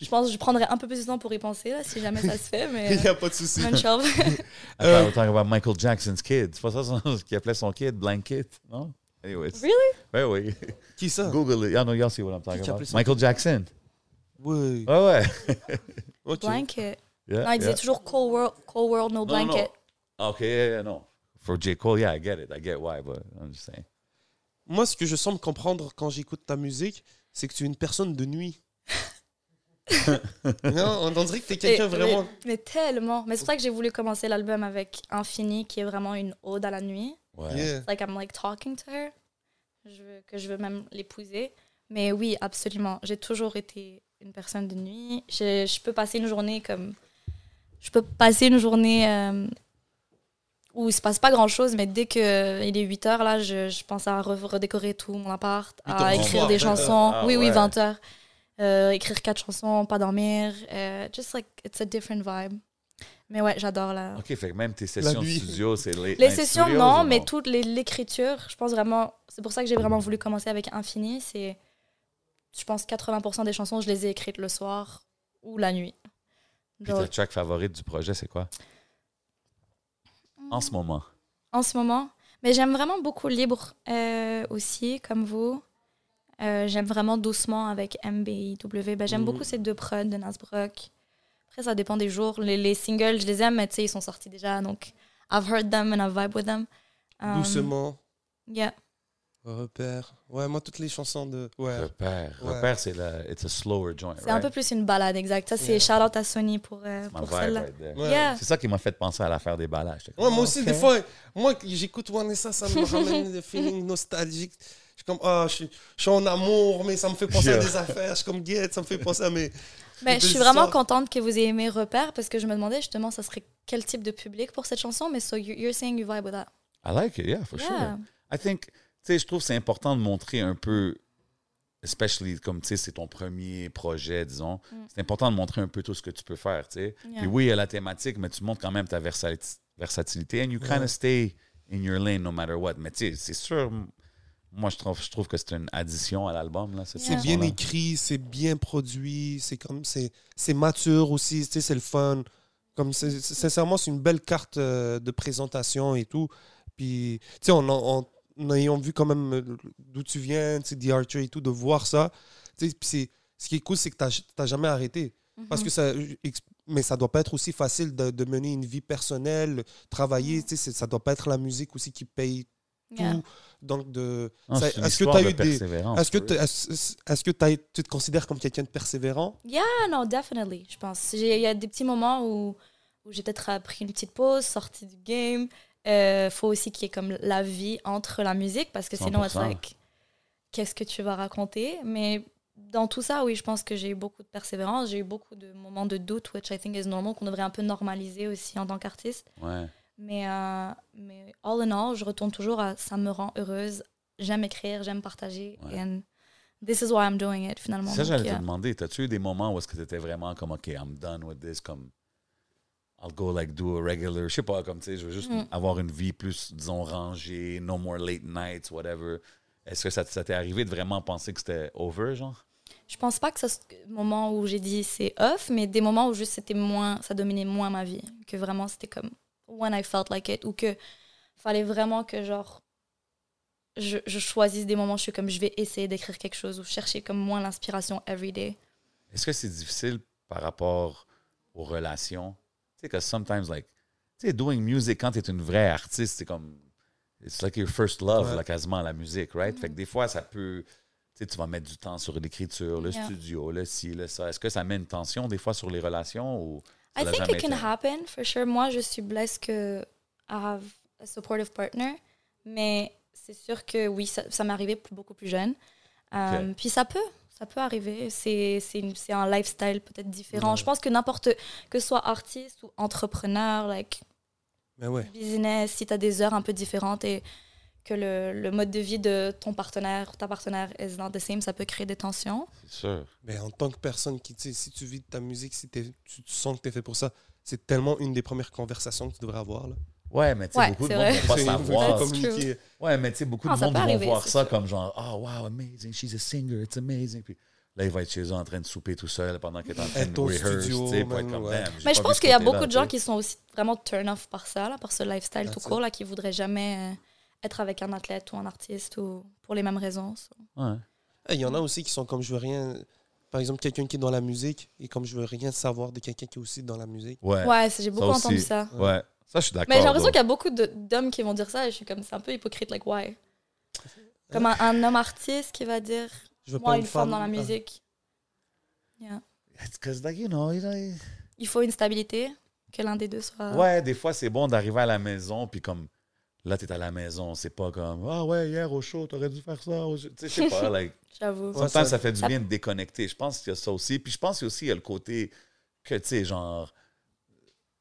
Speaker 5: Je pense que je prendrai un peu plus de temps pour y penser, là, si jamais ça se fait. Mais euh,
Speaker 3: Il n'y a pas de souci.
Speaker 5: Montreal.
Speaker 4: Attends,
Speaker 3: Euh,
Speaker 4: on parle about Michael Jackson's kid. C'est pas ça son- qu'il appelait son kid, Blanket, non? Anyways.
Speaker 5: Really?
Speaker 4: Ouais, oui.
Speaker 3: Qui ça
Speaker 4: Google it. Y'all know, y'all see what I'm talking
Speaker 3: Qui
Speaker 4: about.
Speaker 3: appelait son
Speaker 4: Michael Jackson.
Speaker 3: Oui.
Speaker 4: Ouais, ouais.
Speaker 3: Ok.
Speaker 5: blanket.
Speaker 4: Yeah,
Speaker 5: Non, il disait
Speaker 4: yeah.
Speaker 5: toujours cold world, cold world, no
Speaker 4: Non, non, non.
Speaker 5: blanket.
Speaker 4: OK, yeah, yeah, no. For J. Cole, yeah, I get it. I get why, but I'm just saying.
Speaker 3: Moi, ce que je semble comprendre quand j'écoute ta musique, c'est que tu es une personne de nuit. non, on on dirait que tu es quelqu'un
Speaker 5: Et-
Speaker 3: vraiment.
Speaker 5: Mais, mais tellement. Mais c'est pour ça que j'ai voulu commencer l'album avec Infini, qui est vraiment une ode à la nuit.
Speaker 4: Ouais.
Speaker 3: Yeah.
Speaker 5: It's like I'm like talking to her. Je veux, que je veux même l'épouser. Mais oui, absolument. J'ai toujours été une personne de nuit. Je, je peux passer une journée comme. Je peux passer une journée euh, où il se passe pas grand chose, mais dès que euh, il est 8 heures, là, je, je pense à re- redécorer tout mon appart,
Speaker 3: 8 heures
Speaker 5: à
Speaker 3: du
Speaker 5: écrire
Speaker 3: soir,
Speaker 5: des
Speaker 3: 20 heures.
Speaker 5: chansons.
Speaker 4: Ah
Speaker 5: oui, oui,
Speaker 4: ouais.
Speaker 5: 20 heures. Euh, écrire quatre chansons, pas dormir. Euh, just like, it's a different vibe. Mais ouais, j'adore la,
Speaker 4: OK, fait que même tes sessions de
Speaker 3: nuit.
Speaker 4: studio, c'est late
Speaker 5: les
Speaker 4: night
Speaker 5: sessions,
Speaker 4: studios,
Speaker 5: non,
Speaker 4: ou
Speaker 5: mais toute les- l'écriture, je pense vraiment. C'est pour ça que j'ai vraiment voulu commencer avec Infini. C'est. Je pense 80% des chansons, je les ai écrites le soir ou la nuit.
Speaker 4: Puis
Speaker 5: Donc,
Speaker 4: ta track favorite du projet, c'est quoi? En ce moment.
Speaker 5: en ce moment. Mais j'aime vraiment beaucoup Libre euh, aussi, comme vous. Euh, j'aime vraiment Doucement avec MBIW. Ben, j'aime
Speaker 3: Mhm.
Speaker 5: beaucoup ces deux prods de Nasbrook. Après, ça dépend des jours. Les, les singles, je les aime, mais tu sais, ils sont sortis déjà. Donc, I've heard them and I've vibe with them. Euh,
Speaker 3: Doucement.
Speaker 5: yeah. Euh.
Speaker 3: Repère. Ouais, moi, toutes les chansons de. Ouais.
Speaker 4: Repère.
Speaker 3: Ouais.
Speaker 4: Repère, c'est la... It's a slower joint,
Speaker 5: C'est
Speaker 4: right?
Speaker 5: un peu plus une balade, exact. Ça, c'est
Speaker 3: Yeah.
Speaker 5: Charlotte à Sony pour, euh,
Speaker 4: Ma
Speaker 5: pour
Speaker 4: vibe
Speaker 5: celle-là.
Speaker 4: right there.
Speaker 3: Ouais.
Speaker 5: Yeah.
Speaker 4: C'est ça qui m'a fait penser à l'affaire des ballages. J'étais comme,
Speaker 3: Ouais, moi aussi,
Speaker 4: OK.
Speaker 3: des fois, moi, j'écoute Vanessa, ça me ramène des feelings nostalgiques. Je suis comme, ah, je, suis, je suis en amour, mais ça me fait penser à
Speaker 4: Yeah.
Speaker 3: des affaires. Je suis comme, guette, ça me fait penser à mes.
Speaker 5: Mais je
Speaker 3: Des
Speaker 5: suis vraiment
Speaker 3: histoires.
Speaker 5: contente que vous ayez aimé Repère parce que je me demandais justement, ça serait quel type de public pour cette chanson. Mais so you- you're saying you vibe with that.
Speaker 4: I like it, yeah, for
Speaker 5: Yeah.
Speaker 4: sure. I think, tu sais, je trouve que c'est important de montrer un peu, especially comme, tu sais, c'est ton premier projet, disons, c'est important de montrer un peu tout ce que tu peux faire, tu sais.
Speaker 5: Mm. Yeah.
Speaker 4: Puis oui, il y a la thématique, mais tu montres quand même ta versati- versatilité and you kind of stay in your lane no matter what. Mais tu sais, c'est sûr, m- moi, je trouve, je trouve que c'est une addition à l'album, là. cette
Speaker 5: C'est
Speaker 3: C'est bien
Speaker 4: chanson-là.
Speaker 3: écrit, c'est bien produit, c'est comme c'est c'est mature aussi, tu sais, c'est le fun. Comme c'est- c'est- sincèrement, c'est une belle carte euh, de présentation et tout. Puis tu sais, on, en- en- en ayant vu quand même euh, d'où tu viens, tu sais, The Archer et tout, de voir ça. Tu sais, puis c'est ce qui est cool, c'est que t'as t'as jamais arrêté.
Speaker 5: Mm-hmm.
Speaker 3: Parce que
Speaker 5: Mhm.
Speaker 3: ça, euh, mais ça doit pas être aussi facile de, de mener une vie personnelle, travailler. Tu sais, c'est- ça doit pas être la musique aussi qui paye tout.
Speaker 5: Yeah.
Speaker 3: Donc de,
Speaker 4: Non,
Speaker 3: ça-
Speaker 4: c'est une
Speaker 3: est-ce que
Speaker 4: histoire
Speaker 3: t'as
Speaker 4: de
Speaker 3: eu des
Speaker 4: persévérance,
Speaker 3: est-ce que,
Speaker 4: for real.
Speaker 3: t'es- est-ce est-ce que t'as- tu te considères comme quelqu'un de persévérant
Speaker 5: Ah non, definitely, je pense. J'ai- Il y a des petits moments où, où j'ai peut-être euh, pris une petite pause, sorti du game. Euh, faut aussi qu'il y ait comme la vie entre la musique parce que sinon, it's
Speaker 4: 100%.
Speaker 5: like, qu'est-ce que tu vas raconter? Mais dans tout ça, oui, je pense que j'ai eu beaucoup de persévérance. J'ai eu beaucoup de moments de doute, which I think is normal, qu'on devrait un peu normaliser aussi en tant qu'artiste.
Speaker 4: Ouais.
Speaker 5: Mais, euh, mais all in all, je retourne toujours à ça me rend heureuse. J'aime écrire, j'aime partager.
Speaker 4: Ouais.
Speaker 5: And this is why I'm doing it finalement.
Speaker 4: Ça,
Speaker 5: Donc, euh,
Speaker 4: j'allais
Speaker 5: yeah.
Speaker 4: te demander, t'as-tu eu des moments où est-ce que t'étais vraiment comme, OK, I'm done with this, comme, I'll go like do a regular, je sais pas, comme, tu sais, je veux juste
Speaker 5: Mm.
Speaker 4: avoir une vie plus, disons, rangée, no more late nights, whatever. Est-ce que ça, ça t'est arrivé de vraiment penser que c'était over, genre?
Speaker 5: Je pense pas que ce soit le moment où j'ai dit c'est off, mais des moments où juste c'était moins, ça dominait moins ma vie, que vraiment c'était comme when I felt like it, ou que fallait vraiment que genre je, je choisisse des moments où je suis comme je vais essayer d'écrire quelque chose ou chercher comme moins l'inspiration every day.
Speaker 4: Est-ce que c'est difficile par rapport aux relations? Tu sais, que sometimes, like, tu sais, doing music, quand t'es une vraie artiste, c'est comme, it's like your first love,
Speaker 3: Ouais.
Speaker 4: là, quasiment, la musique, right?
Speaker 5: Mhm.
Speaker 4: Fait que des fois, ça peut, tu sais, tu vas mettre du temps sur l'écriture, le
Speaker 5: Yeah.
Speaker 4: studio, le ci, le ça. Est-ce que ça met une tension, des fois, sur les relations ou ça
Speaker 5: I
Speaker 4: l'a
Speaker 5: think
Speaker 4: jamais
Speaker 5: it can
Speaker 4: été?
Speaker 5: happen for sure. Moi, je suis blessée que I have a supportive partner, mais c'est sûr que oui, ça, ça m'est arrivé plus- beaucoup plus jeune. Euh, puis ça peut, ça peut arriver. C'est c'est une- c'est un lifestyle peut-être différent.
Speaker 3: Ouais.
Speaker 5: Je pense que n'importe que ce soit artiste ou entrepreneur, like
Speaker 3: Mais Ben ouais.
Speaker 5: business, si tu as des heures un peu différentes et que le, le mode de vie de ton partenaire, ta partenaire is not the same, ça peut créer des tensions.
Speaker 4: C'est sûr.
Speaker 3: Mais Ben, en tant que personne qui, tu sais, si tu vis de ta musique, si t'es- tu te sens que t'es fait pour ça, c'est tellement une des premières conversations que tu devrais avoir. Là.
Speaker 4: Ouais, mais tu sais,
Speaker 5: Ouais,
Speaker 4: beaucoup de
Speaker 5: c'est
Speaker 4: monde
Speaker 5: vrai.
Speaker 4: vont pas
Speaker 3: C'est-
Speaker 4: savoir.
Speaker 5: That's
Speaker 3: communiquer.
Speaker 4: Ouais, mais tu sais, beaucoup
Speaker 5: Ah,
Speaker 4: de
Speaker 5: ça
Speaker 4: monde
Speaker 5: peut
Speaker 4: vont
Speaker 5: arriver,
Speaker 4: voir
Speaker 5: c'est
Speaker 4: ça
Speaker 5: sûr.
Speaker 4: comme genre, oh wow, amazing, she's a singer, it's amazing. Puis là, il va être chez eux en train de souper tout seul pendant qu'elle est en train
Speaker 3: Être
Speaker 4: de
Speaker 3: au
Speaker 4: rehearse,
Speaker 3: studio,
Speaker 4: tu sais, pour être
Speaker 3: man,
Speaker 4: comme
Speaker 3: ouais.
Speaker 4: Damn, j'ai
Speaker 5: Mais
Speaker 4: pas
Speaker 5: je
Speaker 4: vu
Speaker 5: pense
Speaker 4: ce
Speaker 5: qu'il y a
Speaker 4: côté-là,
Speaker 5: beaucoup de
Speaker 4: tu sais.
Speaker 5: gens qui sont aussi vraiment turn off par ça, là, par ce lifestyle
Speaker 3: That's
Speaker 5: tout
Speaker 3: it.
Speaker 5: court, là, qui voudraient jamais euh, être avec un athlète ou un artiste ou pour les mêmes raisons. so.
Speaker 4: Ouais.
Speaker 3: Eh, Il y en
Speaker 4: Mm.
Speaker 3: a aussi qui sont comme je veux rien. Par exemple, quelqu'un qui est dans la musique et comme je veux rien savoir de quelqu'un qui est aussi dans la musique.
Speaker 4: Ouais.
Speaker 5: Ouais, c'est- j'ai beaucoup
Speaker 4: aussi.
Speaker 5: entendu ça.
Speaker 4: Ouais. Ça, je suis d'accord.
Speaker 5: Mais j'ai l'impression
Speaker 4: donc.
Speaker 5: qu'il y a beaucoup de- d'hommes qui vont dire ça et je suis comme, c'est un peu hypocrite, like, why? Comme un, un homme artiste qui va dire,
Speaker 3: Je veux
Speaker 5: moi,
Speaker 3: pas
Speaker 5: une femme dans la
Speaker 4: euh.
Speaker 3: ah,
Speaker 5: musique.
Speaker 4: It's 'cause, like, you know, you know,
Speaker 5: Il faut une stabilité, que l'un des deux soit.
Speaker 4: Ouais, des fois, c'est bon d'arriver à la maison, puis comme là, t'es à la maison, c'est pas comme Ah ouais, hier au show, t'aurais dû faire ça. au- Tu sais, je sais pas, like,
Speaker 5: J'avoue.
Speaker 3: Ouais,
Speaker 4: sometimes,
Speaker 3: ça-
Speaker 4: ça, fait du
Speaker 5: ça-
Speaker 4: bien de déconnecter. Je pense qu'il y a ça aussi. Puis je pense aussi, il y a le côté que, tu sais, genre,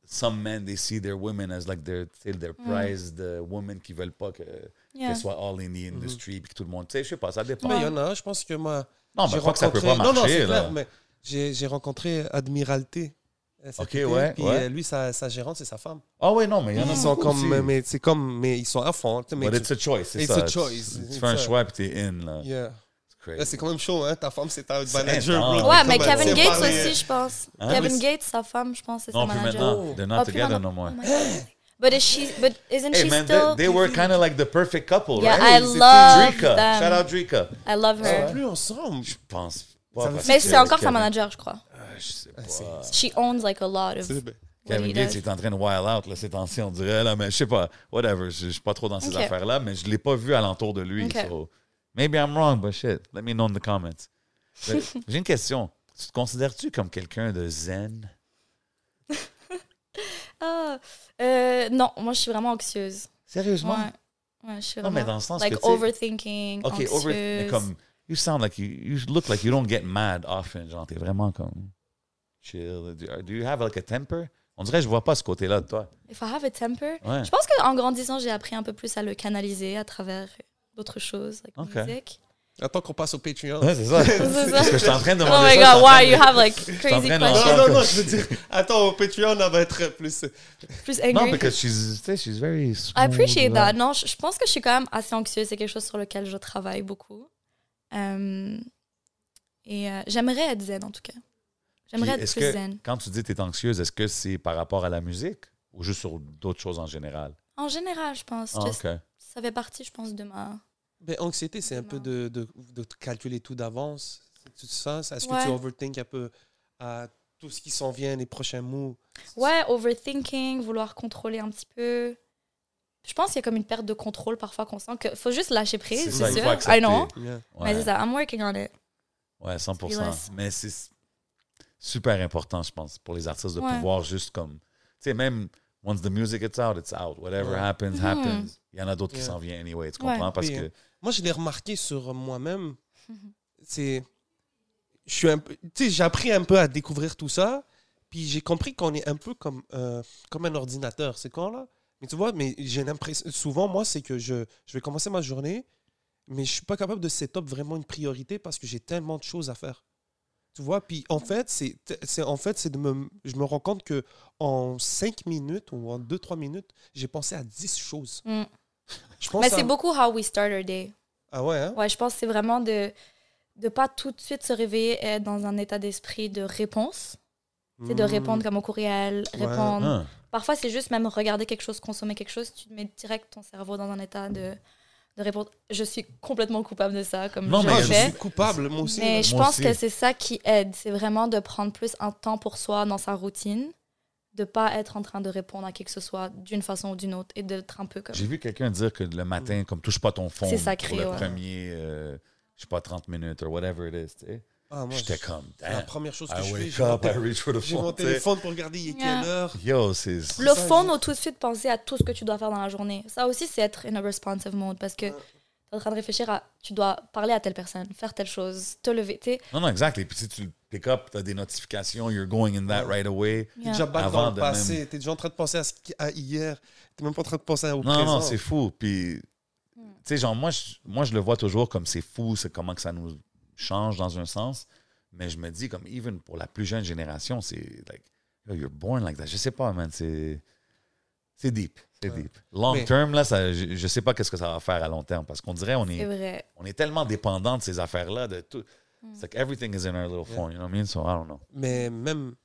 Speaker 4: some men, they see their women as like their, tu sais, their
Speaker 5: Mm.
Speaker 4: prize, the women qui veulent pas que- qu'elles
Speaker 5: Yeah.
Speaker 4: soient all in
Speaker 3: Mm-hmm.
Speaker 4: the industry, puis que tout le monde, tu sais, je sais pas, ça dépend.
Speaker 3: Mais il Ben, y en a, je pense que moi.
Speaker 4: Non, mais
Speaker 3: j'ai
Speaker 4: pas que ça peut pas
Speaker 3: non, non,
Speaker 4: marcher,
Speaker 3: c'est
Speaker 4: là.
Speaker 3: clair, mais j'ai j'ai rencontré Admiralité. euh, cet
Speaker 4: Ok,
Speaker 3: été,
Speaker 4: ouais,
Speaker 3: Puis
Speaker 4: ouais.
Speaker 3: euh, lui, sa, sa gérante, c'est sa femme.
Speaker 4: Ah ouais, non, mais il y en a
Speaker 3: Ils sont
Speaker 4: beaucoup aussi.
Speaker 3: comme, mais c'est comme, mais ils sont à fond. hein, tu sais, mais tu-
Speaker 4: But it's a choice, c'est
Speaker 3: It's
Speaker 4: ça.
Speaker 3: a
Speaker 4: Tu-
Speaker 3: choice,
Speaker 4: Tu,
Speaker 3: it's
Speaker 4: fais un
Speaker 3: a-
Speaker 4: choix, puis t'es in, là.
Speaker 3: Yeah.
Speaker 4: It's crazy.
Speaker 3: Là, c'est quand même chaud, hein. Ta femme, c'est ta
Speaker 4: C'est
Speaker 3: manager,
Speaker 4: intense.
Speaker 3: bro.
Speaker 5: Ouais,
Speaker 4: Comme
Speaker 5: mais
Speaker 4: on
Speaker 5: Kevin
Speaker 4: s'est
Speaker 5: Gates
Speaker 4: parlé.
Speaker 5: aussi, je pense.
Speaker 4: Hein?
Speaker 5: Kevin
Speaker 4: Oui.
Speaker 5: Gates, sa femme, je pense, c'est sa
Speaker 4: Non, plus
Speaker 5: manager.
Speaker 4: maintenant. They're not
Speaker 5: Oh, plus
Speaker 4: together
Speaker 5: maintenant.
Speaker 4: no more.
Speaker 5: Oh my God. But is she? But isn't
Speaker 4: Hey
Speaker 5: she
Speaker 4: man,
Speaker 5: still?
Speaker 4: they, they were kind of like the perfect couple,
Speaker 5: Yeah,
Speaker 4: right?
Speaker 5: I love
Speaker 4: Drika.
Speaker 5: them.
Speaker 4: Shout out Drika.
Speaker 5: I love
Speaker 3: Ils sont
Speaker 5: her.
Speaker 3: euh, plus ensemble.
Speaker 4: Je pense pas.
Speaker 3: Ça me
Speaker 4: parce
Speaker 5: Mais
Speaker 4: que
Speaker 5: c'est encore sa
Speaker 4: Kevin-
Speaker 5: manager, je crois.
Speaker 4: Ah, Je sais pas.
Speaker 5: She owns like a lot of.
Speaker 3: C'est-
Speaker 5: what
Speaker 4: Kevin
Speaker 5: he
Speaker 4: Gates
Speaker 5: does.
Speaker 4: est en train de wild out là, ces temps-ci, on dirait. Là, mais je sais pas. Whatever. Je je suis pas trop dans ces
Speaker 5: Ok.
Speaker 4: affaires-là, mais je l'ai pas vu alentour de lui.
Speaker 5: Ok.
Speaker 4: so maybe I'm wrong, but shit. Let me know in the comments. Mais J'ai une question. Tu te considères-tu comme quelqu'un de zen?
Speaker 5: Ah, euh, non, moi je suis vraiment anxieuse. Ouais,
Speaker 4: Sérieusement?
Speaker 5: ouais, je suis
Speaker 4: Non, mais
Speaker 5: vraiment.
Speaker 4: dans le sens
Speaker 5: Like
Speaker 4: que tu sais-
Speaker 5: overthinking,
Speaker 4: OK,
Speaker 5: anxieuse.
Speaker 4: over. Mais comme, you sound like you, you look like you don't get mad often. Genre, t'es vraiment comme chill. Do, do you have like a temper? On dirait que je vois pas ce côté-là de toi.
Speaker 5: If I have a temper,
Speaker 4: Ouais.
Speaker 5: je pense qu'en grandissant, j'ai appris un peu plus à le canaliser à travers d'autres choses, like
Speaker 4: Ok.
Speaker 5: musique.
Speaker 3: Attends qu'on passe au Patreon.
Speaker 4: Ouais, c'est ça.
Speaker 5: C'est ça.
Speaker 4: Parce que je suis en train de
Speaker 5: Oh
Speaker 4: demander
Speaker 5: my
Speaker 4: ça, je suis en
Speaker 5: god,
Speaker 4: train
Speaker 5: why
Speaker 4: de-
Speaker 5: you have like
Speaker 4: en
Speaker 5: crazy
Speaker 4: train d'en-
Speaker 5: questions?
Speaker 3: Non, non, non, je veux dire, attends, au Patreon, on va être plus.
Speaker 5: Plus
Speaker 4: Non,
Speaker 5: angry.
Speaker 4: because she's, tu sais, she's very
Speaker 5: I
Speaker 4: smooth,
Speaker 5: appreciate
Speaker 4: là.
Speaker 5: that. Non, je, je pense que je suis quand même assez anxieuse. C'est quelque chose sur lequel je travaille beaucoup. Euh, et euh, j'aimerais être zen, en tout cas. J'aimerais
Speaker 4: Puis
Speaker 5: être
Speaker 4: est-ce
Speaker 5: plus
Speaker 4: que,
Speaker 5: zen.
Speaker 4: Quand tu dis que t'es anxieuse, est-ce que c'est par rapport à la musique ou juste sur d'autres choses en général?
Speaker 5: En général, je pense.
Speaker 4: Ah,
Speaker 5: Just-
Speaker 4: OK.
Speaker 5: Ça fait partie, je pense, de ma...
Speaker 3: Ben, anxiété, c'est un peu
Speaker 5: Non.
Speaker 3: de, de, de te calculer tout d'avance. C'est tout ça. Est-ce que
Speaker 5: Ouais.
Speaker 3: tu overthink un peu à tout ce qui s'en vient, les prochains mots
Speaker 5: Ouais, overthinking, vouloir contrôler un petit peu. Je pense qu'il y a comme une perte de contrôle parfois qu'on sent que faut juste
Speaker 4: C'est
Speaker 5: lâcher prise,
Speaker 4: ça,
Speaker 5: c'est
Speaker 4: il
Speaker 5: sûr.
Speaker 4: faut accepter.
Speaker 5: I know.
Speaker 3: Yeah.
Speaker 5: Mais
Speaker 4: Ouais.
Speaker 5: c'est ça, I'm working on it.
Speaker 4: Ouais, 100
Speaker 5: Yes.
Speaker 4: Mais c'est super important, je pense, pour les artistes de
Speaker 5: Ouais.
Speaker 4: pouvoir juste comme. Tu sais, même once the music is out, it's out. Whatever
Speaker 3: Ouais.
Speaker 4: happens,
Speaker 5: Mhm.
Speaker 4: happens. Il y en a d'autres qui
Speaker 3: Yeah.
Speaker 4: s'en viennent anyway. Tu comprends?
Speaker 5: Ouais.
Speaker 4: Parce
Speaker 3: Oui,
Speaker 4: que.
Speaker 3: hein. Moi, je l'ai remarqué sur moi-même.
Speaker 5: Mhm.
Speaker 3: C'est. Je suis un peu. Tu sais, j'ai appris un peu à découvrir tout ça. Puis j'ai compris qu'on est un peu comme, euh, comme un ordinateur. C'est quand là Mais tu vois, mais j'ai l'impression. Souvent, moi, c'est que je, je vais commencer ma journée, mais je suis pas capable de set-up vraiment une priorité parce que j'ai tellement de choses à faire. Tu vois, puis en fait, c'est c'est- en fait, c'est de me. Je me rends compte que en 5 minutes ou en 2-3 minutes, j'ai pensé à 10 choses.
Speaker 5: Mm.
Speaker 3: Je pense
Speaker 5: Mais
Speaker 3: à-
Speaker 5: c'est beaucoup how we start our day.
Speaker 3: Ah ouais, hein?
Speaker 5: Ouais, je pense que c'est vraiment de ne pas tout de suite se réveiller et être dans un état d'esprit de réponse. C'est de
Speaker 3: Mm.
Speaker 5: répondre comme au courriel,
Speaker 3: Ouais.
Speaker 5: répondre,
Speaker 4: Hein,
Speaker 5: Parfois, c'est juste même regarder quelque chose, consommer quelque chose, tu mets direct ton cerveau dans un état de, de répondre Je suis complètement coupable de ça, comme
Speaker 4: Non,
Speaker 5: je
Speaker 4: mais
Speaker 5: le
Speaker 3: Hmm. Ah, je
Speaker 5: fais.
Speaker 3: suis coupable, moi aussi.
Speaker 5: Mais
Speaker 3: là.
Speaker 5: je
Speaker 4: Moi
Speaker 5: pense
Speaker 4: aussi.
Speaker 5: que c'est ça qui aide. C'est vraiment de prendre plus un temps pour soi dans sa routine, de pas être en train de répondre à qui que ce soit d'une façon ou d'une autre et d'être un peu comme. Mm.
Speaker 4: J'ai vu quelqu'un dire que le matin, comme touche pas ton fond
Speaker 5: C'est sacré,
Speaker 4: pour le
Speaker 5: ouais.
Speaker 4: premier, euh, je sais pas, 30 minutes ou whatever it is. tu sais.
Speaker 3: Ah, moi,
Speaker 4: J'étais
Speaker 3: je-
Speaker 4: comme,
Speaker 3: c'est la
Speaker 4: damn,
Speaker 3: première chose que je
Speaker 4: I
Speaker 3: fais.
Speaker 4: wake
Speaker 3: j'ai
Speaker 4: up,
Speaker 3: mon
Speaker 4: I
Speaker 3: tél-
Speaker 4: reach for the
Speaker 3: J'ai mon
Speaker 4: phone. tu sais.
Speaker 3: téléphone pour regarder il est
Speaker 5: Yeah.
Speaker 3: quelle heure.
Speaker 4: Yo, c'est.
Speaker 5: Le
Speaker 3: Ça,
Speaker 5: fond,
Speaker 3: j'ai-
Speaker 5: ou tout de suite penser à tout ce que tu dois faire dans la journée. Ça aussi, c'est être in a responsive mode parce que tu es en train de réfléchir à tu dois parler à telle personne, faire telle chose, te lever. tu sais.
Speaker 4: Non, non, exact. Et puis si tu le pick up, t'as des notifications, you're going in that right away.
Speaker 3: T'es
Speaker 5: Yeah.
Speaker 3: déjà back
Speaker 4: Avant
Speaker 3: dans le
Speaker 4: de
Speaker 3: passé. T'es déjà en train de penser à, ce qui- à hier. T'es même pas en train de penser au
Speaker 4: Non,
Speaker 3: présent.
Speaker 4: non, c'est fou. Puis, tu
Speaker 5: Hmm.
Speaker 4: sais, genre, moi je, moi, je le vois toujours comme c'est fou, c'est comment que ça nous change dans un sens. Mais je me dis, comme, even pour la plus jeune génération, c'est like, yo, you're born like that. Je sais pas, man, c'est. C'est deep. C'est deep. Long
Speaker 3: Mais-
Speaker 4: term, là, ça, je, je sais pas qu'est-ce que ça va faire à long terme parce qu'on dirait on
Speaker 5: C'est
Speaker 4: est,
Speaker 5: vrai.
Speaker 4: on est tellement dépendant de ces affaires-là, de tout.
Speaker 5: Hmm.
Speaker 4: It's like everything is in our little phone, you know what I mean? So I don't know.
Speaker 3: Mais même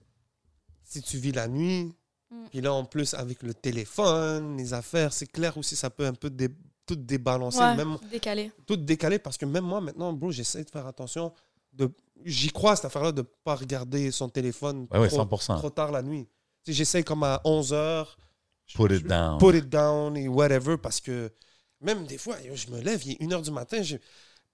Speaker 3: si tu vis la nuit,
Speaker 5: Mm.
Speaker 3: puis là, en plus, avec le téléphone, les affaires, c'est clair aussi, ça peut un peu dé- tout débalancer,
Speaker 5: Ouais,
Speaker 3: même
Speaker 5: décalé.
Speaker 3: tout décalé, parce que même moi, maintenant, bro, j'essaie de faire attention. De... J'y crois, à cette affaire-là, de pas regarder son téléphone
Speaker 4: Ouais, ouais,
Speaker 3: trop,
Speaker 4: 100%.
Speaker 3: trop tard la nuit. Tu sais, J'essaie comme à 11h,
Speaker 4: Put it down.
Speaker 3: put it down et whatever, parce que même des fois, yo, je me lève, il est 1h du matin, j'ai-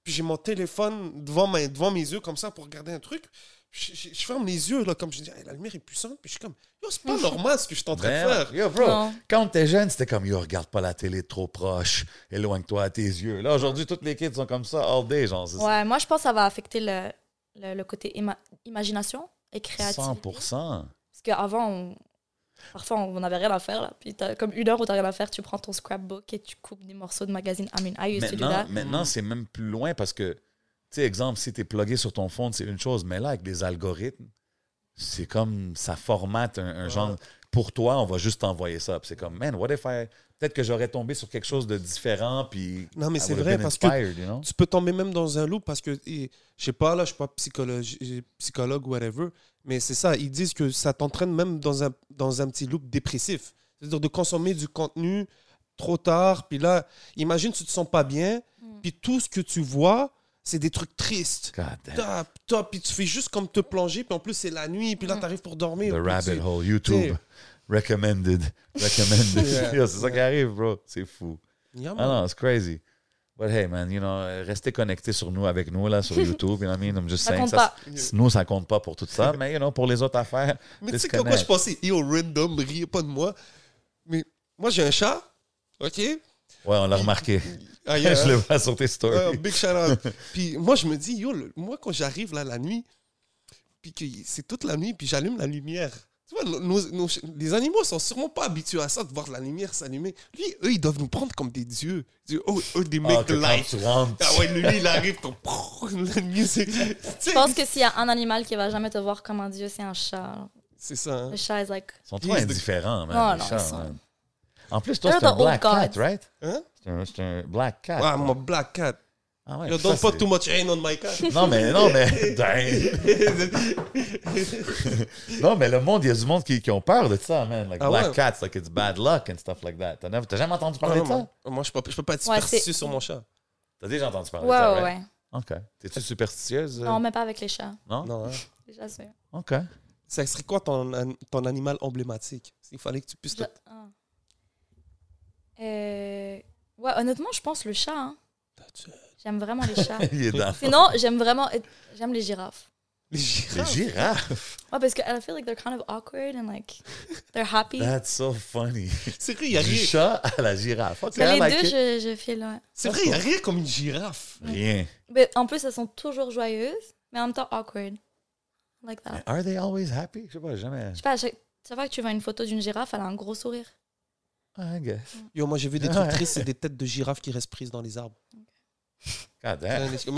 Speaker 3: puis j'ai mon téléphone devant, ma- devant mes yeux comme ça pour regarder un truc. Je, je- je ferme les yeux, là, comme je dis, Hey, la lumière est puissante, puis je suis comme, yo, c'est pas normal ce que je suis en train
Speaker 4: Ben
Speaker 3: de
Speaker 4: ouais.
Speaker 3: faire.
Speaker 4: Yo, bro,
Speaker 5: Non.
Speaker 4: quand t'es jeune, c'était comme, yo, regarde pas la télé trop proche, éloigne-toi à tes yeux. Là, aujourd'hui, toutes les kids sont comme ça, all day, genre. c'est-
Speaker 5: Ouais, moi, je pense que ça va affecter le, le, le côté ima- imagination et créativité.
Speaker 4: 100%.
Speaker 5: Parce qu'avant, on... parfois, on n'avait rien à faire. Là. Puis, t'as comme une heure où t'as rien à faire, tu prends ton scrapbook et tu coupes des morceaux de magazine. I mean, I used to do
Speaker 4: Maintenant,
Speaker 5: that.
Speaker 4: maintenant c'est même plus loin parce que, tu sais, exemple, si t'es plugué sur ton fond, c'est une chose, mais là, avec les algorithmes, c'est comme, ça formate un, un genre, pour toi, on va juste t'envoyer ça. Puis c'est comme, man, what if I. Peut-être que j'aurais tombé sur quelque chose de différent, puis.
Speaker 3: Non, mais
Speaker 4: I
Speaker 3: c'est
Speaker 4: would've
Speaker 3: vrai,
Speaker 4: been
Speaker 3: parce que-
Speaker 4: inspired, you know?
Speaker 3: Tu peux tomber même dans un loop parce que, et, je sais pas, là, je suis pas psychologue, psychologue whatever, mais c'est ça, ils disent que ça t'entraîne même dans un, dans un petit loop dépressif. C'est-à-dire de consommer du contenu trop tard, puis là, imagine, tu te sens pas bien, puis tout ce que tu vois, c'est des trucs tristes.
Speaker 4: God damn.
Speaker 3: Top, top, puis tu fais juste comme te plonger, puis en plus, c'est la nuit, puis là, t'arrives pour dormir.
Speaker 4: The
Speaker 3: puis tu-
Speaker 4: rabbit hole,
Speaker 3: tu
Speaker 4: YouTube.
Speaker 3: sais.
Speaker 4: Recommended. Recommended.
Speaker 3: Yeah.
Speaker 4: Yo, c'est ça qui arrive, bro. C'est fou.
Speaker 3: Yeah,
Speaker 4: Ah
Speaker 3: man.
Speaker 4: non, it's crazy. But hey, man, you know, restez connectés sur nous, avec nous, là, sur YouTube. You know what I mean? I'm just
Speaker 5: Ça
Speaker 4: saying.
Speaker 5: compte
Speaker 4: Ça,
Speaker 5: pas.
Speaker 4: c'est- nous, ça compte pas pour tout ça, mais, you know, pour les autres affaires,
Speaker 3: Mais tu sais quoi, quoi, je pensais, yo, random, riez pas de moi. Mais moi, j'ai un chat, OK?
Speaker 4: Ouais, on l'a remarqué.
Speaker 3: Ah, yeah. Oh,
Speaker 4: je le vois sur tes
Speaker 3: Ouais,
Speaker 4: stories.
Speaker 3: Ah, big shout out. puis moi, je me dis, yo, le- moi, quand j'arrive là la nuit, puis que c'est toute la nuit, puis j'allume la lumière. Tu vois, nos- nos- nos- les animaux sont sûrement pas habitués à ça, de voir la lumière s'allumer. Lui, eux, ils doivent nous prendre comme des dieux. Ils disent, oh, oh, they make
Speaker 4: Ah, que
Speaker 3: the
Speaker 4: quand
Speaker 3: light.
Speaker 4: tu rentres,
Speaker 3: Ah ouais, lui, il arrive, ton la musique. Tu sais,
Speaker 5: Je pense que s'il y a un animal qui va jamais te voir comme un dieu, c'est un chat.
Speaker 3: C'est ça. hein.
Speaker 5: Le chat is like.
Speaker 4: ils sont trop indifférents, man.
Speaker 5: Non,
Speaker 3: Ah
Speaker 4: les
Speaker 5: non,
Speaker 4: chats,
Speaker 5: ils sont-
Speaker 4: man. En plus, toi,
Speaker 5: They're
Speaker 4: c'est un
Speaker 5: the old
Speaker 4: black cat,
Speaker 5: gods.
Speaker 4: right?
Speaker 3: Hein?
Speaker 4: C'est un, c'est un black cat.
Speaker 3: Ah, mon black cat.
Speaker 4: Ah ouais,
Speaker 3: Yo,
Speaker 4: ça,
Speaker 3: don't fuck
Speaker 4: c'est-
Speaker 3: too much rain on my cat.
Speaker 4: Non, mais, non, mais, dang. Non, mais le monde, il y a du monde qui, qui ont peur de ça, man. Like
Speaker 3: Ah
Speaker 4: black
Speaker 3: ouais?
Speaker 4: cats, like it's bad luck and stuff like that. T'as nev- t'as jamais entendu
Speaker 3: Ah,
Speaker 4: parler
Speaker 3: non,
Speaker 4: de ça?
Speaker 3: moi- moi, je peux pas- je peux pas être
Speaker 5: Ouais,
Speaker 3: superstitieux
Speaker 5: c'est-
Speaker 3: sur mon chat.
Speaker 4: T'as déjà entendu parler
Speaker 5: Ouais,
Speaker 4: de ça,
Speaker 5: ouais,
Speaker 4: right? OK.
Speaker 5: ouais.
Speaker 4: T'es-tu superstitieuse? euh?
Speaker 5: Non, mais pas avec les chats.
Speaker 4: Non?
Speaker 3: Non, hein.
Speaker 5: Les chats, c'est.
Speaker 4: OK.
Speaker 3: Ça serait quoi ton, an- ton animal emblématique S'il fallait que tu puisses.
Speaker 5: Je-
Speaker 3: le-
Speaker 5: ah. Euh, Ouais, honnêtement, je pense le chat. hein. J'aime vraiment les chats.
Speaker 4: il est dans
Speaker 5: Sinon, j'aime vraiment. J'aime les girafes.
Speaker 3: Les
Speaker 4: les
Speaker 3: girafes.
Speaker 4: girafes.
Speaker 5: Ouais, parce que I feel like they're kind of awkward and like they're happy.
Speaker 4: That's so funny.
Speaker 3: C'est vrai, il n'y a
Speaker 4: Du
Speaker 3: rien.
Speaker 4: chat à la girafe. OK,
Speaker 5: Mais
Speaker 4: I ben,
Speaker 5: les
Speaker 4: like
Speaker 5: deux,
Speaker 4: it.
Speaker 5: je, je file, ouais.
Speaker 3: C'est vrai, il n'y a rien comme une girafe.
Speaker 4: Rien.
Speaker 5: Mais en plus, elles sont toujours joyeuses, mais en même temps awkward. Like that.
Speaker 4: Are they always happy? Je sais pas, jamais.
Speaker 5: Je sais pas, à chaque, chaque fois que tu vois une photo d'une girafe, elle a un gros sourire.
Speaker 4: I guess.
Speaker 3: Yo, moi j'ai vu des
Speaker 4: Ouais.
Speaker 3: trucs tristes, c'est des têtes de girafes qui restent prises dans les arbres.
Speaker 4: God damn.
Speaker 3: Mais j'ai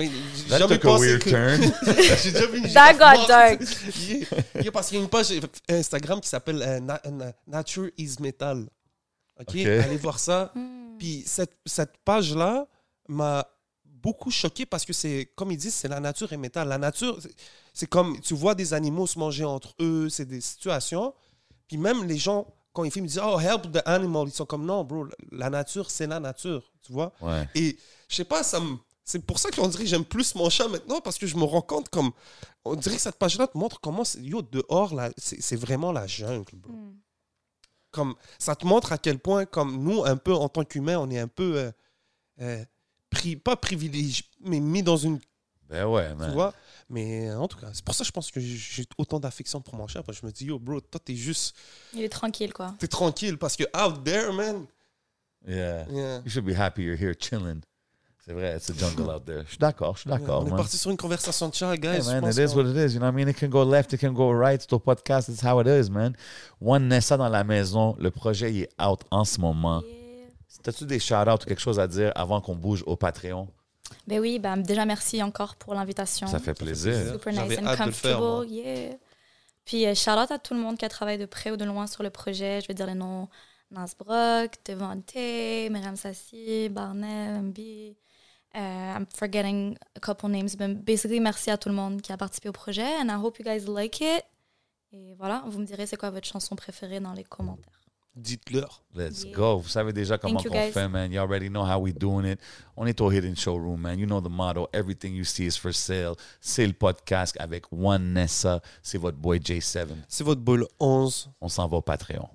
Speaker 4: That
Speaker 3: Euh, jamais
Speaker 4: took a
Speaker 3: pensé
Speaker 4: weird
Speaker 3: que
Speaker 4: turn.
Speaker 3: j'ai déjà vu une
Speaker 5: That
Speaker 3: girafe.
Speaker 5: got
Speaker 3: morte.
Speaker 5: dark.
Speaker 3: Yeah. Yeah, parce qu'il y a une page Instagram qui s'appelle euh, Na- Na- Nature is Metal.
Speaker 4: Ok.
Speaker 3: ok, allez voir ça.
Speaker 5: Hmm.
Speaker 3: Puis cette, cette page-là m'a beaucoup choqué parce que c'est, comme ils disent, c'est la nature et métal. La nature, c'est- c'est comme tu vois des animaux se manger entre eux, c'est des situations. Puis même les gens quand ils filment, ils disent Oh, help the animal. Ils sont comme Non, bro, la nature, c'est la nature. Tu vois
Speaker 4: Ouais.
Speaker 3: Et je sais pas, ça me- C'est pour ça qu'on dirait que j'aime plus mon chat maintenant parce que je me rends compte comme. On dirait que cette page-là te montre comment. c'est- Yo, dehors, là, c'est c'est vraiment la jungle, bro.
Speaker 5: Hmm.
Speaker 3: Comme, ça te montre à quel point, comme nous, un peu en tant qu'humains, on est un peu. euh, euh, pri- pas privilégié, mais mis dans une
Speaker 4: Ben ouais, man.
Speaker 3: tu vois. Mais euh, en tout cas, c'est pour ça que je pense que j- j'ai autant d'affection pour mon chat. Parce que je me dis, yo, bro, toi, t'es juste.
Speaker 5: Il est tranquille, quoi.
Speaker 3: T'es tranquille parce que out there, man.
Speaker 4: Yeah.
Speaker 3: Yeah.
Speaker 4: You should be happy you're here chilling. C'est vrai, it's a jungle out there. Je suis d'accord, je suis
Speaker 3: Yeah,
Speaker 4: d'accord,
Speaker 3: on est
Speaker 4: man.
Speaker 3: parti sur une conversation de chat, guys.
Speaker 4: Yeah,
Speaker 3: Je
Speaker 4: man,
Speaker 3: pense
Speaker 4: it is
Speaker 3: qu'on-
Speaker 4: what it is. You know what I mean? It can go left, it can go right. C'est au podcast, it's how it is, man. One Nessa dans la maison. Le projet, il est out en ce
Speaker 5: Ah.
Speaker 4: moment. T'as-tu des shout-outs ou quelque chose à dire avant qu'on bouge au Patreon?
Speaker 5: Ben oui, ben déjà merci encore pour l'invitation.
Speaker 4: Ça fait plaisir.
Speaker 5: super
Speaker 3: J'avais
Speaker 5: nice and
Speaker 3: hâte de le faire, moi.
Speaker 5: comfortable. yeah. Puis euh, shout out à tout le monde qui a travaillé de près ou de loin sur le projet. Je vais dire les noms Nasbrock, Devante, Myriam Sassi, Barnet, MB. Uh, I'm forgetting a couple names, but basically merci à tout le monde qui a participé au projet. And I hope you guys like it. Et voilà, vous me direz c'est quoi votre chanson préférée dans les commentaires.
Speaker 3: Dites-leur.
Speaker 4: Let's
Speaker 5: Yeah.
Speaker 4: go. Vous savez déjà comment
Speaker 5: Thank you,
Speaker 4: on
Speaker 5: guys.
Speaker 4: fait, man. You already know how we doing it. On est au Hidden Showroom, man. You know the motto. Everything you see is for sale. C'est le podcast avec One Nessa. C'est votre boy J7.
Speaker 3: C'est votre boule 11.
Speaker 4: On s'en va au Patreon.